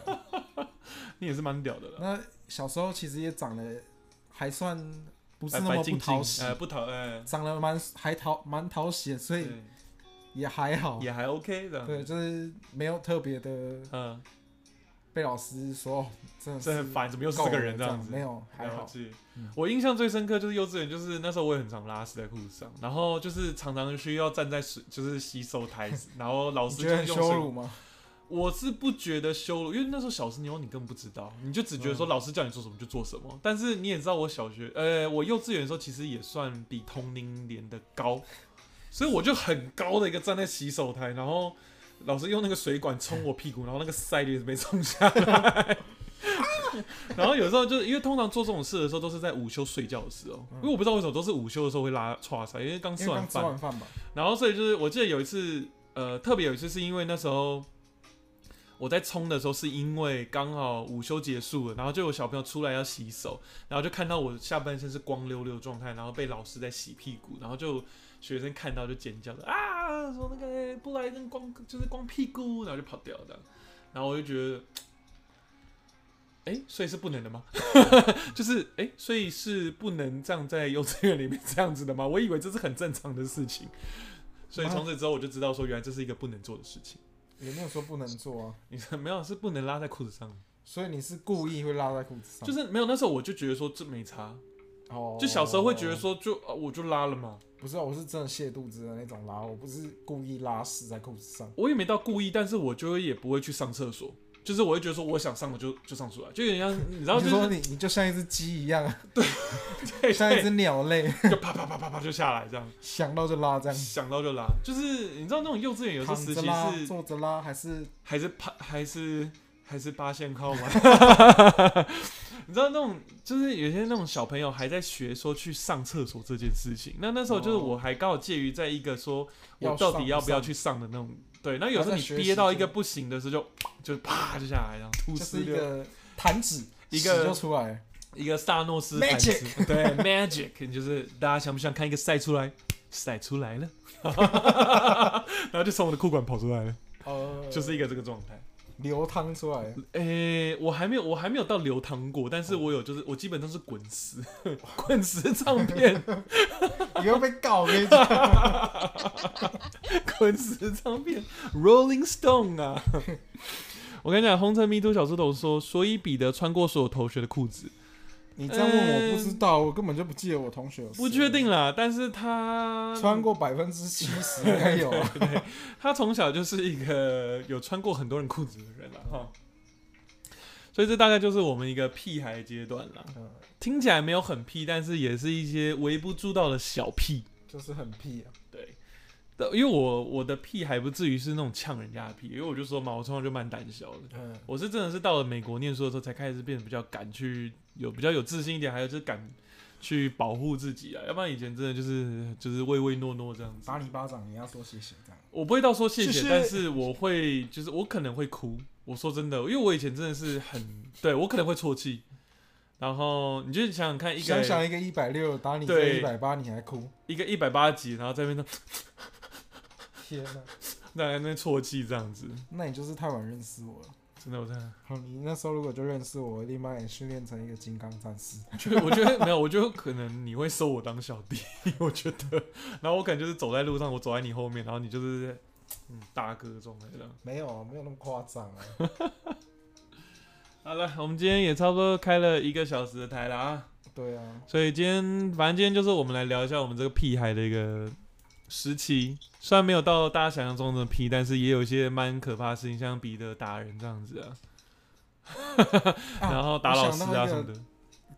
Speaker 2: 你也是蛮屌的了，
Speaker 1: 那小时候其实也长得还算不
Speaker 2: 不
Speaker 1: 是那么不讨喜，
Speaker 2: 呃，不讨，呃，
Speaker 1: 长得蛮还讨蛮讨喜的，所以
Speaker 2: 对
Speaker 1: 也还好。
Speaker 2: 也还 OK 的，
Speaker 1: 对，就是没有特别的
Speaker 2: 嗯，
Speaker 1: 被
Speaker 2: 被
Speaker 1: 老师说哦真的
Speaker 2: 真的
Speaker 1: 是
Speaker 2: 很烦，怎么又四
Speaker 1: 够
Speaker 2: 个
Speaker 1: 了
Speaker 2: 人这
Speaker 1: 这
Speaker 2: 样子？啊
Speaker 1: 没有还
Speaker 2: 了
Speaker 1: 好。
Speaker 2: 解
Speaker 1: 嗯。
Speaker 2: 我印象最深刻就是幼稚园，就是那时候我也很常拉屎在裤子上，啊然后就是常常需要站在水，就是洗 手台子，然后老
Speaker 1: 你
Speaker 2: 师
Speaker 1: 觉得
Speaker 2: 就是
Speaker 1: 很
Speaker 2: 用
Speaker 1: 羞
Speaker 2: 水
Speaker 1: 辱吗？
Speaker 2: 我是不觉得羞辱，因为那时候小时妞你更不知道，你就只觉得
Speaker 1: 嗯
Speaker 2: 说老师叫你做什么就做什么。但是你也知道，我小学，呃，我幼稚园的时候其实也算比同龄年的高，所以我就很高的一个站在洗手台，然后老师用那个水管冲我屁股，然后那个塞子也没冲下 来。然后有时候就是因为通常做这种事的时候都是在午休睡觉的时候，因为我不知道为什么都是午休的时候会拉叉塞，因为
Speaker 1: 嗯
Speaker 2: 刚
Speaker 1: 因
Speaker 2: 吃
Speaker 1: 为
Speaker 2: 完
Speaker 1: 刚吃
Speaker 2: 饭，
Speaker 1: 完饭吧，
Speaker 2: 然后所以就是我记得有一次，呃，特别有一次是因为那时候我在冲的时候，是因为刚好午休结束了，然后就有小朋友出来要洗手，然后就看到我下半身是光溜溜状态，然后被老师在洗屁股，然后就学生看到就尖叫的啊，说那个布莱登光就是光屁股，然后就跑掉这样，然后我就觉得。哎、所以是不能的吗？ 就是哎、所以是不能这样在幼稚园里面这样子的吗？我以为这是很正常的事情，所以从此之后我就知道说，原来这是一个不能做的事情。
Speaker 1: 也没有说不能做啊。
Speaker 2: 你说没 有是不能拉在裤子上，
Speaker 1: 所以你是故意会拉在裤子上？
Speaker 2: 就是没有。那时候我就觉得说这没差，
Speaker 1: 哦，
Speaker 2: 就小时候会觉得说就、啊我就拉了嘛，
Speaker 1: 不是、啊，我是真的泻肚子的那种拉，我不是故意拉屎在裤子上。
Speaker 2: 我也没到故意，但是我就也不会去上厕所。就是我会觉得说，我想上我就就上出来，就有点像你知道，就
Speaker 1: 你说
Speaker 2: 是
Speaker 1: 你你就像一只鸡一 样啊，
Speaker 2: 对
Speaker 1: 像一
Speaker 2: 对，
Speaker 1: 只鸟类，
Speaker 2: 就啪啪啪啪啪就下来这样，
Speaker 1: 想到就拉这样。
Speaker 2: 想到就拉。就是你知道那种幼稚园有时候
Speaker 1: 躺
Speaker 2: 时
Speaker 1: 着
Speaker 2: 期
Speaker 1: 拉，
Speaker 2: 是
Speaker 1: 坐着拉，还是
Speaker 2: 还是怕还是还是八线靠吗？ 你知道那种就是有些那种小朋友还在学说去上厕所这件事情，那那时候就是
Speaker 1: 哦
Speaker 2: 我还刚好介于在一个说我
Speaker 1: 要
Speaker 2: 到
Speaker 1: 上
Speaker 2: 底
Speaker 1: 不
Speaker 2: 要不要
Speaker 1: 上
Speaker 2: 去上的那种，对，那有时
Speaker 1: 还
Speaker 2: 候
Speaker 1: 在
Speaker 2: 你
Speaker 1: 学
Speaker 2: 憋
Speaker 1: 习
Speaker 2: 到一
Speaker 1: 中
Speaker 2: 个不行的时候就就啪就下来，然后吐
Speaker 1: 就
Speaker 2: 丝
Speaker 1: 是一
Speaker 2: 溜
Speaker 1: 个弹指，
Speaker 2: 一个
Speaker 1: 屎就出来了。
Speaker 2: 一个萨诺斯牌子
Speaker 1: Magic
Speaker 2: 对 magic，就是大家想不想看一个晒出来？晒出来了， 然后就从我的裤管跑出来了，
Speaker 1: 呃，
Speaker 2: 就是一个这个状态。
Speaker 1: 流汤出来了，
Speaker 2: 诶、我还没有，我还没有到流淌过，但是我有，就是我基本上是滚石， 滚石唱片，
Speaker 1: 你会被告。我跟你讲，
Speaker 2: 滚石唱片，Rolling Stone 啊！ 我跟你讲，红尘迷途小猪头说，所以彼得穿过所有同学的裤子，
Speaker 1: 你这样问我不知道，我根本就不记得我同学有谁
Speaker 2: 不确定啦，但是他
Speaker 1: 穿，过百分之七十应该有啊。
Speaker 2: 他从小就是一个有穿过很多人裤子的人了哈。所以这大概就是我们一个屁孩阶段啦，
Speaker 1: 嗯
Speaker 2: 听起来没有很屁，但是也是一些微不足道的小屁。
Speaker 1: 就是很屁啊，
Speaker 2: 对，但因为我我的屁还不至于是那种呛人家的屁，因为我就说嘛，我从小就蛮胆小的。
Speaker 1: 嗯，
Speaker 2: 我是真的是到了美国念书的时候，才开始变得比较敢去有比较有自信一点，还有就是敢去保护自己啊，要不然以前真的就是就是唯唯诺诺这样子
Speaker 1: 打。你巴掌也要说谢谢这样。
Speaker 2: 我不会到说谢谢，
Speaker 1: 谢谢
Speaker 2: 但是我会就是我可能会哭。我说真的，因为我以前真的是很对我可能会啜泣，然后你就想想看，一个
Speaker 1: 想想一个一百六打你这
Speaker 2: 对
Speaker 1: 一百八，你还哭，
Speaker 2: 一个一百八级，然后在那边
Speaker 1: 天哪！
Speaker 2: 在那边啜泣这样子，
Speaker 1: 那你就是太晚认识我了。
Speaker 2: 真的我真的。
Speaker 1: 好，你那时候如果就认识我，我一定把你训练成一个金刚战士。
Speaker 2: 就我觉得没有，我觉得可能你会收我当小弟，我觉得，然后我可能就是走在路上，我走在你后面，然后你就是嗯大哥状态这样。
Speaker 1: 没有啊，没有那么夸张啊。
Speaker 2: 好了，我们今天也差不多开了一个小时的台了啊，
Speaker 1: 对啊，
Speaker 2: 所以今天反正今天就是我们来聊一下我们这个屁孩的一个时期，虽然没有到大家想象中的屁，但是也有一些蛮可怕的事情，像彼得打人这样 子啊，
Speaker 1: 啊
Speaker 2: 然后打老师
Speaker 1: 我想到
Speaker 2: 啊
Speaker 1: 一个
Speaker 2: 什么的。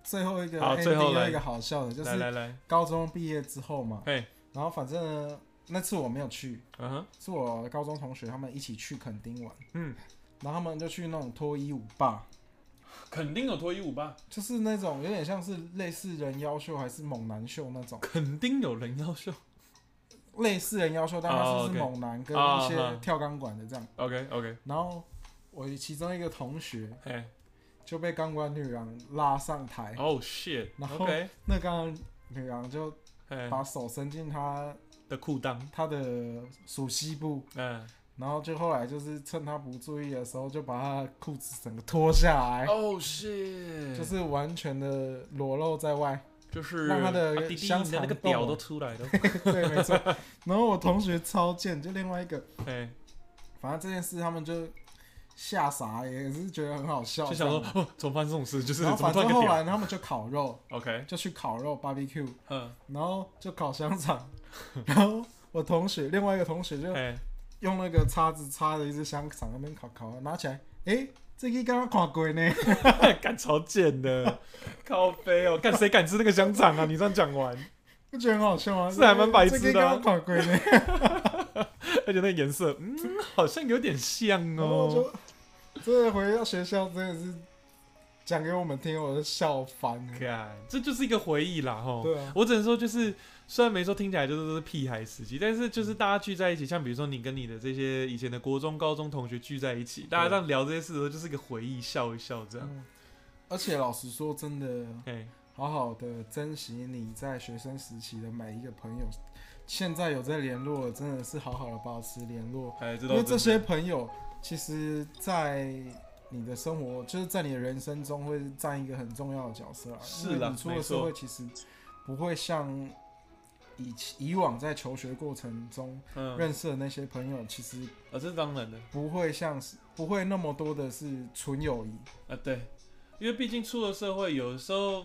Speaker 1: 最后一个
Speaker 2: 好
Speaker 1: ending
Speaker 2: 最后来
Speaker 1: 又一个好笑的，就
Speaker 2: 来
Speaker 1: 是
Speaker 2: 来来，
Speaker 1: 高中毕业之后嘛，
Speaker 2: 嘿，
Speaker 1: 然后反正呢那次我没有去，
Speaker 2: 嗯哼，
Speaker 1: 是我高中同学他们一起去垦丁玩，
Speaker 2: 嗯，
Speaker 1: 然后他们就去那种脱衣舞吧，
Speaker 2: 肯定有脱衣舞吧，
Speaker 1: 就是那种有点像是类似人妖秀还是猛男秀那种，
Speaker 2: 肯定有人要秀。
Speaker 1: 类似人妖秀，但
Speaker 2: 哦
Speaker 1: 它就是
Speaker 2: OK
Speaker 1: 猛男跟
Speaker 2: 哦
Speaker 1: 一些
Speaker 2: 哈
Speaker 1: 跳钢管的这样。
Speaker 2: OK OK，
Speaker 1: 然后我其中一个同学
Speaker 2: 嘿。
Speaker 1: 就被钢管女郎拉上台，
Speaker 2: 哎 Oh shit！
Speaker 1: 哎然后
Speaker 2: OK，
Speaker 1: 那钢管女郎就
Speaker 2: 哎
Speaker 1: 把手伸进他
Speaker 2: 的裤裆，
Speaker 1: 他的属膝部，
Speaker 2: 嗯，
Speaker 1: 然后就后来就是趁他不注意的时候，就把他的裤子整个脱下来，
Speaker 2: 哦，是，
Speaker 1: 哎就是完全的裸露在外。
Speaker 2: 就是
Speaker 1: 让他的
Speaker 2: 啊弟弟
Speaker 1: 香
Speaker 2: 你的那
Speaker 1: 肠
Speaker 2: 个
Speaker 1: 洞
Speaker 2: 屌都出来 了，
Speaker 1: 对，没错。然后我同学超贱，就另外一个，
Speaker 2: 哎，
Speaker 1: 反正这件事他们就吓傻，也是觉得很好笑。
Speaker 2: 就想说
Speaker 1: 这样
Speaker 2: 哦，怎么发生这种事？就是
Speaker 1: 然后
Speaker 2: 怎么
Speaker 1: 反
Speaker 2: 断
Speaker 1: 正
Speaker 2: 个
Speaker 1: 后
Speaker 2: 屌
Speaker 1: 来他们就烤肉，
Speaker 2: ？OK，
Speaker 1: 就去烤肉 barbecue，
Speaker 2: 嗯，
Speaker 1: 然后就烤香肠， 然后。我同学另外一个同学就
Speaker 2: 哎，
Speaker 1: 用那个叉子叉着一只香肠，那边烤烤，拿起来，诶，这个刚刚看过呢，
Speaker 2: 干超贱的，靠背哦，干谁敢吃那个香肠啊？你这样讲完，
Speaker 1: 不觉得很好笑吗？
Speaker 2: 是还蛮白痴的啊
Speaker 1: 这个刚刚看过 呢，
Speaker 2: 而且那个颜色，嗯，好像有点像
Speaker 1: 然后
Speaker 2: 哦。
Speaker 1: 就这回到学校真的是讲给我们听，我都笑翻了。
Speaker 2: 看，这就是一个回忆啦，吼。
Speaker 1: 对啊，
Speaker 2: 我只能说，就是虽然没说听起来就是都是屁孩时期，但是就是大家聚在一起，像比如说你跟你的这些以前的国中、高中同学聚在一起，大家这样聊这些事的时候，就是一个回忆，笑一笑这样。
Speaker 1: 嗯而且老实说，真的
Speaker 2: 哎、
Speaker 1: 好好的珍惜你在学生时期的每一个朋友，现在有在联络，真的是好好的保持联络，
Speaker 2: 哎，知
Speaker 1: 因
Speaker 2: 道
Speaker 1: 为这些朋友其实，在你的生活，就是在你的人生中会占一个很重要的角色啊。
Speaker 2: 是
Speaker 1: 因为
Speaker 2: 啦
Speaker 1: 你出了
Speaker 2: 没
Speaker 1: 社
Speaker 2: 错
Speaker 1: 会，其实不会像以以往在求学过程中
Speaker 2: 嗯，啊、
Speaker 1: 认识的那些朋友，其实
Speaker 2: 这是当然的
Speaker 1: 不会像是不会那么多的是纯友谊，
Speaker 2: 啊，对，因为毕竟出了社会，有的时候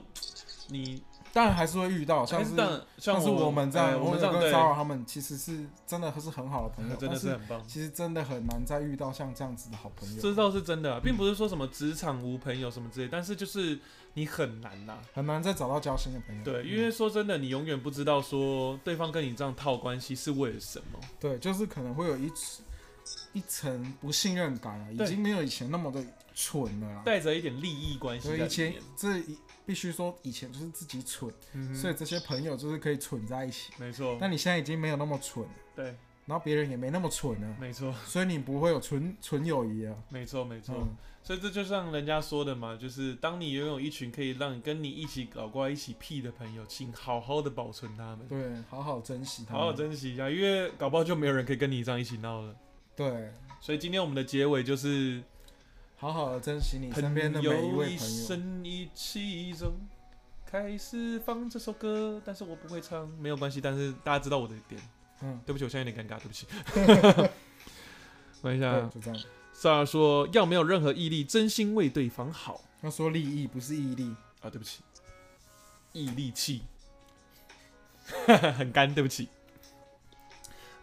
Speaker 2: 你
Speaker 1: 当然还是会遇到，像
Speaker 2: 哎
Speaker 1: 是
Speaker 2: 但
Speaker 1: 像
Speaker 2: 像
Speaker 1: 是我们在
Speaker 2: 哎
Speaker 1: 我
Speaker 2: 我们
Speaker 1: 们
Speaker 2: 这
Speaker 1: 有
Speaker 2: 样
Speaker 1: 跟
Speaker 2: 对，嗯
Speaker 1: 骚扰他们，其实是真的是很好的朋友，
Speaker 2: 真的是
Speaker 1: 但是
Speaker 2: 很棒。
Speaker 1: 其实真的很难再遇到像这样子的好朋
Speaker 2: 这
Speaker 1: 友，
Speaker 2: 倒是真的啊、并不是说什么职场无朋友什么之类，但是就是你很难啊呐、
Speaker 1: 很难再找到交心的朋友。
Speaker 2: 对，
Speaker 1: 嗯
Speaker 2: 因为说真的，你永远不知道说对方跟你这样套关系是为了什么。
Speaker 1: 对，就是可能会有一层一层不信任感啊，已
Speaker 2: 对
Speaker 1: 经没有以前那么的蠢了啦。
Speaker 2: 带着一点利益关系
Speaker 1: 所以
Speaker 2: 在
Speaker 1: 以
Speaker 2: 里
Speaker 1: 前
Speaker 2: 面。
Speaker 1: 这一必须说以前就是自己蠢，
Speaker 2: 嗯
Speaker 1: 所以这些朋友就是可以蠢在一起。
Speaker 2: 没错，
Speaker 1: 但你现在已经没有那么蠢了，
Speaker 2: 对，
Speaker 1: 然后别人也没那么蠢了，
Speaker 2: 没错，
Speaker 1: 所以你不会有纯纯友谊啊。
Speaker 2: 没错，没错。
Speaker 1: 嗯，
Speaker 2: 所以这就像人家说的嘛，就是当你拥有一群可以让你跟你一起搞怪、一起屁的朋友，请好好的保存他们，
Speaker 1: 对，好好珍惜他
Speaker 2: 好好
Speaker 1: 们。
Speaker 2: 珍惜一下，因为搞不好就没有人可以跟你这样一起闹了。
Speaker 1: 对，
Speaker 2: 所以今天我们的结尾就是
Speaker 1: 好好的珍惜你身边的每一
Speaker 2: 友
Speaker 1: 位
Speaker 2: 一
Speaker 1: 朋友。
Speaker 2: 生一起走。开始放这首歌，但是我不会唱，没有关系。但是大家知道我的点，
Speaker 1: 嗯，
Speaker 2: 对不起，我现在有点尴尬，对不起。 等一下
Speaker 1: 对，
Speaker 2: 啊，
Speaker 1: 就这样。
Speaker 2: 萨尔说要没有任何毅力，真心为对方好
Speaker 1: 要说利益不是毅力，
Speaker 2: 啊，对不起，毅力气， 很干，对不起。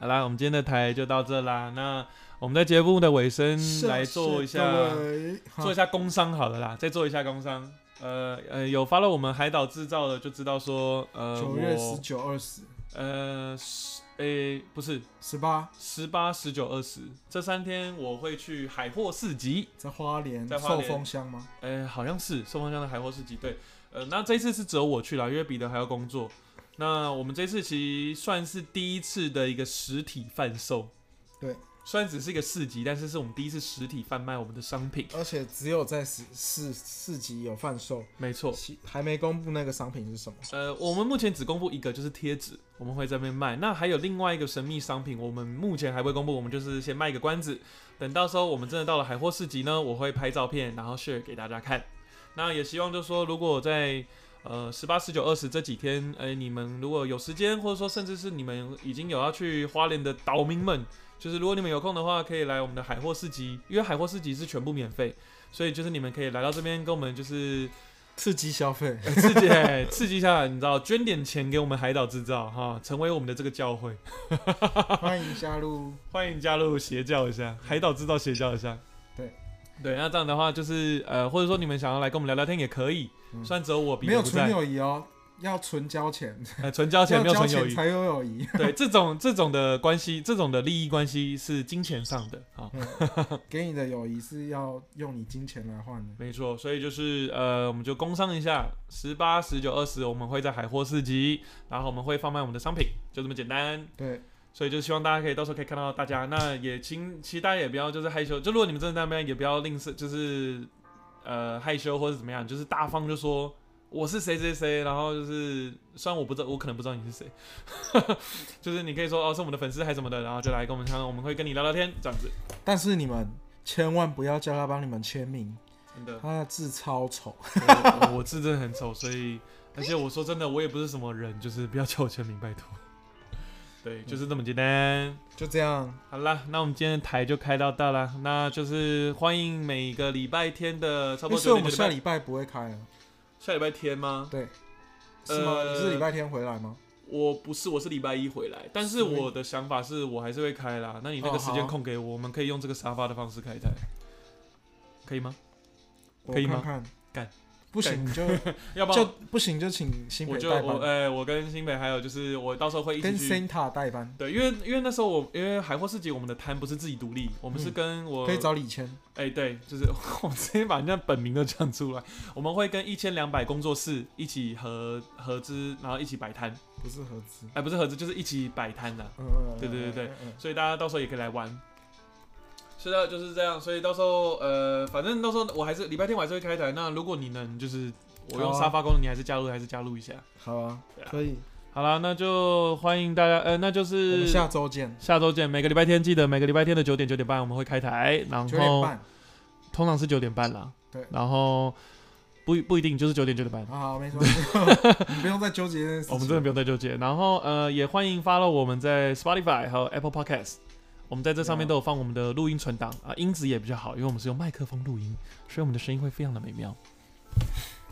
Speaker 2: 好啦，我们今天的台就到这啦。那我们在节目的尾声来做一下
Speaker 1: 各位好
Speaker 2: 做一下工商好了啦，再做一下工商。呃呃，有发了我们海岛制造的就知道说，呃，
Speaker 1: 九月十
Speaker 2: 我
Speaker 1: 九、二十、
Speaker 2: 呃十诶、不是
Speaker 1: 十八，
Speaker 2: 十八、十九、二十这三天我会去海货市集，
Speaker 1: 在花莲
Speaker 2: 在花
Speaker 1: 受
Speaker 2: 莲
Speaker 1: 风箱吗？
Speaker 2: 诶、好像是寿丰乡的海货市集，对，呃，那这一次是只有我去了，因为彼得还要工作。那我们这次其实算是第一次的一个实体贩售，
Speaker 1: 对，
Speaker 2: 虽然只是一个市集，但是是我们第一次实体贩卖我们的商品，
Speaker 1: 而且只有在市市市集有贩售，
Speaker 2: 没错。
Speaker 1: 其还没公布那个商品是什么。
Speaker 2: 呃，我们目前只公布一个，就是贴纸，我们会在那边卖。那还有另外一个神秘商品，我们目前还未公布，我们就是先卖一个关子。等到时候我们真的到了海货市集呢，我会拍照片，然后 share 给大家看。那也希望就是说，如果在呃十八、十九、二十这几天，哎、你们如果有时间，或者说甚至是你们已经有要去花莲的岛民们，就是如果你们有空的话，可以来我们的海货市集，因为海货市集是全部免费，所以就是你们可以来到这边跟我们就是
Speaker 1: 刺激消费，
Speaker 2: 刺激、哎刺激一下，你知道，捐点钱给我们海岛制造哈，成为我们的这个教会，
Speaker 1: 欢迎加入。
Speaker 2: 欢迎加入邪教一下，海岛制造邪教一下。
Speaker 1: 对
Speaker 2: 对，那这样的话就是呃，或者说你们想要来跟我们聊聊天也可以，
Speaker 1: 嗯
Speaker 2: 虽然只有我比
Speaker 1: 没有
Speaker 2: 不
Speaker 1: 纯
Speaker 2: 在，
Speaker 1: 友谊哦，要纯交钱，
Speaker 2: 呃，纯交钱没有
Speaker 1: 要交
Speaker 2: 纯友
Speaker 1: 钱
Speaker 2: 谊。
Speaker 1: 才有友谊。
Speaker 2: 对，这种这种的关系，这种的利益关系是金钱上的啊。
Speaker 1: 给你的友谊是要用你金钱来换的。
Speaker 2: 没错，所以就是呃，我们就工商一下，十八、十九、二十，我们会在海货市集，然后我们会贩卖我们的商品，就这么简单。
Speaker 1: 对，
Speaker 2: 所以就希望大家可以到时候可以看到大家，那也请其实大家也不要就是害羞，就如果你们真的在那边也不要吝啬，就是呃害羞或者怎么样，就是大方就说我是谁谁谁，然后就是虽然我不知道，我可能不知道你是谁， 就是你可以说哦是我们的粉丝还是什么的，然后就来跟我们看，我们会跟你聊聊天这样子，
Speaker 1: 但是你们千万不要叫他帮你们签名，
Speaker 2: 真的。
Speaker 1: 他的字超丑。
Speaker 2: 哦我我我字真的很丑，所以而且我说真的，我也不是什么人，就是不要叫我签名，拜托。对，就是这么简单。
Speaker 1: 就这样，
Speaker 2: 好啦，那我们今天的台就开到这啦，那就是欢迎每个礼拜天的差不多
Speaker 1: 所以
Speaker 2: 九
Speaker 1: 我
Speaker 2: 点
Speaker 1: 们
Speaker 2: 就
Speaker 1: 下礼拜不会开了，
Speaker 2: 下礼拜天吗？
Speaker 1: 对，是吗？
Speaker 2: 呃
Speaker 1: 你是礼拜天回来吗？
Speaker 2: 我不是，我是礼拜一回来，但是
Speaker 1: 所以
Speaker 2: 我的想法是我还是会开啦。那你那个
Speaker 1: 哦
Speaker 2: 时间
Speaker 1: 好
Speaker 2: 空给我，我们可以用这个沙发的方式开台，可以吗？
Speaker 1: 我
Speaker 2: 可以吗
Speaker 1: 看看，
Speaker 2: 干，
Speaker 1: 不行就
Speaker 2: 要不
Speaker 1: 就
Speaker 2: 然
Speaker 1: 不行就请新
Speaker 2: 我
Speaker 1: 北
Speaker 2: 就
Speaker 1: 代
Speaker 2: 我
Speaker 1: 班，
Speaker 2: 哎、我跟新北还有就是我到时候会一
Speaker 1: 跟
Speaker 2: 起去
Speaker 1: Santa 代班，
Speaker 2: 对，因为因为那时候我因为海货市集，我们的摊不是自己独立，我们是
Speaker 1: 嗯
Speaker 2: 跟我
Speaker 1: 可以找李谦。
Speaker 2: 哎、对，就是 我直接把人家本名都讲出来，我们会跟一千两百工作室一起合合资，然后一起摆摊，
Speaker 1: 不是合资。
Speaker 2: 哎、不是合资，就是一起摆摊啦。
Speaker 1: 嗯，
Speaker 2: 对对对对
Speaker 1: 嗯，嗯嗯
Speaker 2: 所以大家到时候也可以来玩。是的，就是这样。所以到时候呃，反正到时候我还是礼拜天我还是会开台。那如果你能就是我用
Speaker 1: 好啊
Speaker 2: 沙发功能，你还是加入还是加入一下。
Speaker 1: 好啊
Speaker 2: 对啊，
Speaker 1: 可以，
Speaker 2: 好啦，那就欢迎大家，呃，那就
Speaker 1: 我
Speaker 2: 是
Speaker 1: 们下周见，
Speaker 2: 下周见，每个礼拜天记得每个礼拜天的九点九点半我们会开台，然
Speaker 1: 九点
Speaker 2: 后
Speaker 1: 半。
Speaker 2: 通常是九点半啦，
Speaker 1: 对
Speaker 2: 然后不不一定就是九点九点半，
Speaker 1: 好好， 没什么，你不用再纠结这件事情。
Speaker 2: 我们真的不用再纠结。然后呃，也欢迎 follow 我们在 Spotify 还有 Apple Podcast，我们在这上面都有放我们的录音存档啊、音质也比较好，因为我们是用麦克风录音，所以我们的声音会非常的美妙。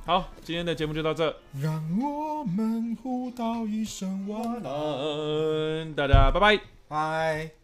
Speaker 2: 好，今天的节目就到这，
Speaker 1: 让我们互道一声晚安，
Speaker 2: 嗯，大家拜拜。
Speaker 1: 拜。